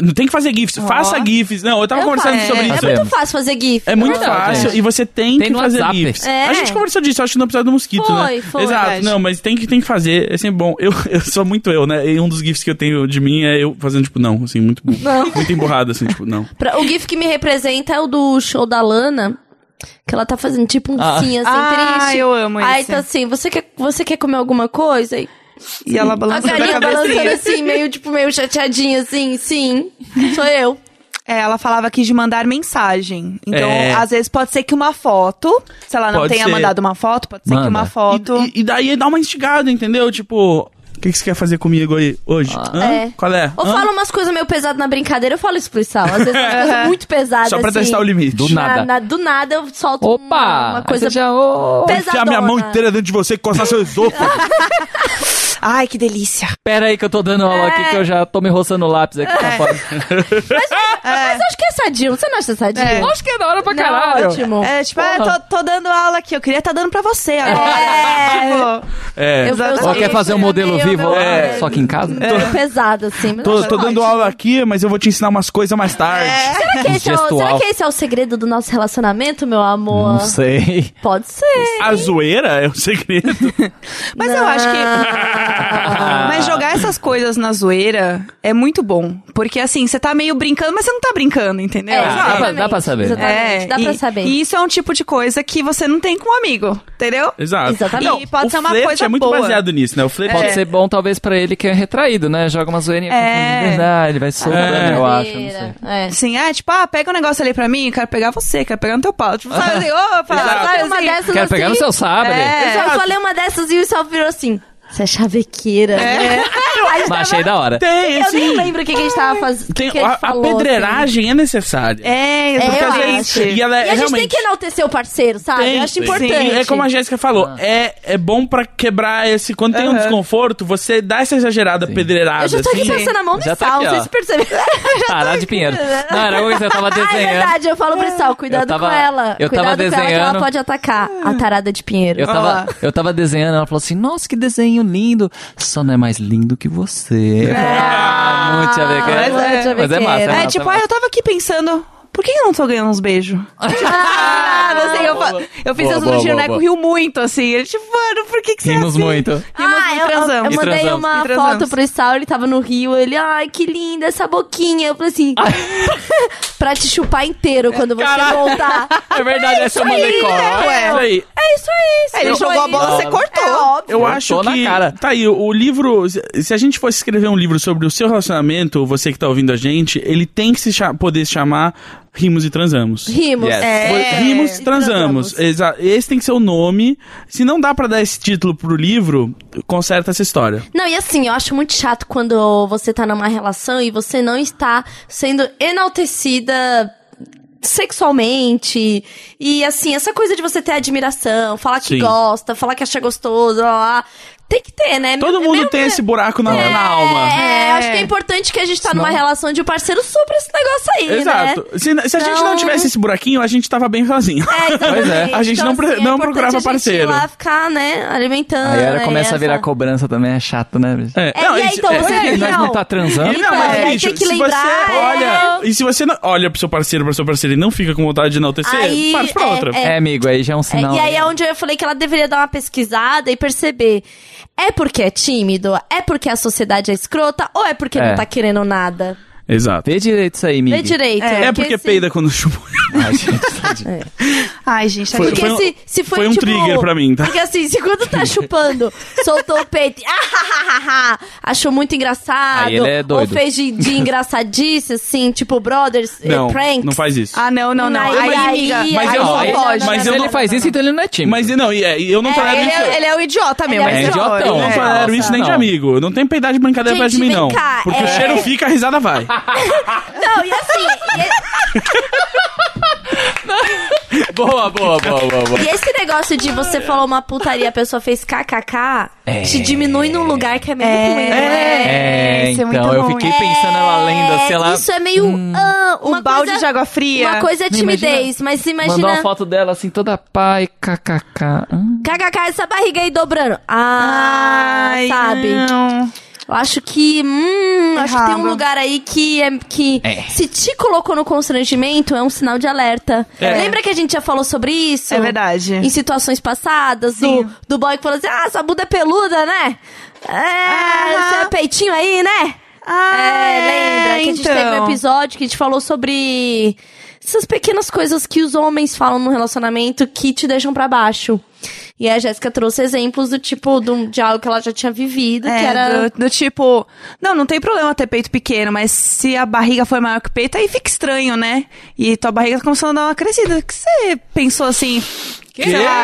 [SPEAKER 3] Não tem que fazer GIFs. Faça GIFs. Não, eu tava
[SPEAKER 2] Eu
[SPEAKER 3] conversando
[SPEAKER 2] faço.
[SPEAKER 3] sobre
[SPEAKER 2] é,
[SPEAKER 3] isso.
[SPEAKER 2] É
[SPEAKER 1] Fazemos.
[SPEAKER 2] muito fácil fazer GIF.
[SPEAKER 3] É muito
[SPEAKER 1] Não,
[SPEAKER 3] fácil
[SPEAKER 1] gente.
[SPEAKER 3] e você tem,
[SPEAKER 1] Tem
[SPEAKER 3] que
[SPEAKER 1] no
[SPEAKER 3] fazer
[SPEAKER 1] WhatsApp.
[SPEAKER 3] GIFs.
[SPEAKER 2] É.
[SPEAKER 3] A gente conversou disso, acho que no episódio do mosquito,
[SPEAKER 2] Foi,
[SPEAKER 3] né?
[SPEAKER 2] foi.
[SPEAKER 3] Exato.
[SPEAKER 4] Verdade.
[SPEAKER 3] Não, mas tem que, tem que fazer. É sempre bom. Eu, eu sou muito eu, né? E um dos GIFs que eu tenho de mim é eu fazendo, tipo, não, assim, muito, muito emburrado, assim, tipo, não.
[SPEAKER 2] Pra- O GIF que me representa é o do show da Lana. Que ela tá fazendo tipo um
[SPEAKER 1] Ah.
[SPEAKER 2] sim, assim,
[SPEAKER 4] Ah,
[SPEAKER 2] triste.
[SPEAKER 4] eu amo
[SPEAKER 2] Aí
[SPEAKER 4] esse.
[SPEAKER 2] tá assim, você quer, você quer comer alguma coisa? E
[SPEAKER 4] E ela
[SPEAKER 2] A
[SPEAKER 4] balançando a,
[SPEAKER 2] galinha balançando
[SPEAKER 4] cabeça.
[SPEAKER 2] assim, meio tipo, meio chateadinha assim, sim, sou eu.
[SPEAKER 4] É, ela falava aqui de mandar mensagem. Então,
[SPEAKER 3] É.
[SPEAKER 4] às vezes pode ser que uma foto, se ela não
[SPEAKER 3] Pode
[SPEAKER 4] tenha
[SPEAKER 3] ser.
[SPEAKER 4] mandado uma foto, pode ser
[SPEAKER 1] Manda.
[SPEAKER 4] que uma foto.
[SPEAKER 3] E, e daí dá uma instigada, entendeu? Tipo, o que, que você quer fazer comigo aí hoje? Hã?
[SPEAKER 2] É.
[SPEAKER 3] Qual é?
[SPEAKER 2] Ou
[SPEAKER 3] Hã?
[SPEAKER 2] falo umas coisas meio pesadas na brincadeira, eu falo isso pro Sal. Às vezes umas coisas muito pesadas.
[SPEAKER 3] Só pra
[SPEAKER 2] assim,
[SPEAKER 3] testar o limite.
[SPEAKER 1] Do
[SPEAKER 2] na-
[SPEAKER 1] nada.
[SPEAKER 2] na- do nada eu solto
[SPEAKER 1] Opa!
[SPEAKER 2] uma, uma
[SPEAKER 1] Aí
[SPEAKER 2] coisa
[SPEAKER 1] você já, ô, ô, ô,
[SPEAKER 2] pesadona.
[SPEAKER 3] dentro de você e coçar seu esôfago.
[SPEAKER 4] Ai, que delícia.
[SPEAKER 2] É.
[SPEAKER 3] tá
[SPEAKER 1] Pera aí que eu tô dando aula aqui que eu já tô me roçando o lápis aqui pra fora.
[SPEAKER 2] Mas, Mas acho que é sadio. Você não acha sadio?
[SPEAKER 4] É.
[SPEAKER 2] Lógico
[SPEAKER 1] Acho que é da hora pra
[SPEAKER 2] que não,
[SPEAKER 1] caralho.
[SPEAKER 2] ótimo.
[SPEAKER 4] É, tipo, ah, tô, tô dando aula aqui, eu queria estar dando pra você agora.
[SPEAKER 2] É.
[SPEAKER 4] Tipo,
[SPEAKER 3] É.
[SPEAKER 2] Eu, eu,
[SPEAKER 1] Ou quer fazer um modelo
[SPEAKER 2] meio-
[SPEAKER 1] vivo lá,
[SPEAKER 3] É.
[SPEAKER 1] só que em casa?
[SPEAKER 2] meio pesado, assim. mas
[SPEAKER 3] Tô,
[SPEAKER 2] acho
[SPEAKER 3] tô dando
[SPEAKER 2] ótimo.
[SPEAKER 3] aula aqui, mas eu vou te ensinar umas coisas mais tarde.
[SPEAKER 2] Será que, esse é o,
[SPEAKER 1] Gestual.
[SPEAKER 2] será que esse é o segredo do nosso relacionamento, meu amor?
[SPEAKER 1] Não sei.
[SPEAKER 2] Pode ser.
[SPEAKER 3] A zoeira é o segredo.
[SPEAKER 4] Tipo, Mas eu acho que. Mas jogar essas coisas na zoeira é muito bom. Porque assim, você tá meio brincando, mas você não tá brincando, entendeu?
[SPEAKER 2] É,
[SPEAKER 1] Ah, dá, pra,
[SPEAKER 2] exatamente.
[SPEAKER 1] dá pra saber.
[SPEAKER 2] Exatamente. dá
[SPEAKER 4] e,
[SPEAKER 2] pra saber.
[SPEAKER 4] E isso é um tipo de coisa que você não tem com um amigo, entendeu?
[SPEAKER 3] Exato.
[SPEAKER 2] Exatamente.
[SPEAKER 3] Não,
[SPEAKER 4] E pode
[SPEAKER 3] o
[SPEAKER 4] ser uma
[SPEAKER 3] flerte
[SPEAKER 4] coisa
[SPEAKER 3] é muito
[SPEAKER 4] boa.
[SPEAKER 3] baseado nisso, né? O flerte
[SPEAKER 1] Pode
[SPEAKER 3] é.
[SPEAKER 1] ser bom, talvez, pra ele que é retraído, né? Joga uma zoeirinha
[SPEAKER 4] É.
[SPEAKER 1] com de verdade, ele vai soltando,
[SPEAKER 3] É.
[SPEAKER 1] eu acho, não sei.
[SPEAKER 2] É.
[SPEAKER 4] Assim, ah, tipo, ah, pega um negócio ali pra mim, quero pegar você, quero pegar no teu pau. Tipo, sabe assim, opa,
[SPEAKER 1] tá.
[SPEAKER 3] Exato.
[SPEAKER 4] sabe,
[SPEAKER 2] Saiu uma
[SPEAKER 4] assim,
[SPEAKER 2] dessas
[SPEAKER 1] Quero
[SPEAKER 2] assim,
[SPEAKER 1] pegar no seu sabre.
[SPEAKER 4] É.
[SPEAKER 2] Eu só falei uma dessas e o Sal virou assim. Você é chavequeira.
[SPEAKER 4] É,
[SPEAKER 3] É.
[SPEAKER 2] né?" A
[SPEAKER 1] Mas
[SPEAKER 2] gente tava-
[SPEAKER 1] achei da hora.
[SPEAKER 3] Tem,
[SPEAKER 2] Eu nem
[SPEAKER 3] assim,
[SPEAKER 2] lembro o que, que a gente tava fazendo.
[SPEAKER 3] tem-
[SPEAKER 2] que
[SPEAKER 3] a,
[SPEAKER 2] ele
[SPEAKER 3] a
[SPEAKER 2] falou, assim.
[SPEAKER 3] pedreiragem é necessária.
[SPEAKER 4] É,
[SPEAKER 2] É,
[SPEAKER 4] porque
[SPEAKER 2] eu
[SPEAKER 4] às vezes-
[SPEAKER 2] acho.
[SPEAKER 3] e ela é
[SPEAKER 2] a gente tem
[SPEAKER 3] realmente-
[SPEAKER 2] que enaltecer o parceiro, sabe?
[SPEAKER 3] Tem,
[SPEAKER 2] eu acho
[SPEAKER 3] tem.
[SPEAKER 2] importante.
[SPEAKER 3] Sim, é como a Jéssica falou, é, é bom pra quebrar esse. Quando tem um
[SPEAKER 4] Aham.
[SPEAKER 3] desconforto, você dá essa exagerada pedreirada.
[SPEAKER 2] Eu já tô aqui
[SPEAKER 3] assim.
[SPEAKER 2] passando a mão no
[SPEAKER 1] Já tá
[SPEAKER 2] Sal,
[SPEAKER 1] aqui, ó.
[SPEAKER 2] vocês perceberam.
[SPEAKER 1] Tarado Tá, de Pinheiro. Não, era uma coisa que eu tava
[SPEAKER 2] Ah, é
[SPEAKER 1] desenhando.
[SPEAKER 2] verdade, eu falo pro Sal, cuidado
[SPEAKER 1] Eu tava-
[SPEAKER 2] com ela.
[SPEAKER 1] eu tava
[SPEAKER 2] cuidado com ela que ela
[SPEAKER 1] desenhando.
[SPEAKER 2] pode atacar a tarada de Pinheiro.
[SPEAKER 1] Eu
[SPEAKER 4] lá.
[SPEAKER 1] tava, eu tava desenhando, ela falou assim, nossa, que desenho lindo. Só não é mais lindo que você. Eu falei, Ah, muito chavequeira.
[SPEAKER 4] Mas é-
[SPEAKER 1] Mas é massa,
[SPEAKER 4] É,
[SPEAKER 1] massa,
[SPEAKER 4] tipo, ah,
[SPEAKER 1] massa.
[SPEAKER 4] eu tava aqui pensando, por que eu não tô ganhando uns beijos? ah, não sei, eu, fa- eu fiz
[SPEAKER 1] Boa,
[SPEAKER 4] essa
[SPEAKER 1] boa,
[SPEAKER 4] do Gineco
[SPEAKER 1] boa.
[SPEAKER 4] riu muito, assim. Ele, tipo, mano, por que, que você é
[SPEAKER 1] Rimos
[SPEAKER 4] assim?
[SPEAKER 1] muito.
[SPEAKER 4] Rimos
[SPEAKER 2] Ah,
[SPEAKER 4] muito,
[SPEAKER 2] eu, eu,
[SPEAKER 4] transamos.
[SPEAKER 1] E
[SPEAKER 2] mandei
[SPEAKER 1] transamos.
[SPEAKER 2] uma
[SPEAKER 4] E transamos.
[SPEAKER 2] foto pro Sal, ele tava no Rio, ele, ai, que linda essa boquinha. Eu falei assim, pra te chupar inteiro quando você
[SPEAKER 1] Caralho.
[SPEAKER 2] voltar.
[SPEAKER 1] É verdade, essa eu
[SPEAKER 2] aí,
[SPEAKER 1] mandei cola.
[SPEAKER 4] ué.
[SPEAKER 3] É isso aí.
[SPEAKER 2] É isso aí.
[SPEAKER 4] Ele
[SPEAKER 2] isso
[SPEAKER 4] jogou
[SPEAKER 2] aí.
[SPEAKER 4] a bola, você cortou.
[SPEAKER 2] É óbvio.
[SPEAKER 3] Eu
[SPEAKER 1] Cortou
[SPEAKER 3] acho que.
[SPEAKER 1] na cara.
[SPEAKER 3] Tá aí, o livro. se- Se a gente fosse escrever um livro sobre o seu relacionamento, você que tá ouvindo a gente, ele tem que se cha- poder se chamar Rimos e Transamos.
[SPEAKER 2] Rimos.
[SPEAKER 1] Yes.
[SPEAKER 4] É.
[SPEAKER 3] Rimos, transamos.
[SPEAKER 2] transamos.
[SPEAKER 3] Exa- Esse tem que ser o nome. Se não dá pra dar esse título pro livro, conserta essa história.
[SPEAKER 2] Não, e assim, eu acho muito chato quando você tá numa relação e você não está sendo enaltecida sexualmente. E assim, essa coisa de você ter admiração, falar que
[SPEAKER 3] Sim.
[SPEAKER 2] gosta, falar que acha gostoso, lá, lá. Tem que ter, né?
[SPEAKER 3] Todo
[SPEAKER 2] É
[SPEAKER 3] mundo
[SPEAKER 2] meio-
[SPEAKER 3] tem esse buraco na, na alma.
[SPEAKER 2] É,
[SPEAKER 4] É.
[SPEAKER 2] acho que é importante que a gente tá numa
[SPEAKER 1] Senão-
[SPEAKER 2] relação de um parceiro supra esse negócio aí,
[SPEAKER 3] Exato.
[SPEAKER 2] né?
[SPEAKER 3] Se, se a gente não
[SPEAKER 2] Então-
[SPEAKER 3] tivesse esse buraquinho, a gente tava bem sozinho.
[SPEAKER 2] É, exatamente. Então, assim,
[SPEAKER 1] Pois é.
[SPEAKER 3] A gente não pre- não
[SPEAKER 2] importante
[SPEAKER 3] procurava
[SPEAKER 2] a gente
[SPEAKER 3] parceiro.
[SPEAKER 2] ir lá ficar, né, alimentando.
[SPEAKER 1] Aí era
[SPEAKER 2] né,
[SPEAKER 1] começa a virar
[SPEAKER 2] essa-
[SPEAKER 1] cobrança também, é chato, né? bicho?
[SPEAKER 3] É,
[SPEAKER 2] É, e aí,
[SPEAKER 3] isso-
[SPEAKER 2] então, você
[SPEAKER 1] Porque nós não tá transando.
[SPEAKER 3] E não, mas,
[SPEAKER 2] Então, aí
[SPEAKER 3] bicho,
[SPEAKER 2] tem que
[SPEAKER 3] se
[SPEAKER 2] lembrar,
[SPEAKER 3] você
[SPEAKER 2] é.
[SPEAKER 3] olha. E se você não olha pro seu parceiro, pra sua parceira e não fica com vontade de enaltecer,
[SPEAKER 2] Aí,
[SPEAKER 3] parte pra
[SPEAKER 2] é,
[SPEAKER 3] outra.
[SPEAKER 1] É, amigo, aí já é um
[SPEAKER 2] É,
[SPEAKER 1] sinal.
[SPEAKER 2] e aí é onde eu falei que ela deveria dar uma pesquisada e perceber. É porque é tímido? É porque a sociedade é escrota? Ou é porque
[SPEAKER 1] É.
[SPEAKER 2] não tá querendo nada?
[SPEAKER 3] Exato.
[SPEAKER 1] Vê direito isso aí, amigo.
[SPEAKER 2] Vê direito. assim,
[SPEAKER 3] É, porque
[SPEAKER 2] se-
[SPEAKER 3] peida quando chupa.
[SPEAKER 1] Ah, gente, tá de-
[SPEAKER 4] Ai, gente, tá
[SPEAKER 3] Foi-
[SPEAKER 4] aqui.
[SPEAKER 2] Porque
[SPEAKER 3] um-
[SPEAKER 2] se, se foi,
[SPEAKER 3] foi um
[SPEAKER 2] tipo,
[SPEAKER 3] trigger pra mim, tá?
[SPEAKER 2] Porque assim, se quando tá chupando, soltou o peito, ah, ha, ha, ha, ha, achou muito engraçado.
[SPEAKER 1] Aí ele é doido.
[SPEAKER 2] Ou fez de, de engraçadice, assim, tipo Brothers, eh,
[SPEAKER 3] Não,
[SPEAKER 2] pranks.
[SPEAKER 3] não faz isso.
[SPEAKER 4] Ah, não, não, não.
[SPEAKER 2] Aí,
[SPEAKER 4] Aí,
[SPEAKER 2] aí,
[SPEAKER 4] amiga.
[SPEAKER 3] Mas
[SPEAKER 1] Ah,
[SPEAKER 2] aí, né?
[SPEAKER 3] eu
[SPEAKER 1] não,
[SPEAKER 3] não
[SPEAKER 1] aí-
[SPEAKER 3] pode.
[SPEAKER 1] Mas
[SPEAKER 3] Mas eu
[SPEAKER 1] ele
[SPEAKER 3] não-
[SPEAKER 1] faz isso, então ele não é tímido.
[SPEAKER 3] Mas não, e é, e eu não tolero
[SPEAKER 4] Ele
[SPEAKER 3] isso.
[SPEAKER 4] é, ele é o idiota mesmo.
[SPEAKER 2] Ele é
[SPEAKER 4] esse
[SPEAKER 1] idiotão,
[SPEAKER 4] horror,
[SPEAKER 1] não
[SPEAKER 3] Eu não
[SPEAKER 1] é.
[SPEAKER 3] tolero isso nem de
[SPEAKER 1] Não.
[SPEAKER 3] amigo. Eu não tenho peidar de brincadeira
[SPEAKER 2] Gente,
[SPEAKER 3] perto de mim,
[SPEAKER 2] vem
[SPEAKER 3] não.
[SPEAKER 2] cá,
[SPEAKER 3] Porque o
[SPEAKER 2] é.
[SPEAKER 3] cheiro fica, a risada vai.
[SPEAKER 2] Não, e assim, e-
[SPEAKER 1] Boa, boa, boa, boa, boa.
[SPEAKER 2] E esse negócio de você falou uma putaria, a pessoa fez kkk,
[SPEAKER 1] É.
[SPEAKER 2] te diminui num lugar que é meio ruim. né?
[SPEAKER 1] É,
[SPEAKER 4] isso é
[SPEAKER 1] então,
[SPEAKER 4] muito
[SPEAKER 1] eu
[SPEAKER 4] bom.
[SPEAKER 1] fiquei pensando na lenda, sei lá. Hum.
[SPEAKER 2] Isso é meio. ah,
[SPEAKER 4] Um
[SPEAKER 2] uma
[SPEAKER 4] balde
[SPEAKER 2] coisa,
[SPEAKER 4] de água fria.
[SPEAKER 2] Uma coisa é
[SPEAKER 1] Não,
[SPEAKER 2] timidez, mas
[SPEAKER 1] Mandou uma
[SPEAKER 2] imagina.
[SPEAKER 1] foto dela assim, toda pai, kkk. Hum.
[SPEAKER 2] KKK, essa barriga aí dobrando. Ah,
[SPEAKER 4] Ai,
[SPEAKER 2] sabe?
[SPEAKER 4] não. É
[SPEAKER 2] Eu acho que. Hum, acho que tem um
[SPEAKER 4] Errado.
[SPEAKER 2] lugar aí que é. Que
[SPEAKER 1] É.
[SPEAKER 2] Se te colocou no constrangimento, é um sinal de alerta.
[SPEAKER 3] É.
[SPEAKER 2] Lembra que a gente já falou sobre isso?
[SPEAKER 4] É verdade.
[SPEAKER 2] Em situações passadas, do, do boy que falou assim: ah, sua bunda é peluda, né? É,
[SPEAKER 4] Ah.
[SPEAKER 2] seu peitinho aí, né?
[SPEAKER 4] Ah,
[SPEAKER 2] é, lembra que a gente
[SPEAKER 4] então.
[SPEAKER 2] teve um episódio que a gente falou sobre essas pequenas coisas que os homens falam no relacionamento que te deixam pra baixo. E a Jéssica trouxe exemplos do tipo de, um- de algo que ela já tinha vivido,
[SPEAKER 4] É,
[SPEAKER 2] que era.
[SPEAKER 4] do, do tipo, não, não tem problema ter peito pequeno, mas se a barriga for maior que o peito, aí fica estranho, né? E tua barriga tá começando a dar uma crescida. O que você pensou assim? Que? Sei lá.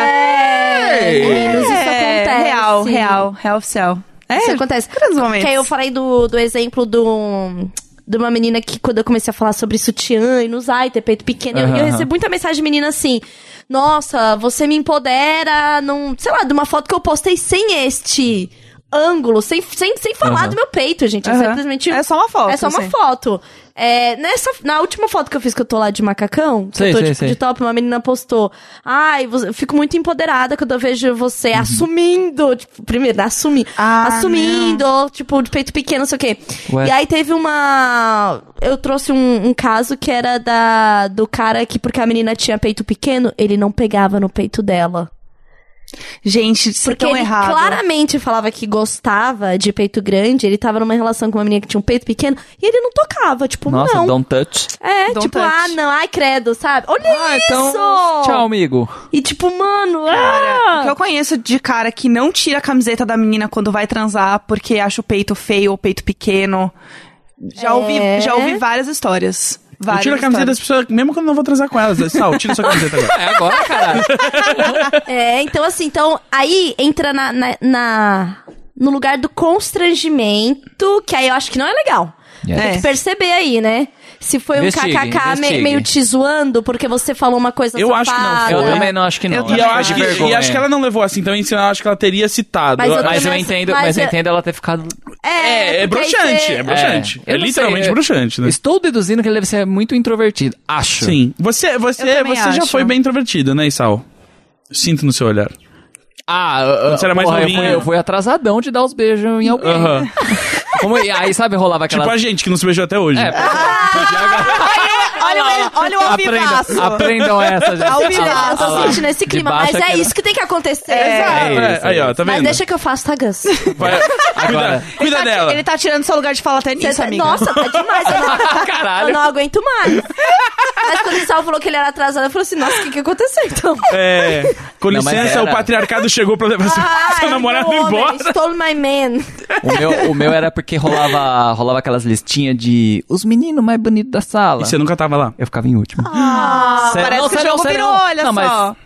[SPEAKER 2] Meninos, isso
[SPEAKER 4] É,
[SPEAKER 2] acontece.
[SPEAKER 4] Real, real, real oficial. É,
[SPEAKER 2] Isso acontece.
[SPEAKER 4] grandes
[SPEAKER 2] Que
[SPEAKER 4] momentos.
[SPEAKER 2] aí eu falei do, do exemplo do. De uma menina que, quando eu comecei a falar sobre sutiã e não usar e ter peito pequeno, eu- eu,
[SPEAKER 1] Aham.
[SPEAKER 2] recebo muita mensagem de menina assim: Nossa, você me empodera num. Sei lá, de uma foto que eu postei sem este ângulo, sem, sem, sem falar
[SPEAKER 1] Aham.
[SPEAKER 2] do meu peito, gente. É
[SPEAKER 4] Aham.
[SPEAKER 2] simplesmente.
[SPEAKER 4] É só uma foto.
[SPEAKER 2] É só uma
[SPEAKER 4] assim.
[SPEAKER 2] foto. É, nessa, na última foto que eu fiz que eu tô lá de macacão, que
[SPEAKER 1] Sei,
[SPEAKER 2] eu tô
[SPEAKER 1] sei,
[SPEAKER 2] de,
[SPEAKER 1] sei.
[SPEAKER 2] de top, uma menina postou. Ai, você- eu fico muito empoderada quando eu vejo você
[SPEAKER 1] Uhum.
[SPEAKER 2] assumindo. Tipo, primeiro, assumir.
[SPEAKER 4] Ah,
[SPEAKER 2] assumindo, tipo, de peito pequeno, não sei o quê.
[SPEAKER 1] Ué.
[SPEAKER 2] E aí teve uma. Eu trouxe um, um caso que era da do cara que, porque a menina tinha peito pequeno, ele não pegava no peito dela.
[SPEAKER 4] Gente, isso é
[SPEAKER 2] Porque
[SPEAKER 4] tão
[SPEAKER 2] ele
[SPEAKER 4] errado.
[SPEAKER 2] claramente falava que gostava de peito grande, ele tava numa relação com uma menina que tinha um peito pequeno, e ele não tocava, tipo,
[SPEAKER 1] Nossa,
[SPEAKER 2] não.
[SPEAKER 1] don't touch.
[SPEAKER 2] É,
[SPEAKER 4] Don't
[SPEAKER 2] tipo,
[SPEAKER 4] touch.
[SPEAKER 2] ah, não, ai, credo, sabe? Olha
[SPEAKER 1] Ah,
[SPEAKER 2] isso!
[SPEAKER 1] então. Tchau, amigo.
[SPEAKER 2] E tipo, mano,
[SPEAKER 4] Cara, o que
[SPEAKER 2] ah!
[SPEAKER 4] eu conheço de cara que não tira a camiseta da menina quando vai transar porque acha o peito feio ou o peito pequeno. Já,
[SPEAKER 2] É.
[SPEAKER 4] ouvi, já ouvi várias histórias.
[SPEAKER 3] Eu
[SPEAKER 4] Várias
[SPEAKER 3] tiro a camiseta das
[SPEAKER 4] histórias.
[SPEAKER 3] pessoas, mesmo quando eu não vou transar com elas. É Sal, tira sua camiseta agora.
[SPEAKER 1] É agora, caralho.
[SPEAKER 2] É, então assim, então aí entra na, na, na- no lugar do constrangimento, que aí eu acho que não é legal.
[SPEAKER 1] Yeah.
[SPEAKER 2] Tem
[SPEAKER 4] É.
[SPEAKER 2] que perceber aí, né? Se foi um
[SPEAKER 1] Investigue,
[SPEAKER 2] kkk me-
[SPEAKER 1] investigue.
[SPEAKER 2] meio te zoando porque você falou uma coisa
[SPEAKER 3] Eu acho que não
[SPEAKER 2] safada.
[SPEAKER 1] Eu também não acho que não.
[SPEAKER 4] Eu
[SPEAKER 3] E
[SPEAKER 4] também
[SPEAKER 3] eu
[SPEAKER 1] Ela
[SPEAKER 3] acho
[SPEAKER 1] tá
[SPEAKER 3] que,
[SPEAKER 1] de vergonha.
[SPEAKER 3] e acho que ela não levou assim também, senão eu acho que ela teria citado.
[SPEAKER 2] Mas eu
[SPEAKER 1] Mas eu
[SPEAKER 2] Mas-
[SPEAKER 1] entendo,
[SPEAKER 2] mas
[SPEAKER 1] mas eu
[SPEAKER 2] eu-
[SPEAKER 1] entendo ela ter ficado.
[SPEAKER 3] É, é
[SPEAKER 2] porque aí
[SPEAKER 3] broxante,
[SPEAKER 2] você-
[SPEAKER 3] é broxante.
[SPEAKER 1] É.
[SPEAKER 3] É,
[SPEAKER 1] Eu não
[SPEAKER 3] literalmente
[SPEAKER 1] sei, é-
[SPEAKER 3] broxante, né?
[SPEAKER 1] Estou deduzindo que ele deve ser muito introvertido. Acho.
[SPEAKER 3] Sim. Você, você,
[SPEAKER 4] Eu também
[SPEAKER 3] você já
[SPEAKER 4] acho.
[SPEAKER 3] foi bem introvertida, né, Isal? Sinto no seu olhar.
[SPEAKER 1] Ah, eu-
[SPEAKER 3] você era mais
[SPEAKER 1] porra, eu,
[SPEAKER 3] novinha.
[SPEAKER 1] fui, eu fui atrasadão de dar os beijos em alguém.
[SPEAKER 3] Aham.
[SPEAKER 1] Como- e aí, sabe, rolava aquela.
[SPEAKER 3] Tipo a gente que não se beijou até hoje.
[SPEAKER 1] É, podia agarrar.
[SPEAKER 4] Olha, o- olha o alvivaço.
[SPEAKER 1] Aprendam, aprendam essa, gente.
[SPEAKER 4] Ao
[SPEAKER 1] Olha lá,
[SPEAKER 2] Eu
[SPEAKER 1] olha
[SPEAKER 2] tô
[SPEAKER 1] lá.
[SPEAKER 2] tá sentindo esse
[SPEAKER 1] De
[SPEAKER 2] clima,
[SPEAKER 1] baixo
[SPEAKER 2] mas é
[SPEAKER 1] aquela-
[SPEAKER 2] isso que tem que acontecer.
[SPEAKER 3] Ah,
[SPEAKER 1] É
[SPEAKER 3] é,
[SPEAKER 1] isso,
[SPEAKER 3] aí,
[SPEAKER 1] é
[SPEAKER 3] ó, tá
[SPEAKER 2] Mas
[SPEAKER 3] vendo?
[SPEAKER 2] deixa que eu faço, tá, Gus?
[SPEAKER 3] Vai-
[SPEAKER 1] Agora.
[SPEAKER 3] cuida cuida
[SPEAKER 4] Ele tá-
[SPEAKER 3] dela.
[SPEAKER 4] Ele tá tirando seu lugar de fala até nisso,
[SPEAKER 2] Você tá-
[SPEAKER 4] amiga.
[SPEAKER 2] Nossa, tá demais. Eu não,
[SPEAKER 1] Caralho.
[SPEAKER 2] eu não aguento mais. Mas quando o Sal falou que ele era atrasado, eu falei assim, nossa, o que, que aconteceu então?
[SPEAKER 3] É, com
[SPEAKER 1] Não, mas
[SPEAKER 3] licença,
[SPEAKER 1] era.
[SPEAKER 3] o patriarcado chegou pra levar seu, seu
[SPEAKER 2] meu
[SPEAKER 3] namorado
[SPEAKER 2] Ah, um homem,
[SPEAKER 3] embora.
[SPEAKER 2] Stole my man.
[SPEAKER 1] O meu, o meu era porque rolava, rolava aquelas listinhas de os meninos mais bonitos da sala.
[SPEAKER 3] E você nunca tava lá.
[SPEAKER 1] Eu ficava em último.
[SPEAKER 4] Ah,
[SPEAKER 1] Sério?
[SPEAKER 4] parece
[SPEAKER 1] Não,
[SPEAKER 4] que o
[SPEAKER 1] sério,
[SPEAKER 4] jogo
[SPEAKER 1] sério,
[SPEAKER 4] virou,
[SPEAKER 1] não.
[SPEAKER 4] olha
[SPEAKER 1] Não, mas-
[SPEAKER 4] só.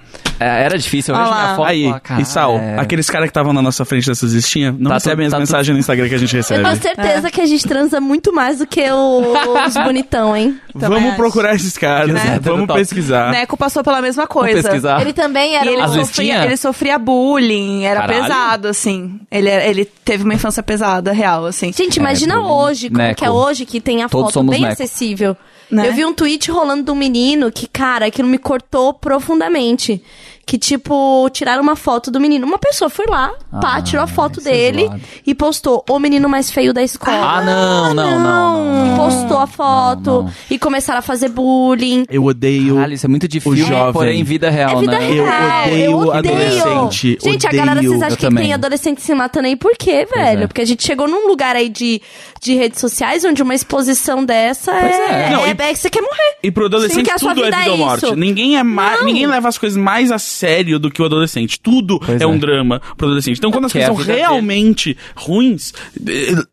[SPEAKER 1] É, era difícil, eu vejo
[SPEAKER 4] Ah lá.
[SPEAKER 1] minha foto
[SPEAKER 3] Aí,
[SPEAKER 1] e falo, caralho.
[SPEAKER 3] e Sal,
[SPEAKER 1] é...
[SPEAKER 3] aqueles caras que estavam na nossa frente dessas listinhas, não
[SPEAKER 1] Tá
[SPEAKER 3] recebem
[SPEAKER 1] tudo-
[SPEAKER 3] as
[SPEAKER 1] tá
[SPEAKER 3] mensagens no Instagram que a gente
[SPEAKER 2] Eu
[SPEAKER 3] recebe.
[SPEAKER 2] tenho certeza que a gente transa muito mais do que o- os bonitão, hein?
[SPEAKER 4] Também
[SPEAKER 3] Vamos
[SPEAKER 4] acho.
[SPEAKER 3] procurar esses caras,
[SPEAKER 1] Né?
[SPEAKER 3] vamos
[SPEAKER 1] Top.
[SPEAKER 3] pesquisar.
[SPEAKER 4] Neco passou pela mesma coisa.
[SPEAKER 1] Vou pesquisar.
[SPEAKER 2] Ele também
[SPEAKER 4] E
[SPEAKER 2] era
[SPEAKER 4] ele
[SPEAKER 2] um...
[SPEAKER 1] As listinhas?
[SPEAKER 4] sofria, ele sofria bullying, era
[SPEAKER 1] Caralho.
[SPEAKER 4] pesado, assim. Ele, ele teve uma infância pesada, real, assim.
[SPEAKER 2] Gente, imagina
[SPEAKER 1] É, bullying.
[SPEAKER 2] hoje, como
[SPEAKER 1] Neco.
[SPEAKER 2] que é hoje, que tem a
[SPEAKER 1] Todos
[SPEAKER 2] foto
[SPEAKER 1] somos
[SPEAKER 2] bem
[SPEAKER 1] neco.
[SPEAKER 2] acessível.
[SPEAKER 4] Né?
[SPEAKER 2] Eu vi um tweet rolando de um menino que, cara, aquilo me cortou profundamente. Que, tipo, tiraram uma foto do menino. Uma pessoa foi lá, pá,
[SPEAKER 1] Ah,
[SPEAKER 2] tirou a foto
[SPEAKER 1] isso é
[SPEAKER 2] dele
[SPEAKER 1] zoado.
[SPEAKER 2] e postou o menino mais feio da escola.
[SPEAKER 1] Ah, não, não, não. não, não.
[SPEAKER 2] Postou a foto
[SPEAKER 1] Não, não.
[SPEAKER 2] e começaram a fazer bullying.
[SPEAKER 3] Eu odeio.
[SPEAKER 1] Caralho, isso é muito difícil,
[SPEAKER 3] jovem.
[SPEAKER 1] porém vida real,
[SPEAKER 2] É vida
[SPEAKER 1] né?
[SPEAKER 3] Eu
[SPEAKER 2] real.
[SPEAKER 3] odeio adolescente,
[SPEAKER 2] Gente, a galera,
[SPEAKER 3] odeio.
[SPEAKER 2] vocês acham
[SPEAKER 1] Eu
[SPEAKER 2] que
[SPEAKER 1] também.
[SPEAKER 2] tem adolescente se matando aí por quê, velho?
[SPEAKER 1] é.
[SPEAKER 2] Porque a gente chegou num lugar aí de, de redes sociais onde uma exposição dessa é...
[SPEAKER 1] é.
[SPEAKER 2] É,
[SPEAKER 3] Não, e-
[SPEAKER 2] é que você quer morrer.
[SPEAKER 3] E pro
[SPEAKER 2] Sim,
[SPEAKER 3] adolescente
[SPEAKER 2] que a sua
[SPEAKER 3] tudo é
[SPEAKER 2] vida
[SPEAKER 3] vida
[SPEAKER 2] é
[SPEAKER 3] ou morte.
[SPEAKER 2] isso.
[SPEAKER 3] Ninguém é mais, ninguém leva as coisas mais a sério do que o adolescente. Tudo
[SPEAKER 1] Pois
[SPEAKER 3] é,
[SPEAKER 1] é.
[SPEAKER 3] um drama pro adolescente. Então quando as
[SPEAKER 1] Que é a
[SPEAKER 3] coisas são
[SPEAKER 1] vida dele.
[SPEAKER 3] realmente ruins,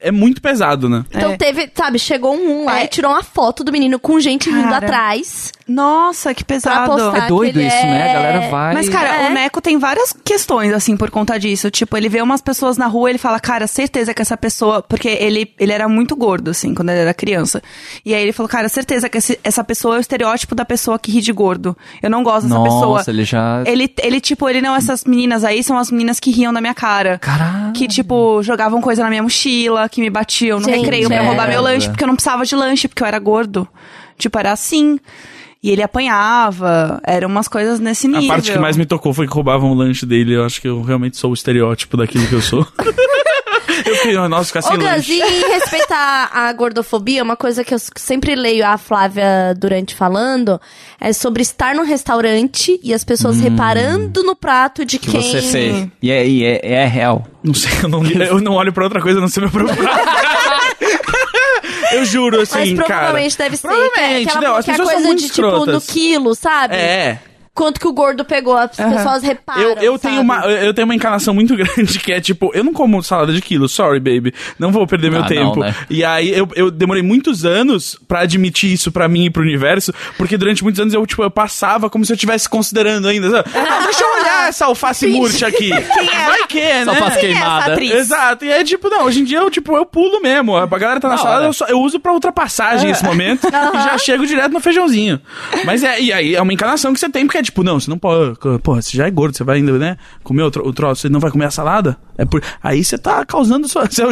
[SPEAKER 3] é é muito pesado, né?
[SPEAKER 2] Então
[SPEAKER 4] É.
[SPEAKER 2] teve, sabe, chegou um lá
[SPEAKER 4] É.
[SPEAKER 2] e tirou uma foto do menino com gente vindo
[SPEAKER 4] Cara. tá
[SPEAKER 2] atrás
[SPEAKER 4] Nossa, que
[SPEAKER 2] pra
[SPEAKER 4] pesado.
[SPEAKER 2] postar.
[SPEAKER 1] É doido
[SPEAKER 2] que ele
[SPEAKER 1] isso, né?
[SPEAKER 2] é-
[SPEAKER 1] A galera vai...
[SPEAKER 4] Mas, cara,
[SPEAKER 2] É.
[SPEAKER 4] o Neco tem várias questões, assim, por conta disso. Tipo, ele vê umas pessoas na rua, ele fala, cara, certeza que essa pessoa. Porque ele, ele era muito gordo, assim, quando ele era criança. E aí ele falou, cara, certeza que esse- essa pessoa é o estereótipo da pessoa que ri de gordo. Eu não gosto dessa
[SPEAKER 1] Nossa,
[SPEAKER 4] pessoa.
[SPEAKER 1] ele já-
[SPEAKER 4] Ele, ele, tipo, ele não, essas meninas aí são as meninas que riam da minha cara.
[SPEAKER 1] Caralho.
[SPEAKER 4] Que, tipo, jogavam coisa na minha mochila, que me batiam no
[SPEAKER 2] Gente,
[SPEAKER 4] recreio
[SPEAKER 1] é.
[SPEAKER 4] pra eu roubar
[SPEAKER 1] merda.
[SPEAKER 4] meu lanche, porque eu não precisava de lanche, porque eu era gordo. Tipo, era assim. E ele apanhava, eram umas coisas nesse nível.
[SPEAKER 3] A parte que mais me tocou foi que roubavam o lanche dele. Eu acho que eu realmente sou o estereótipo daquilo que eu sou. eu fiquei, nossa, ficar sem
[SPEAKER 2] Ô, Gus,
[SPEAKER 3] lanche.
[SPEAKER 2] e respeitar a gordofobia, uma coisa que eu s- sempre leio a Flávia Durante falando é sobre estar num restaurante e as pessoas
[SPEAKER 3] Hum.
[SPEAKER 2] reparando no prato de
[SPEAKER 1] Que
[SPEAKER 2] quem.
[SPEAKER 1] você fez. E é, e é, é real.
[SPEAKER 3] Não sei, eu não, eu não olho pra outra coisa, a não sei meu próprio prato. Eu juro,
[SPEAKER 2] Mas
[SPEAKER 3] assim, cara.
[SPEAKER 2] provavelmente deve ser.
[SPEAKER 3] Provavelmente,
[SPEAKER 2] que é aquela
[SPEAKER 3] não, as
[SPEAKER 2] que é a
[SPEAKER 3] pessoas são
[SPEAKER 2] coisa
[SPEAKER 3] muito
[SPEAKER 2] de tipo no
[SPEAKER 3] escrotas.
[SPEAKER 2] quilo, sabe?
[SPEAKER 3] É.
[SPEAKER 2] Quanto que o gordo pegou, as pessoas reparam.
[SPEAKER 3] Eu, eu, tenho
[SPEAKER 2] sabe?
[SPEAKER 3] uma, eu- eu tenho uma encarnação muito grande que é tipo, eu não como salada de quilo, sorry, baby. Não vou perder meu
[SPEAKER 1] Ah, não,
[SPEAKER 3] tempo.
[SPEAKER 1] né?
[SPEAKER 3] E aí eu, eu demorei muitos anos pra admitir isso pra mim e pro universo, porque durante muitos anos eu, tipo, eu passava como se eu estivesse considerando ainda. sabe? Ah, deixa eu olhar essa alface murcha aqui.
[SPEAKER 2] é?
[SPEAKER 3] Vai que, né?
[SPEAKER 1] Só faz
[SPEAKER 4] Quem é essa
[SPEAKER 1] queimada.
[SPEAKER 4] atriz?
[SPEAKER 3] Exato, e é tipo, não, hoje em dia eu, tipo, eu pulo mesmo. A galera tá na
[SPEAKER 1] Da
[SPEAKER 3] salada,
[SPEAKER 1] hora.
[SPEAKER 3] eu, só- eu uso pra
[SPEAKER 2] Ah.
[SPEAKER 3] ultrapassagem esse momento e já chego direto no feijãozinho. Mas é, e aí é uma encarnação que você tem, porque é tipo, não, você não pode. Porra, você já é gordo, você vai ainda, né? Comer o, tro o troço, você não vai comer a salada? É por... Aí você tá causando sua. você é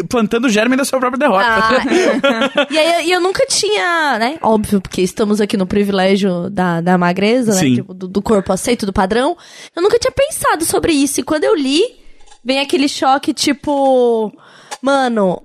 [SPEAKER 3] o- plantando o germe da sua própria derrota.
[SPEAKER 2] Ah, e aí eu, e eu nunca tinha, né? Óbvio, porque estamos aqui no privilégio da, da magreza, né?
[SPEAKER 3] Sim.
[SPEAKER 2] Tipo, do, do corpo aceito, do padrão. Eu nunca tinha pensado sobre isso. E quando eu li, vem aquele choque, tipo. Mano,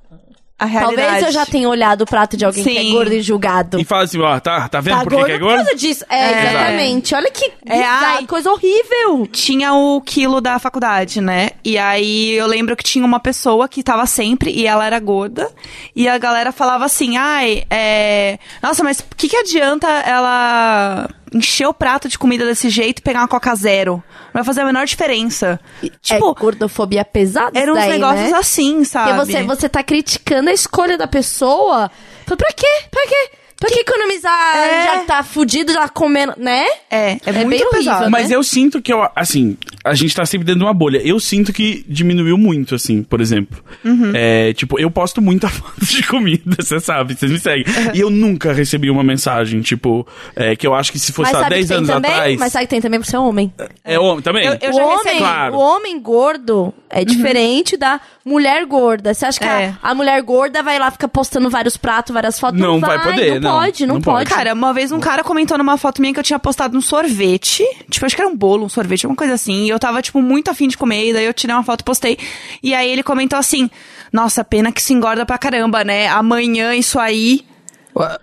[SPEAKER 4] A realidade.
[SPEAKER 2] talvez eu já tenha olhado o prato de alguém que é
[SPEAKER 4] Sim.
[SPEAKER 2] gordo e julgado.
[SPEAKER 3] E fala assim, ó, tá, tá vendo
[SPEAKER 2] Tá
[SPEAKER 3] por que
[SPEAKER 2] gordo
[SPEAKER 3] que é
[SPEAKER 2] por
[SPEAKER 3] gordo?
[SPEAKER 2] causa disso. É,
[SPEAKER 4] É.
[SPEAKER 2] exatamente. Olha que bizarro,
[SPEAKER 4] ai.
[SPEAKER 2] coisa horrível.
[SPEAKER 4] tinha o quilo da faculdade, né? E aí eu lembro que tinha uma pessoa que tava sempre e ela era gorda. E a galera falava assim: ai, é. Nossa, mas o que, que adianta ela encher o prato de comida desse jeito e pegar uma coca zero? Não vai fazer a menor diferença.
[SPEAKER 2] Tipo,
[SPEAKER 4] Tipo,
[SPEAKER 2] é gordofobia pesada
[SPEAKER 4] eram uns
[SPEAKER 2] daí,
[SPEAKER 4] negócios
[SPEAKER 2] né?
[SPEAKER 4] assim, sabe?
[SPEAKER 2] Porque você, você tá criticando a escolha da pessoa. Fala, Pra quê? Pra quê? Pra que economizar?
[SPEAKER 4] É.
[SPEAKER 2] Já tá fudido, já comendo, né?
[SPEAKER 4] É, é,
[SPEAKER 2] É
[SPEAKER 4] muito
[SPEAKER 2] bem horrível,
[SPEAKER 4] pesado.
[SPEAKER 2] né?
[SPEAKER 4] Mas
[SPEAKER 3] Mas eu sinto que eu, assim, a gente tá sempre dentro de uma bolha. Eu sinto que diminuiu muito, assim, por exemplo.
[SPEAKER 2] Uhum.
[SPEAKER 3] É, tipo, eu posto muita foto de comida, você sabe, vocês me seguem. E eu nunca recebi uma mensagem, tipo, é, que eu acho que se fosse
[SPEAKER 2] Mas
[SPEAKER 3] há
[SPEAKER 2] sabe
[SPEAKER 3] 10
[SPEAKER 2] que tem
[SPEAKER 3] anos
[SPEAKER 2] também?
[SPEAKER 3] atrás.
[SPEAKER 2] Mas sabe que tem também por ser um homem.
[SPEAKER 3] É homem também?
[SPEAKER 4] Eu- eu
[SPEAKER 2] o
[SPEAKER 4] já
[SPEAKER 2] homem,
[SPEAKER 4] recebi. Uhum.
[SPEAKER 3] Claro.
[SPEAKER 2] O homem gordo é diferente da mulher gorda. Você acha que
[SPEAKER 4] É.
[SPEAKER 2] a, a mulher gorda vai lá, fica postando vários pratos, várias fotos?
[SPEAKER 3] Não vai poder,
[SPEAKER 2] Não,
[SPEAKER 3] não.
[SPEAKER 2] pode, não,
[SPEAKER 3] Não
[SPEAKER 2] pode.
[SPEAKER 3] pode.
[SPEAKER 4] Cara, uma vez um cara comentou numa foto minha que eu tinha postado um sorvete. Tipo, acho que era um bolo, um sorvete, alguma coisa assim. E eu tava, tipo, muito afim de comer. E daí eu tirei uma foto e postei. E aí ele comentou assim: Nossa, pena que se engorda pra caramba, né? Amanhã isso aí.
[SPEAKER 5] Ué?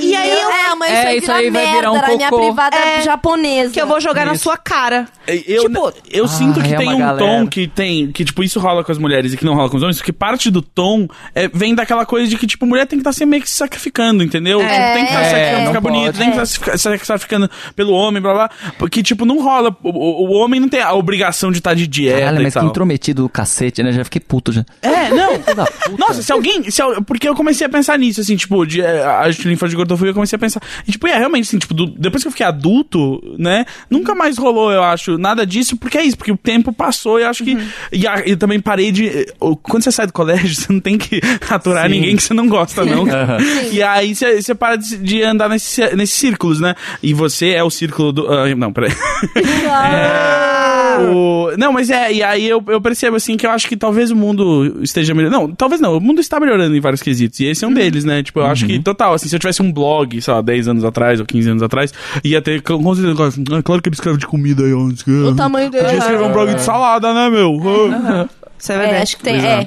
[SPEAKER 4] E aí eu.
[SPEAKER 2] É, mas
[SPEAKER 5] É,
[SPEAKER 2] isso aí vai virar
[SPEAKER 5] um
[SPEAKER 2] merda na minha
[SPEAKER 5] cocô.
[SPEAKER 2] privada
[SPEAKER 4] É,
[SPEAKER 2] japonesa.
[SPEAKER 4] Que eu vou jogar na sua cara.
[SPEAKER 3] É, Eu,
[SPEAKER 4] Tipo-
[SPEAKER 3] eu sinto que
[SPEAKER 1] é
[SPEAKER 3] tem
[SPEAKER 1] uma
[SPEAKER 3] um
[SPEAKER 1] galera.
[SPEAKER 3] tom que tem. Que, tipo, isso rola com as mulheres e que não rola com os homens, porque parte do tom é, vem daquela coisa de que, tipo, mulher tem que estar sempre meio que se sacrificando, entendeu? Tipo, tem que estar
[SPEAKER 1] É,
[SPEAKER 3] se sacrificando pra
[SPEAKER 1] não
[SPEAKER 3] ficar
[SPEAKER 1] pode.
[SPEAKER 3] bonito, tem que estar se fica- se sacrificando pelo homem, blá blá. Porque, tipo, não rola. O, o- o homem não tem a obrigação de estar de dieta
[SPEAKER 1] Caralho,
[SPEAKER 3] e
[SPEAKER 1] mas que
[SPEAKER 3] tal.
[SPEAKER 1] intrometido do cacete, né? Já fiquei puto já.
[SPEAKER 3] É, não.
[SPEAKER 1] da puta.
[SPEAKER 3] Nossa, se alguém. Se, al- porque eu comecei a pensar nisso, assim, tipo, de, é, a gente linfa de gordofobia, eu comecei a pensar. E, tipo, é realmente, assim, tipo, do- depois que eu fiquei adulto, né? Nunca mais rolou, eu acho, nada disso, porque é isso, porque o tempo passou e eu acho que.
[SPEAKER 1] Uhum.
[SPEAKER 3] E, a- e também parei de. eh, o- Quando você sai do colégio, você não tem que aturar
[SPEAKER 1] Sim.
[SPEAKER 3] ninguém que você não gosta, não.
[SPEAKER 1] Aham.
[SPEAKER 3] e aí você você para de, de andar nesses nesses círculos, né? E você é o círculo do. ah, não, peraí.
[SPEAKER 1] Ah.
[SPEAKER 3] O- Não, mas é, e aí eu, eu percebo assim que eu acho que talvez o mundo esteja melhorando. Não, talvez não, o mundo está melhorando em vários quesitos. E esse é
[SPEAKER 1] Uhum.
[SPEAKER 3] um deles, né? Tipo, eu acho que total, assim, se eu tivesse um blog, sei lá, 10 anos atrás ou 15 anos atrás, ia ter. Com com certeza, assim, "Ah, claro que ele escreve de comida aí, antes.
[SPEAKER 2] O tamanho dele.
[SPEAKER 3] Podia escrever um
[SPEAKER 1] É.
[SPEAKER 3] blog de salada, né, meu? Ah.
[SPEAKER 4] Isso é
[SPEAKER 2] É,
[SPEAKER 1] né?
[SPEAKER 4] verdade.
[SPEAKER 2] acho que tem. É.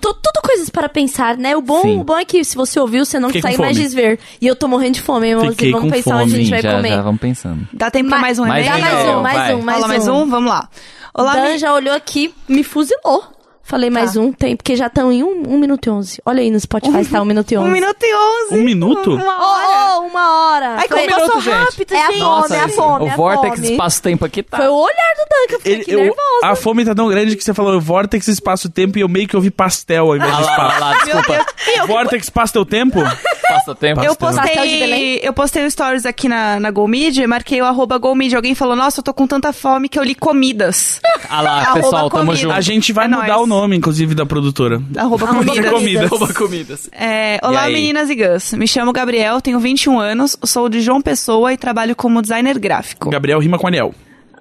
[SPEAKER 2] Tu- Tudo coisas para pensar, né? O bom,
[SPEAKER 1] Sim.
[SPEAKER 2] o bom é que se você ouviu, você não
[SPEAKER 3] Fiquei com
[SPEAKER 2] consegue mais
[SPEAKER 3] fome.
[SPEAKER 2] desver. E eu tô morrendo de fome, irmãozinho.
[SPEAKER 1] Fiquei
[SPEAKER 2] vamos
[SPEAKER 1] com
[SPEAKER 2] pensar
[SPEAKER 1] fome,
[SPEAKER 2] onde a gente vai
[SPEAKER 1] já,
[SPEAKER 2] comer.
[SPEAKER 1] já, vamos pensando.
[SPEAKER 4] Dá tempo pra
[SPEAKER 2] Ma-
[SPEAKER 4] mais um
[SPEAKER 1] mais
[SPEAKER 4] e-mail?
[SPEAKER 2] Dá mais
[SPEAKER 1] Não,
[SPEAKER 2] um, mais
[SPEAKER 1] vai.
[SPEAKER 2] um, mais
[SPEAKER 4] Fala
[SPEAKER 2] um.
[SPEAKER 4] mais um, vamos lá. Olá,
[SPEAKER 2] Dan
[SPEAKER 4] mi- Tá.
[SPEAKER 2] já olhou aqui, me fuzilou. Falei mais um, tem, porque já estão em 1 um, um minuto e 11. Olha aí no Spotify, está 1 um minuto e 11.
[SPEAKER 4] Um minuto e onze.
[SPEAKER 3] Um minuto?
[SPEAKER 4] Uma hora.
[SPEAKER 2] Oh, uma hora.
[SPEAKER 4] Ai,
[SPEAKER 2] Foi-
[SPEAKER 4] como passou
[SPEAKER 5] minuto, gente.
[SPEAKER 4] rápido,
[SPEAKER 2] É a
[SPEAKER 4] gente.
[SPEAKER 2] fome, é a fome.
[SPEAKER 1] o
[SPEAKER 2] é a
[SPEAKER 1] Vortex
[SPEAKER 2] fome.
[SPEAKER 1] espaço-tempo aqui tá.
[SPEAKER 2] Foi o olhar do Dan que eu fiquei
[SPEAKER 3] Ele-
[SPEAKER 2] aqui
[SPEAKER 3] eu-
[SPEAKER 2] nervosa.
[SPEAKER 3] a fome tá tão grande que você falou Vortex espaço-tempo e eu meio que ouvi pastel ao invés
[SPEAKER 1] Ah
[SPEAKER 3] de
[SPEAKER 1] lá, lá,
[SPEAKER 3] espaço.
[SPEAKER 1] lá, desculpa.
[SPEAKER 3] Vortex pastel-tempo?
[SPEAKER 1] Passa tempo.
[SPEAKER 4] Eu
[SPEAKER 1] Pastel.
[SPEAKER 2] Pastel de
[SPEAKER 4] postei,
[SPEAKER 2] Belém?
[SPEAKER 4] eu postei um stories aqui na, na GoMedia, marquei o arroba GoMedia. Alguém falou, nossa, eu tô com tanta fome que eu li comidas.
[SPEAKER 1] Ah lá,
[SPEAKER 4] Arroba
[SPEAKER 1] pessoal, tamo
[SPEAKER 4] comida.
[SPEAKER 1] junto.
[SPEAKER 3] A gente vai
[SPEAKER 4] É
[SPEAKER 3] mudar
[SPEAKER 4] nóis.
[SPEAKER 3] o nome, inclusive, da produtora.
[SPEAKER 4] Arroba comidas.
[SPEAKER 2] comidas.
[SPEAKER 1] Arroba comidas.
[SPEAKER 4] É,
[SPEAKER 1] E
[SPEAKER 4] olá,
[SPEAKER 1] aí?
[SPEAKER 4] meninas e gãs. Me chamo Gabriel, tenho 21 anos, sou de João Pessoa e trabalho como designer gráfico.
[SPEAKER 3] Gabriel rima com Ariel.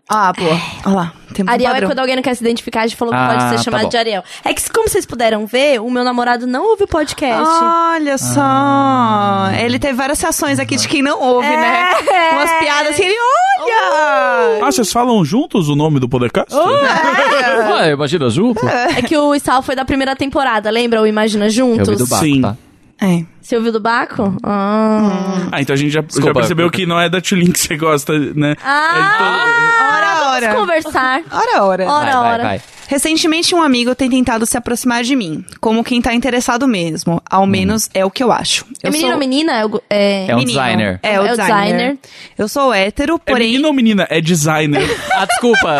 [SPEAKER 4] Ah, boa. Olha lá, temos um
[SPEAKER 2] Ariel é
[SPEAKER 4] padrão.
[SPEAKER 2] quando alguém não quer se identificar, a gente falou que
[SPEAKER 1] Ah,
[SPEAKER 2] pode
[SPEAKER 1] tá
[SPEAKER 2] ser chamado
[SPEAKER 1] bom.
[SPEAKER 2] de Ariel. É que, como vocês puderam ver, o meu namorado não ouve o podcast.
[SPEAKER 4] Ah, Olha só.
[SPEAKER 1] Ah.
[SPEAKER 4] Ele teve várias reações aqui de quem não
[SPEAKER 2] É.
[SPEAKER 4] ouve, né? Umas piadas assim, ele
[SPEAKER 2] Uh.
[SPEAKER 4] olha!
[SPEAKER 3] Ah, vocês falam juntos o nome do podcast?
[SPEAKER 4] Oh, é.
[SPEAKER 1] Ué, imagina junto.
[SPEAKER 2] É que o Sal foi da primeira temporada, lembra? O Imagina
[SPEAKER 1] Eu vi do
[SPEAKER 2] Juntos.
[SPEAKER 1] barco,
[SPEAKER 3] Sim.
[SPEAKER 1] tá?
[SPEAKER 4] É.
[SPEAKER 2] Você ouviu do Baco? Ah.
[SPEAKER 3] Ah, então a gente já,
[SPEAKER 1] Desculpa,
[SPEAKER 3] já percebeu
[SPEAKER 1] eu-
[SPEAKER 3] que não é da Tulin que você gosta, né? tá-
[SPEAKER 2] Ah!
[SPEAKER 4] Ora,
[SPEAKER 2] Vamos
[SPEAKER 4] ora.
[SPEAKER 2] conversar. É
[SPEAKER 4] Ora,
[SPEAKER 2] Ora,
[SPEAKER 4] ora.
[SPEAKER 1] Vai, vai,
[SPEAKER 2] ora.
[SPEAKER 1] vai.
[SPEAKER 4] Recentemente, um amigo tem tentado se aproximar de mim, como quem tá interessado mesmo. Ao menos é o que eu acho. Eu
[SPEAKER 2] É menino ou
[SPEAKER 4] sou...
[SPEAKER 2] menina? Eu go- É...
[SPEAKER 1] Hum. É um
[SPEAKER 4] Menino.
[SPEAKER 1] designer.
[SPEAKER 4] É, o
[SPEAKER 2] É o
[SPEAKER 4] designer.
[SPEAKER 2] designer.
[SPEAKER 4] Eu sou hétero,
[SPEAKER 3] É
[SPEAKER 4] porém.
[SPEAKER 3] menino ou menina? É designer.
[SPEAKER 1] Ah, desculpa.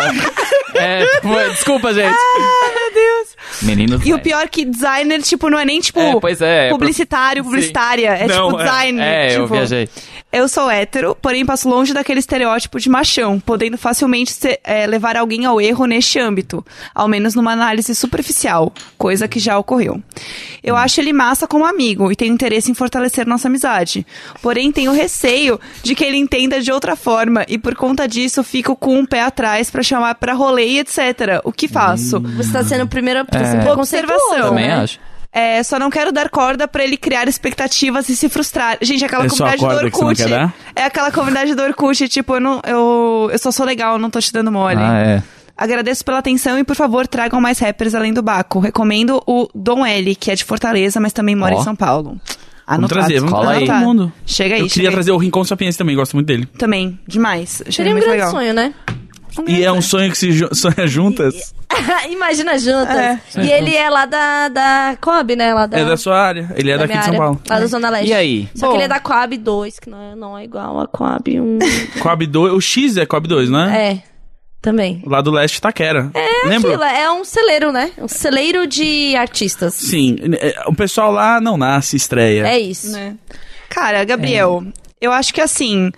[SPEAKER 1] É, foi- desculpa, gente.
[SPEAKER 4] Ah, meu Deus!
[SPEAKER 1] Menino
[SPEAKER 4] E o
[SPEAKER 1] designer.
[SPEAKER 4] pior é que designer, tipo, não é nem, tipo,
[SPEAKER 1] É, pois é, é pro-
[SPEAKER 4] publicitário, publicitária. É
[SPEAKER 3] Não,
[SPEAKER 4] tipo
[SPEAKER 3] é.
[SPEAKER 4] designer.
[SPEAKER 1] É, eu
[SPEAKER 4] tipo,
[SPEAKER 1] viajei.
[SPEAKER 4] Eu sou hétero, porém passo longe daquele estereótipo de machão, podendo facilmente ser- é, levar alguém ao erro neste âmbito, ao menos numa análise superficial, coisa que já ocorreu. Eu acho ele massa como amigo e tenho interesse em fortalecer nossa amizade, porém tenho receio de que ele entenda de outra forma e por conta disso fico com um pé atrás pra chamar pra rolê e etc. O que faço?
[SPEAKER 2] Você tá sendo o
[SPEAKER 1] É.
[SPEAKER 2] primeiro tá sendo preconceituoso,
[SPEAKER 4] Observação.
[SPEAKER 1] Também
[SPEAKER 2] né?
[SPEAKER 1] acho.
[SPEAKER 4] É, só não quero dar corda pra ele criar expectativas e se frustrar. Gente, aquela
[SPEAKER 3] É só a
[SPEAKER 4] comunidade do
[SPEAKER 3] corda que você não
[SPEAKER 4] Orkut.
[SPEAKER 3] quer dar?
[SPEAKER 4] É aquela comunidade do Orkut, tipo, eu, não, eu, eu só sou legal, eu não tô te dando mole.
[SPEAKER 1] Ah, é.
[SPEAKER 4] Agradeço pela atenção e, por favor, tragam mais rappers além do Baco. Recomendo o Dom L, que é de Fortaleza, mas também mora
[SPEAKER 1] Ó.
[SPEAKER 4] em São Paulo.
[SPEAKER 3] Vamos
[SPEAKER 4] Anotado.
[SPEAKER 3] trazer, vamos
[SPEAKER 1] Cola
[SPEAKER 3] trazer
[SPEAKER 1] aí.
[SPEAKER 3] todo mundo.
[SPEAKER 4] tá. Chega aí,
[SPEAKER 3] Eu
[SPEAKER 4] chega
[SPEAKER 3] queria
[SPEAKER 4] aí.
[SPEAKER 3] trazer o Rincon Sapiência também, gosto muito dele.
[SPEAKER 4] Também, demais. Achei
[SPEAKER 2] Seria um
[SPEAKER 4] muito
[SPEAKER 2] grande
[SPEAKER 4] legal.
[SPEAKER 2] sonho, né?
[SPEAKER 3] E é um sonho que se jo- sonha juntas.
[SPEAKER 2] Imagina juntas.
[SPEAKER 4] É.
[SPEAKER 2] E ele é lá da, da Coab, né? Lá da,
[SPEAKER 3] É da sua área. Ele é
[SPEAKER 2] da
[SPEAKER 3] daqui
[SPEAKER 2] minha
[SPEAKER 3] de São
[SPEAKER 2] área,
[SPEAKER 3] Paulo.
[SPEAKER 2] Lá da Zona Leste.
[SPEAKER 1] E aí?
[SPEAKER 2] Só
[SPEAKER 4] Bom.
[SPEAKER 2] que ele é da Coab 2, que não é, não é igual a Coab 1.
[SPEAKER 3] Coab 2, o X é Coab 2, né?
[SPEAKER 2] é, também.
[SPEAKER 3] Lá do leste, Taquera. É, Lembra?
[SPEAKER 2] Aquilo, é um celeiro, né? Um celeiro de artistas.
[SPEAKER 3] Sim, é, o pessoal lá não nasce, estreia.
[SPEAKER 2] É isso.
[SPEAKER 4] Né? Cara, Gabriel, eu acho que assim.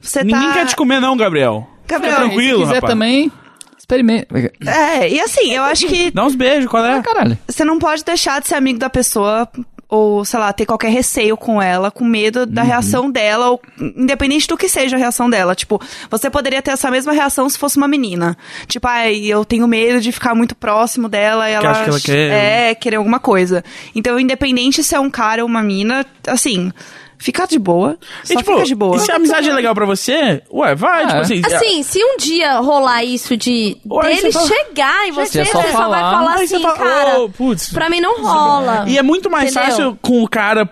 [SPEAKER 4] Você
[SPEAKER 3] Ninguém
[SPEAKER 4] tá.
[SPEAKER 3] É. quer te comer não, Gabriel.
[SPEAKER 4] Gabriel,
[SPEAKER 3] Fica tranquilo,
[SPEAKER 1] Se quiser
[SPEAKER 3] rapaz.
[SPEAKER 1] também, experimente.
[SPEAKER 4] É, e assim, eu acho que
[SPEAKER 3] Dá uns beijos, qual é?
[SPEAKER 1] Ah, caralho.
[SPEAKER 4] você não pode deixar de ser amigo da pessoa ou, sei lá, ter qualquer receio com ela, com medo da
[SPEAKER 3] Uhum.
[SPEAKER 4] reação dela, ou independente do que seja a reação dela. Tipo, você poderia ter essa mesma reação se fosse uma menina. Tipo, ai, eu tenho medo de ficar muito próximo dela e ela,
[SPEAKER 3] acho que ela quer-
[SPEAKER 4] é querer alguma coisa. Então, independente se é um cara ou uma mina, assim, fica de boa. Só
[SPEAKER 3] E, tipo,
[SPEAKER 4] fica de boa.
[SPEAKER 3] E se a amizade é legal pra você, ué, vai,
[SPEAKER 1] Ah,
[SPEAKER 3] tipo
[SPEAKER 1] é.
[SPEAKER 3] assim.
[SPEAKER 2] Assim, se um dia rolar isso de
[SPEAKER 3] Ué,
[SPEAKER 2] dele
[SPEAKER 3] você fala-
[SPEAKER 2] chegar e você,
[SPEAKER 1] é só
[SPEAKER 2] você só vai
[SPEAKER 1] falar.
[SPEAKER 2] falar
[SPEAKER 3] Aí você
[SPEAKER 2] assim,
[SPEAKER 3] fala,
[SPEAKER 2] cara,
[SPEAKER 3] "Ô, putz."
[SPEAKER 2] pra mim não rola.
[SPEAKER 3] E é muito mais
[SPEAKER 2] Entendeu?
[SPEAKER 3] fácil com o cara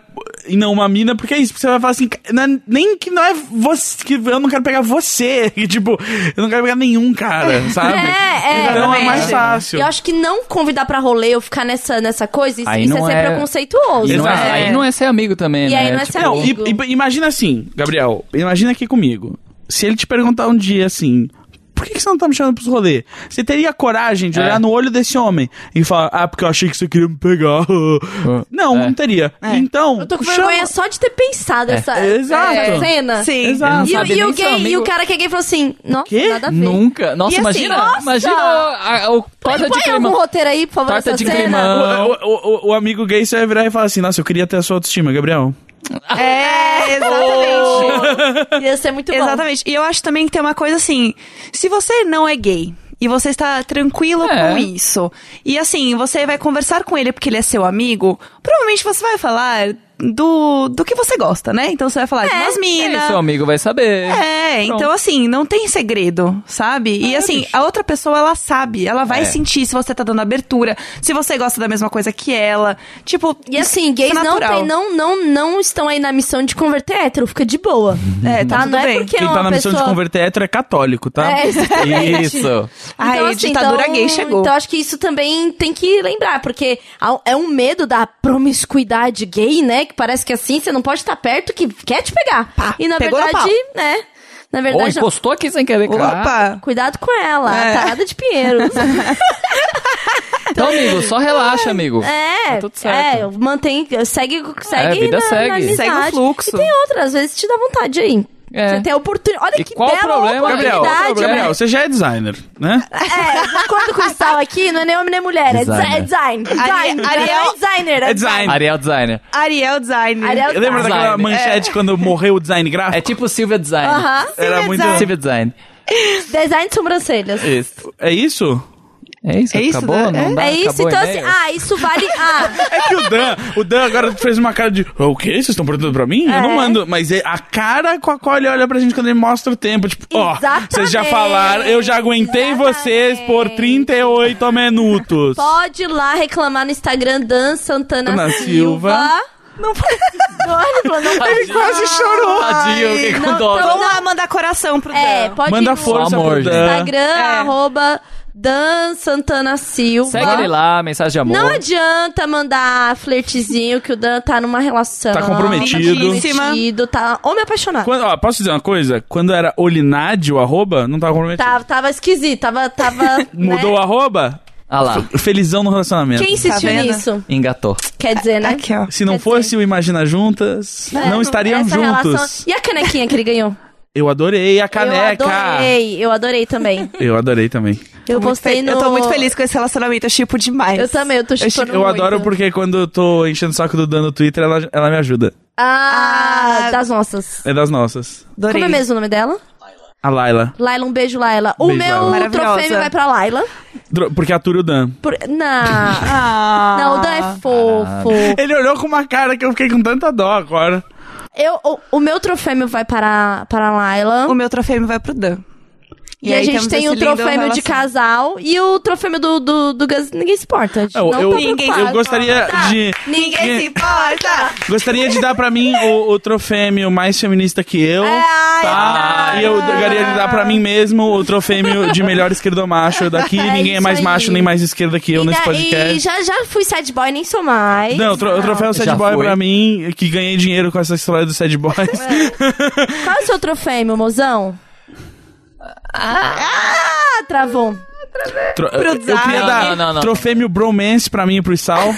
[SPEAKER 3] e não uma mina, porque é isso, porque você vai falar assim, "Ca- não é- nem que não é você, que eu não quero pegar você, e, tipo, eu não quero pegar nenhum cara, sabe?
[SPEAKER 2] É, é,
[SPEAKER 3] então é
[SPEAKER 2] também
[SPEAKER 3] mais
[SPEAKER 2] acho.
[SPEAKER 3] fácil.
[SPEAKER 2] Eu acho que não convidar pra rolê ou ficar nessa, nessa coisa, isso,
[SPEAKER 1] Aí
[SPEAKER 2] isso
[SPEAKER 1] não
[SPEAKER 2] é ser
[SPEAKER 1] é-
[SPEAKER 2] preconceituoso. Né?
[SPEAKER 1] E não é-
[SPEAKER 3] Exato.
[SPEAKER 1] Aí não é ser amigo também,
[SPEAKER 2] E
[SPEAKER 1] né?
[SPEAKER 2] aí não é ser
[SPEAKER 3] Não, e,
[SPEAKER 2] amigo.
[SPEAKER 3] e- imagina assim, Gabriel, imagina aqui comigo. Se ele te perguntar um dia assim, por que, que você não tá me chamando pros rolê? Você teria coragem de
[SPEAKER 1] É.
[SPEAKER 3] olhar no olho desse homem e falar, ah, porque eu achei que você queria me pegar. Não,
[SPEAKER 1] É.
[SPEAKER 3] não teria. Então,
[SPEAKER 2] Eu tô com
[SPEAKER 3] chama...
[SPEAKER 2] vergonha só de ter pensado essa,
[SPEAKER 3] É, exato.
[SPEAKER 2] essa cena.
[SPEAKER 4] Sim.
[SPEAKER 3] né? Exato.
[SPEAKER 2] E, o-
[SPEAKER 1] Sabe
[SPEAKER 2] e o
[SPEAKER 1] nem se é
[SPEAKER 2] gay, e
[SPEAKER 1] amigo.
[SPEAKER 2] o cara que é gay falou assim, nossa,
[SPEAKER 3] Quê?
[SPEAKER 2] nada a ver.
[SPEAKER 1] Nunca. Nossa,
[SPEAKER 4] E assim,
[SPEAKER 1] imagina,
[SPEAKER 4] nossa!
[SPEAKER 1] imagina a- a- o torta de
[SPEAKER 2] Põe algum
[SPEAKER 1] crema.
[SPEAKER 2] roteiro aí, por favor,
[SPEAKER 1] Torta
[SPEAKER 2] essa
[SPEAKER 1] de
[SPEAKER 2] cena.
[SPEAKER 1] climão.
[SPEAKER 3] O, o- o- o amigo gay você vai virar e falar assim, nossa, eu queria ter a sua autoestima, Gabriel.
[SPEAKER 4] É, exatamente.
[SPEAKER 2] Pô, Ia ser muito bom.
[SPEAKER 4] Exatamente. E eu acho também que tem uma coisa assim: se você não é gay e você está tranquilo
[SPEAKER 1] É.
[SPEAKER 4] com isso, e assim, você vai conversar com ele porque ele é seu amigo, provavelmente você vai falar do, do que você gosta, né? Então você vai falar de umas
[SPEAKER 1] É,
[SPEAKER 4] minas.
[SPEAKER 1] seu amigo vai saber.
[SPEAKER 4] É,
[SPEAKER 1] Pronto.
[SPEAKER 4] então assim, não tem segredo, sabe?
[SPEAKER 2] É,
[SPEAKER 4] E assim, a outra pessoa, ela sabe, ela vai
[SPEAKER 1] É.
[SPEAKER 4] sentir se você tá dando abertura, se você gosta da mesma coisa que ela. Tipo,
[SPEAKER 2] E assim, gays
[SPEAKER 4] isso é
[SPEAKER 2] não,
[SPEAKER 4] natural.
[SPEAKER 2] tem, não, não, não estão aí na missão de converter hétero, fica de boa.
[SPEAKER 4] É, tá
[SPEAKER 2] tá?
[SPEAKER 4] tudo
[SPEAKER 2] Não
[SPEAKER 4] bem.
[SPEAKER 2] é porque
[SPEAKER 3] Quem
[SPEAKER 2] é
[SPEAKER 3] tá
[SPEAKER 2] uma
[SPEAKER 3] na missão de
[SPEAKER 2] pessoa-
[SPEAKER 3] converter hétero é católico, tá?
[SPEAKER 2] É, exatamente.
[SPEAKER 1] Isso.
[SPEAKER 4] Ai, ditadura gay chegou.
[SPEAKER 2] assim, Então acho que isso também tem que lembrar, porque há- é um medo da promiscuidade gay, né? Que parece que assim você não pode estar perto que quer te pegar.
[SPEAKER 4] Pá,
[SPEAKER 2] e na
[SPEAKER 4] pegou no
[SPEAKER 2] verdade, né? Na
[SPEAKER 1] Ou
[SPEAKER 2] verdade, não.
[SPEAKER 1] encostou aqui sem querer. cara.
[SPEAKER 4] Opa!
[SPEAKER 2] cuidado com ela,
[SPEAKER 4] É.
[SPEAKER 2] tarada de Pinheiro.
[SPEAKER 1] Então, amigo, só relaxa, amigo.
[SPEAKER 2] É,
[SPEAKER 1] Tá tudo certo. É,
[SPEAKER 2] é, mantém, segue, segue
[SPEAKER 1] vida
[SPEAKER 2] na,
[SPEAKER 1] segue.
[SPEAKER 2] na
[SPEAKER 1] Segue
[SPEAKER 4] o
[SPEAKER 2] amizade.
[SPEAKER 4] fluxo.
[SPEAKER 2] E tem outras, às vezes te dá vontade aí.
[SPEAKER 1] É.
[SPEAKER 2] Você tem a oportunidade. Olha
[SPEAKER 1] E
[SPEAKER 2] que
[SPEAKER 1] qual o
[SPEAKER 2] bela
[SPEAKER 1] problema,
[SPEAKER 3] Gabriel,
[SPEAKER 2] oportunidade,
[SPEAKER 1] problema?
[SPEAKER 2] né?
[SPEAKER 3] Gabriel, você já é designer, né?
[SPEAKER 2] É, de acordo com o Sal aqui, não é nem homem nem mulher, é
[SPEAKER 1] Designer.
[SPEAKER 2] desi- é design.
[SPEAKER 4] Ari-
[SPEAKER 2] Design.
[SPEAKER 4] Ariel-
[SPEAKER 2] é designer.
[SPEAKER 3] É design.
[SPEAKER 1] Ariel Designer.
[SPEAKER 4] Ariel Design.
[SPEAKER 2] Ariel
[SPEAKER 3] Eu lembro
[SPEAKER 1] Design.
[SPEAKER 3] daquela
[SPEAKER 2] É.
[SPEAKER 3] manchete quando morreu o design gráfico?
[SPEAKER 1] É tipo Silvia Design.
[SPEAKER 2] Aham.
[SPEAKER 3] Era
[SPEAKER 4] Silvia
[SPEAKER 3] muito.
[SPEAKER 4] Design.
[SPEAKER 1] Silvia Design.
[SPEAKER 2] Design de sobrancelhas.
[SPEAKER 1] Isso.
[SPEAKER 3] É isso?
[SPEAKER 1] É isso,
[SPEAKER 4] É isso,
[SPEAKER 1] acabou?
[SPEAKER 4] né?
[SPEAKER 1] Não dá,
[SPEAKER 2] É isso,
[SPEAKER 1] acabou o
[SPEAKER 2] então assim,
[SPEAKER 1] e-mail?
[SPEAKER 2] ah, isso vale. Ah,
[SPEAKER 3] É que o Dan, o Dan agora fez uma cara de. "Ah, O quê? Vocês estão perguntando pra mim? Eu não
[SPEAKER 2] É.
[SPEAKER 3] mando. Mas é a cara com a qual ele olha pra gente quando ele mostra o tempo. Tipo, ó, vocês já
[SPEAKER 2] Exatamente.
[SPEAKER 3] falaram, eu já aguentei vocês por 38 minutos.
[SPEAKER 2] pode ir lá reclamar no Instagram Dan Santana
[SPEAKER 3] Ana Silva.
[SPEAKER 2] Silva. Não pode. Olha, falou, não pode.
[SPEAKER 3] Ele quase chorou.
[SPEAKER 1] Tadinho, eu fiquei com
[SPEAKER 2] não,
[SPEAKER 1] dó.
[SPEAKER 2] então-
[SPEAKER 4] Vamos lá mandar coração pro
[SPEAKER 2] É,
[SPEAKER 4] Dan.
[SPEAKER 2] pode ir
[SPEAKER 3] Manda
[SPEAKER 2] no
[SPEAKER 3] força
[SPEAKER 1] Amor,
[SPEAKER 3] pro
[SPEAKER 1] gente.
[SPEAKER 3] Dan.
[SPEAKER 2] Instagram, arroba Dan Santana Silva.
[SPEAKER 1] Segue ele lá, mensagem de amor.
[SPEAKER 2] Não adianta mandar flertezinho que o Dan tá numa relação.
[SPEAKER 3] Tá comprometido.
[SPEAKER 2] comprometido, tá homem apaixonado.
[SPEAKER 3] Quando- ó, posso dizer uma coisa? Quando era Olinade o arroba, não tava comprometido.
[SPEAKER 2] Tava, tava esquisito, tava. tava Tá, né?
[SPEAKER 3] Mudou o arroba?
[SPEAKER 1] Ah lá,
[SPEAKER 3] Felizão no relacionamento.
[SPEAKER 2] Quem insistiu
[SPEAKER 4] vendo?
[SPEAKER 2] nisso?
[SPEAKER 1] engatou.
[SPEAKER 2] Quer dizer, né?
[SPEAKER 4] Aqui, ó.
[SPEAKER 3] Se não
[SPEAKER 2] Quer
[SPEAKER 3] fosse o Imagina Juntas,
[SPEAKER 2] É,
[SPEAKER 3] né? não estariam
[SPEAKER 2] essa
[SPEAKER 3] juntos.
[SPEAKER 2] relação- E a canequinha que ele ganhou?
[SPEAKER 3] Eu adorei a caneca.
[SPEAKER 2] Eu adorei, Tipo, eu adorei também.
[SPEAKER 3] Eu adorei também.
[SPEAKER 2] Eu
[SPEAKER 4] Muito
[SPEAKER 2] postei
[SPEAKER 4] fe-
[SPEAKER 2] no...
[SPEAKER 4] Eu tô muito feliz com esse relacionamento, eu chipo demais.
[SPEAKER 2] Eu também, eu então. tô chipando
[SPEAKER 3] Eu
[SPEAKER 2] muito.
[SPEAKER 3] adoro porque quando eu tô enchendo o saco do Dan no Twitter, ela, ela me ajuda.
[SPEAKER 2] Ah,
[SPEAKER 4] Ah.
[SPEAKER 2] das nossas.
[SPEAKER 3] É das nossas.
[SPEAKER 4] Adorei.
[SPEAKER 2] Como é mesmo o nome dela?
[SPEAKER 3] A Laila.
[SPEAKER 2] Laila, um beijo, Laila. o
[SPEAKER 3] Beijo,
[SPEAKER 2] meu
[SPEAKER 3] Laila.
[SPEAKER 2] troféu
[SPEAKER 4] Maravilhosa.
[SPEAKER 2] vai pra Laila.
[SPEAKER 3] Dro- Porque atura o Dan.
[SPEAKER 2] Por... Não,
[SPEAKER 4] Ah.
[SPEAKER 2] não, o Dan é fofo.
[SPEAKER 3] Ele olhou com uma cara que eu fiquei com tanta dó agora.
[SPEAKER 2] Eu, o, o meu troféu vai para, para a Laila.
[SPEAKER 4] O meu troféu vai pro Dan.
[SPEAKER 2] E, a
[SPEAKER 4] aí
[SPEAKER 2] gente
[SPEAKER 4] temos
[SPEAKER 2] tem
[SPEAKER 4] esse
[SPEAKER 2] o
[SPEAKER 4] lindo
[SPEAKER 2] troféu de
[SPEAKER 4] relacionamento.
[SPEAKER 2] casal e o troféu do, do, do Gus. Ninguém se importa. a gente
[SPEAKER 3] Eu,
[SPEAKER 2] não
[SPEAKER 3] É, eu,
[SPEAKER 2] tá
[SPEAKER 4] ninguém-
[SPEAKER 2] preocupado.
[SPEAKER 3] eu gostaria
[SPEAKER 2] Tá.
[SPEAKER 3] de.
[SPEAKER 4] Ninguém se importa!
[SPEAKER 3] Gostaria de dar pra mim o, o trofêmio mais feminista que eu.
[SPEAKER 2] Ai,
[SPEAKER 3] tá?
[SPEAKER 2] Ah, ai.
[SPEAKER 3] E eu gostaria de dar pra mim mesmo o trofêmio de melhor esquerdo macho daqui.
[SPEAKER 2] É
[SPEAKER 3] Ninguém é
[SPEAKER 2] isso
[SPEAKER 3] mais
[SPEAKER 2] aí.
[SPEAKER 3] macho nem mais esquerda que eu
[SPEAKER 2] E
[SPEAKER 3] nesse
[SPEAKER 2] da-
[SPEAKER 3] podcast.
[SPEAKER 2] E já, já fui sad boy, nem sou mais.
[SPEAKER 3] Não, o tro- o troféu Sad
[SPEAKER 1] Já
[SPEAKER 3] Boy é
[SPEAKER 1] foi.
[SPEAKER 3] pra mim, que ganhei dinheiro com essa história do Sad Boys.
[SPEAKER 2] Qual é o seu troféu, meu mozão? Ah, travou.
[SPEAKER 3] Tro- eu
[SPEAKER 4] Zap.
[SPEAKER 3] queria
[SPEAKER 1] Não,
[SPEAKER 3] dar
[SPEAKER 1] não, não, não.
[SPEAKER 3] trofêmio Bromance pra mim e pro Sal.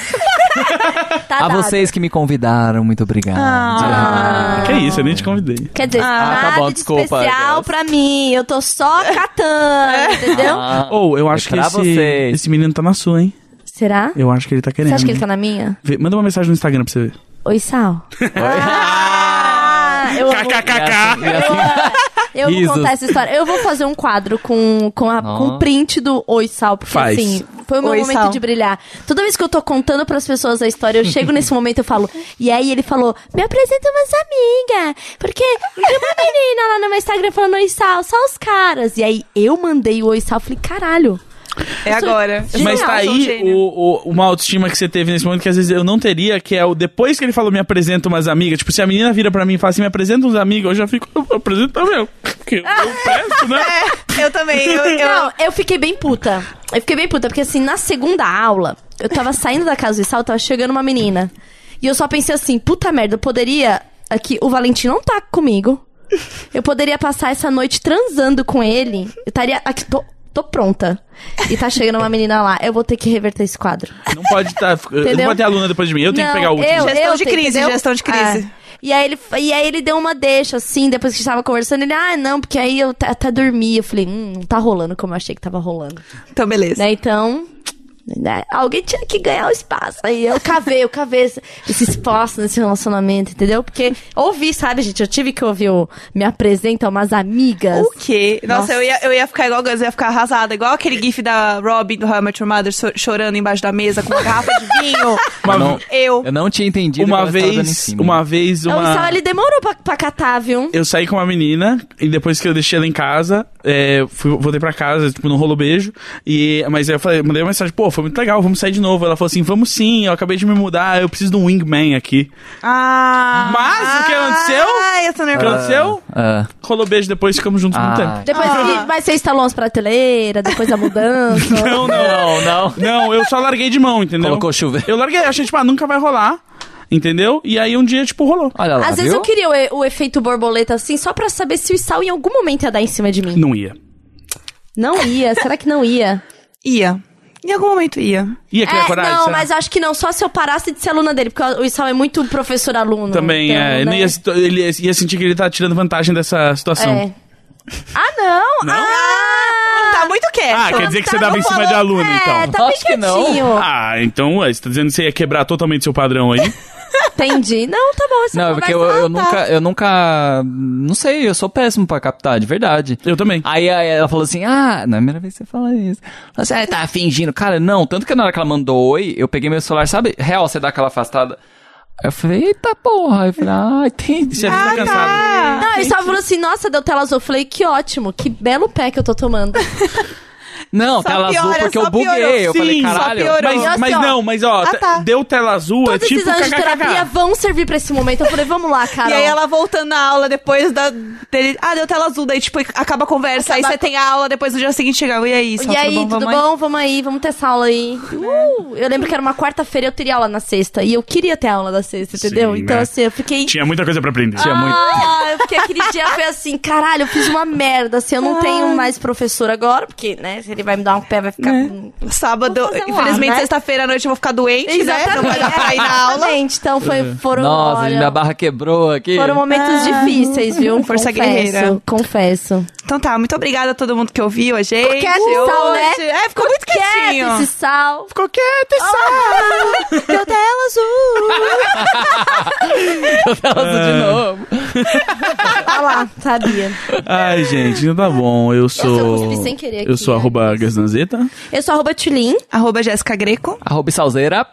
[SPEAKER 2] Tá
[SPEAKER 1] A
[SPEAKER 2] dado.
[SPEAKER 1] vocês que me convidaram, muito obrigado.
[SPEAKER 4] Ah.
[SPEAKER 3] Que isso, eu nem te convidei.
[SPEAKER 2] Quer dizer, nada
[SPEAKER 1] tá bom,
[SPEAKER 2] de
[SPEAKER 1] desculpa,
[SPEAKER 2] especial
[SPEAKER 1] Deus.
[SPEAKER 2] pra mim. Eu tô só catando, entendeu?
[SPEAKER 1] Ah,
[SPEAKER 3] Ou eu
[SPEAKER 1] é
[SPEAKER 3] acho que
[SPEAKER 1] pra
[SPEAKER 3] esse,
[SPEAKER 1] vocês.
[SPEAKER 3] esse menino tá na sua, hein?
[SPEAKER 2] Será?
[SPEAKER 3] Eu acho que ele tá querendo.
[SPEAKER 2] Você acha que ele tá na minha?
[SPEAKER 3] Vê- Manda uma mensagem no Instagram pra você ver.
[SPEAKER 2] Oi, Sal. Ah, eu amo.
[SPEAKER 1] é
[SPEAKER 3] KKKK!
[SPEAKER 2] Eu, amo. eu vou
[SPEAKER 1] assim. Risos.
[SPEAKER 2] contar essa história. Eu vou fazer um quadro com, com, a,
[SPEAKER 1] Nossa.
[SPEAKER 2] com o print do Oi Sal, porque
[SPEAKER 3] Faz.
[SPEAKER 2] assim, foi o meu
[SPEAKER 4] Oi,
[SPEAKER 2] momento
[SPEAKER 4] Sal.
[SPEAKER 2] de brilhar. Toda vez que eu tô contando pras pessoas a história, eu chego nesse momento e falo. E aí ele falou: Me apresenta umas amigas. Porque tem uma menina lá no meu Instagram falando Oi Sal, só os caras. E aí eu mandei o Oi Sal, falei: Caralho.
[SPEAKER 4] É agora.
[SPEAKER 3] Mas
[SPEAKER 2] Genial,
[SPEAKER 3] tá aí o, o- uma autoestima que você teve nesse momento que às vezes eu não teria, que é o depois que ele falou me apresenta umas amigas. Tipo, se a menina vira pra mim e fala assim, me apresenta uns amigos, eu já fico, eu apresento também. eu- Porque eu peço, né?
[SPEAKER 4] É, eu também. Eu, eu-
[SPEAKER 2] Não, eu fiquei bem puta. Eu fiquei bem puta, porque assim, na segunda aula, eu tava saindo da casa do Sal, tava chegando uma menina. E eu só pensei assim, puta merda, eu poderia. Aqui, o Valentim não tá comigo. Eu poderia passar essa noite transando com ele. Eu estaria. Aqui, tô, tô pronta. E tá chegando uma menina lá. Eu vou ter que reverter esse quadro.
[SPEAKER 3] Não pode tá, não
[SPEAKER 2] Entendeu?
[SPEAKER 3] pode ter aluna depois de mim, eu tenho
[SPEAKER 2] Não,
[SPEAKER 3] que pegar o último.
[SPEAKER 2] eu-
[SPEAKER 4] Gestão
[SPEAKER 2] eu
[SPEAKER 4] de
[SPEAKER 2] tenho,
[SPEAKER 4] crise,
[SPEAKER 2] entendeu?
[SPEAKER 4] gestão de crise.
[SPEAKER 2] É. E aí, ele, e aí ele deu uma deixa, assim, depois que a gente tava conversando, ele, ah, não, porque aí eu até- até dormi. Eu falei, hum, não tá rolando como eu achei que tava rolando.
[SPEAKER 4] Então, beleza.
[SPEAKER 2] Né, Então, né, alguém tinha que ganhar o espaço. Aí eu cavei, eu cavei esse, esse espaço nesse relacionamento, entendeu? Porque ouvi, sabe, gente? Eu tive que ouvir o Me Apresenta Umas Amigas.
[SPEAKER 4] O quê? Nossa,
[SPEAKER 2] Nossa.
[SPEAKER 4] Eu, ia, eu ia ficar igual o Gus, eu ia ficar arrasada. Igual aquele gif da Robin do How I Met Your Mother so- chorando embaixo da mesa com uma garrafa de vinho.
[SPEAKER 3] Uma-
[SPEAKER 1] não.
[SPEAKER 4] Eu.
[SPEAKER 1] Eu não tinha entendido
[SPEAKER 3] uma
[SPEAKER 1] que ela estava dando em
[SPEAKER 3] vez,
[SPEAKER 1] cima.
[SPEAKER 3] uma vez,
[SPEAKER 2] Então, o Sal,
[SPEAKER 3] uma.
[SPEAKER 2] ele demorou pra, pra catar, viu?
[SPEAKER 3] Eu saí com uma menina e depois que eu deixei ela em casa, é, fui, voltei pra casa, tipo, não rolou beijo. E, mas aí eu falei, mandei uma mensagem, pô, foi muito legal, vamos sair de novo. Ela falou assim, vamos sim, eu acabei de me mudar, eu preciso de um wingman aqui.
[SPEAKER 4] Ah.
[SPEAKER 3] Mas o que aconteceu?
[SPEAKER 4] Ai, eu tô
[SPEAKER 3] O que
[SPEAKER 4] nervosa.
[SPEAKER 3] aconteceu?
[SPEAKER 1] Ah,
[SPEAKER 3] Rolou beijo depois, ficamos juntos
[SPEAKER 1] Ah.
[SPEAKER 3] muito tempo.
[SPEAKER 2] Depois que mas você instalou as prateleiras, depois da mudança.
[SPEAKER 3] Não, não.
[SPEAKER 1] não, não.
[SPEAKER 3] Não, eu só larguei de mão, entendeu?
[SPEAKER 1] Colocou chuva.
[SPEAKER 3] Eu larguei, achei, tipo, ah, nunca vai rolar. Entendeu? E aí um dia, tipo, rolou.
[SPEAKER 1] Olha lá, viu?
[SPEAKER 2] Às vezes eu queria o, e- o efeito borboleta, assim, só pra saber se o Sal em algum momento ia dar em cima de mim.
[SPEAKER 3] Não ia.
[SPEAKER 2] Não ia, será que não ia?
[SPEAKER 4] Ia. Em algum momento ia.
[SPEAKER 3] Ia criar
[SPEAKER 2] É,
[SPEAKER 3] coragem.
[SPEAKER 2] não,
[SPEAKER 3] será?
[SPEAKER 2] mas eu acho que não, só se eu parasse de ser aluna dele, porque o Isal é muito professor-aluno.
[SPEAKER 3] Também,
[SPEAKER 2] então,
[SPEAKER 3] é.
[SPEAKER 2] né?
[SPEAKER 3] Não ia, se- ele ia, ia sentir que ele tá tirando vantagem dessa situação.
[SPEAKER 2] É. Ah, não!
[SPEAKER 3] Não?
[SPEAKER 2] Ah! Tá
[SPEAKER 4] Tá muito quieto.
[SPEAKER 3] Ah, quer dizer que você dava em cima de aluno,
[SPEAKER 2] é,
[SPEAKER 3] então.
[SPEAKER 2] tá bem
[SPEAKER 1] Acho que não.
[SPEAKER 2] quietinho.
[SPEAKER 3] Ah, então, ué, você tá dizendo que você ia quebrar totalmente seu padrão aí?
[SPEAKER 2] Entendi. Não, tá bom. Essa
[SPEAKER 1] Não, é porque eu, eu
[SPEAKER 2] conversa- Ah, tá.
[SPEAKER 1] nunca, eu nunca. Não sei, eu sou péssimo pra captar, de verdade.
[SPEAKER 3] Eu também.
[SPEAKER 1] Aí, aí ela falou assim: Ah, não é a primeira vez que você fala isso. Falou assim, ah, tá fingindo. Cara, não, tanto que na hora que ela mandou oi, eu peguei meu celular, sabe? Real, você dá aquela afastada. Eu falei, eita porra. Eu falei, ah, entendi.
[SPEAKER 3] Você tá cansado.
[SPEAKER 2] Não, ele só falou assim, nossa, deu tela azul. Eu falei, que ótimo, que belo pé que eu tô tomando.
[SPEAKER 1] Não,
[SPEAKER 4] Só
[SPEAKER 1] tela azul
[SPEAKER 4] piora,
[SPEAKER 1] porque
[SPEAKER 4] só
[SPEAKER 1] eu buguei.
[SPEAKER 4] piorou.
[SPEAKER 1] Eu falei,
[SPEAKER 3] Sim, só
[SPEAKER 1] caralho.
[SPEAKER 4] piorou.
[SPEAKER 2] E
[SPEAKER 3] Mas,
[SPEAKER 2] assim,
[SPEAKER 3] mas
[SPEAKER 2] ó.
[SPEAKER 3] não, mas ó,
[SPEAKER 4] Ah,
[SPEAKER 3] te-
[SPEAKER 4] tá.
[SPEAKER 3] deu tela azul,
[SPEAKER 2] Todos
[SPEAKER 3] é tipo
[SPEAKER 2] esses anos de terapia
[SPEAKER 3] kkk.
[SPEAKER 2] vão servir pra esse momento. Eu falei, vamos lá, cara.
[SPEAKER 4] E aí ela voltando na aula depois da dele. Ah, deu tela azul, daí tipo, acaba a conversa, aí
[SPEAKER 2] Acaba
[SPEAKER 4] você
[SPEAKER 2] a-
[SPEAKER 4] tem a aula, depois no dia seguinte chegava. E aí, só,
[SPEAKER 1] é
[SPEAKER 2] E aí,
[SPEAKER 4] tudo bom?
[SPEAKER 2] tudo
[SPEAKER 4] Vamos aí?"
[SPEAKER 2] bom? Vamos aí, vamos ter essa aula
[SPEAKER 3] Né?
[SPEAKER 2] aí. Uh, eu lembro que era uma quarta-feira, eu teria aula na sexta. E eu queria ter aula na sexta, entendeu?
[SPEAKER 3] Sim,
[SPEAKER 2] então,
[SPEAKER 3] né?
[SPEAKER 2] assim, eu fiquei.
[SPEAKER 3] Tinha muita coisa pra aprender.
[SPEAKER 1] Tinha muito.
[SPEAKER 2] Ah, eu fiquei aquele dia, foi assim, caralho, eu fiz uma merda, assim, eu não tenho mais professor agora, porque, né, ele vai me dar um pé, vai ficar. com-
[SPEAKER 4] Sábado,
[SPEAKER 2] Vou fazer um
[SPEAKER 4] infelizmente,
[SPEAKER 2] ar, né?
[SPEAKER 4] sexta-feira à noite eu vou ficar doente, né? Não vai dar pra ir na aula.
[SPEAKER 2] Exatamente. Então foi, foram.
[SPEAKER 1] Nossa,
[SPEAKER 2] olha,
[SPEAKER 1] minha barra quebrou aqui.
[SPEAKER 2] Foram momentos difíceis, viu?
[SPEAKER 4] Força
[SPEAKER 2] confesso,
[SPEAKER 4] guerreira.
[SPEAKER 2] Confesso.
[SPEAKER 4] Então tá, muito obrigada a todo mundo que ouviu a gente.
[SPEAKER 2] quieto,
[SPEAKER 4] hoje.
[SPEAKER 2] sal, né?
[SPEAKER 4] É, ficou muito quietinho.
[SPEAKER 2] Quieto esse sal.
[SPEAKER 3] Ficou quieto, esse
[SPEAKER 2] Meu uh. tela azul.
[SPEAKER 1] Nossa, de novo.
[SPEAKER 2] Olha lá, sabia.
[SPEAKER 3] Ai, gente, não tá bom. Eu sou.
[SPEAKER 2] cuspi sem querer aqui,
[SPEAKER 3] eu sou
[SPEAKER 2] né?
[SPEAKER 3] arroba Gaznanzeta.
[SPEAKER 2] Eu sou arroba Tulin
[SPEAKER 4] Arroba Jéssica Greco.
[SPEAKER 1] Arroba Salzeira.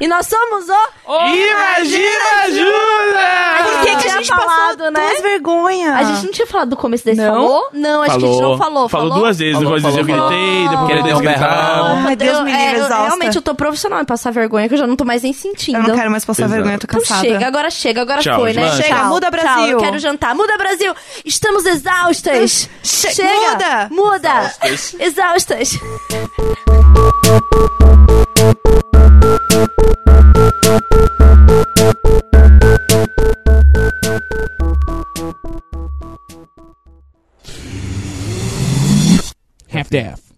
[SPEAKER 2] e nós somos o.
[SPEAKER 3] Imagina,
[SPEAKER 4] Ah.
[SPEAKER 3] Júlia!
[SPEAKER 2] Por que que a gente passou
[SPEAKER 4] né?
[SPEAKER 2] duas
[SPEAKER 4] vergonha?
[SPEAKER 2] A gente não tinha falado do começo desse,
[SPEAKER 4] Não?
[SPEAKER 2] falou? Não, acho que a gente não falou.
[SPEAKER 3] Falou duas vezes.
[SPEAKER 1] Falou,
[SPEAKER 3] depois eu
[SPEAKER 1] falou,
[SPEAKER 3] gritei,
[SPEAKER 2] falou.
[SPEAKER 3] depois
[SPEAKER 1] Ele
[SPEAKER 3] eles
[SPEAKER 1] deu um berrão.
[SPEAKER 3] gritaram.
[SPEAKER 4] Ai, Deus me livre,
[SPEAKER 2] é, eu,
[SPEAKER 4] exausta.
[SPEAKER 2] Realmente, eu tô profissional em passar vergonha, que eu já não tô mais nem sentindo.
[SPEAKER 4] Eu não quero mais passar
[SPEAKER 3] Exato.
[SPEAKER 4] vergonha, tô
[SPEAKER 2] Então
[SPEAKER 4] cansada.
[SPEAKER 2] chega, agora chega, agora
[SPEAKER 3] Tchau,
[SPEAKER 2] foi, né?
[SPEAKER 3] gente.
[SPEAKER 4] Chega,
[SPEAKER 2] Tchau,
[SPEAKER 4] muda, Brasil.
[SPEAKER 2] Tchau, eu quero jantar. Muda, Brasil! Estamos exaustas!
[SPEAKER 4] Che-
[SPEAKER 2] chega!
[SPEAKER 4] muda.
[SPEAKER 2] Muda!
[SPEAKER 3] Exaustas.
[SPEAKER 2] Exaustas!
[SPEAKER 5] half-deaf.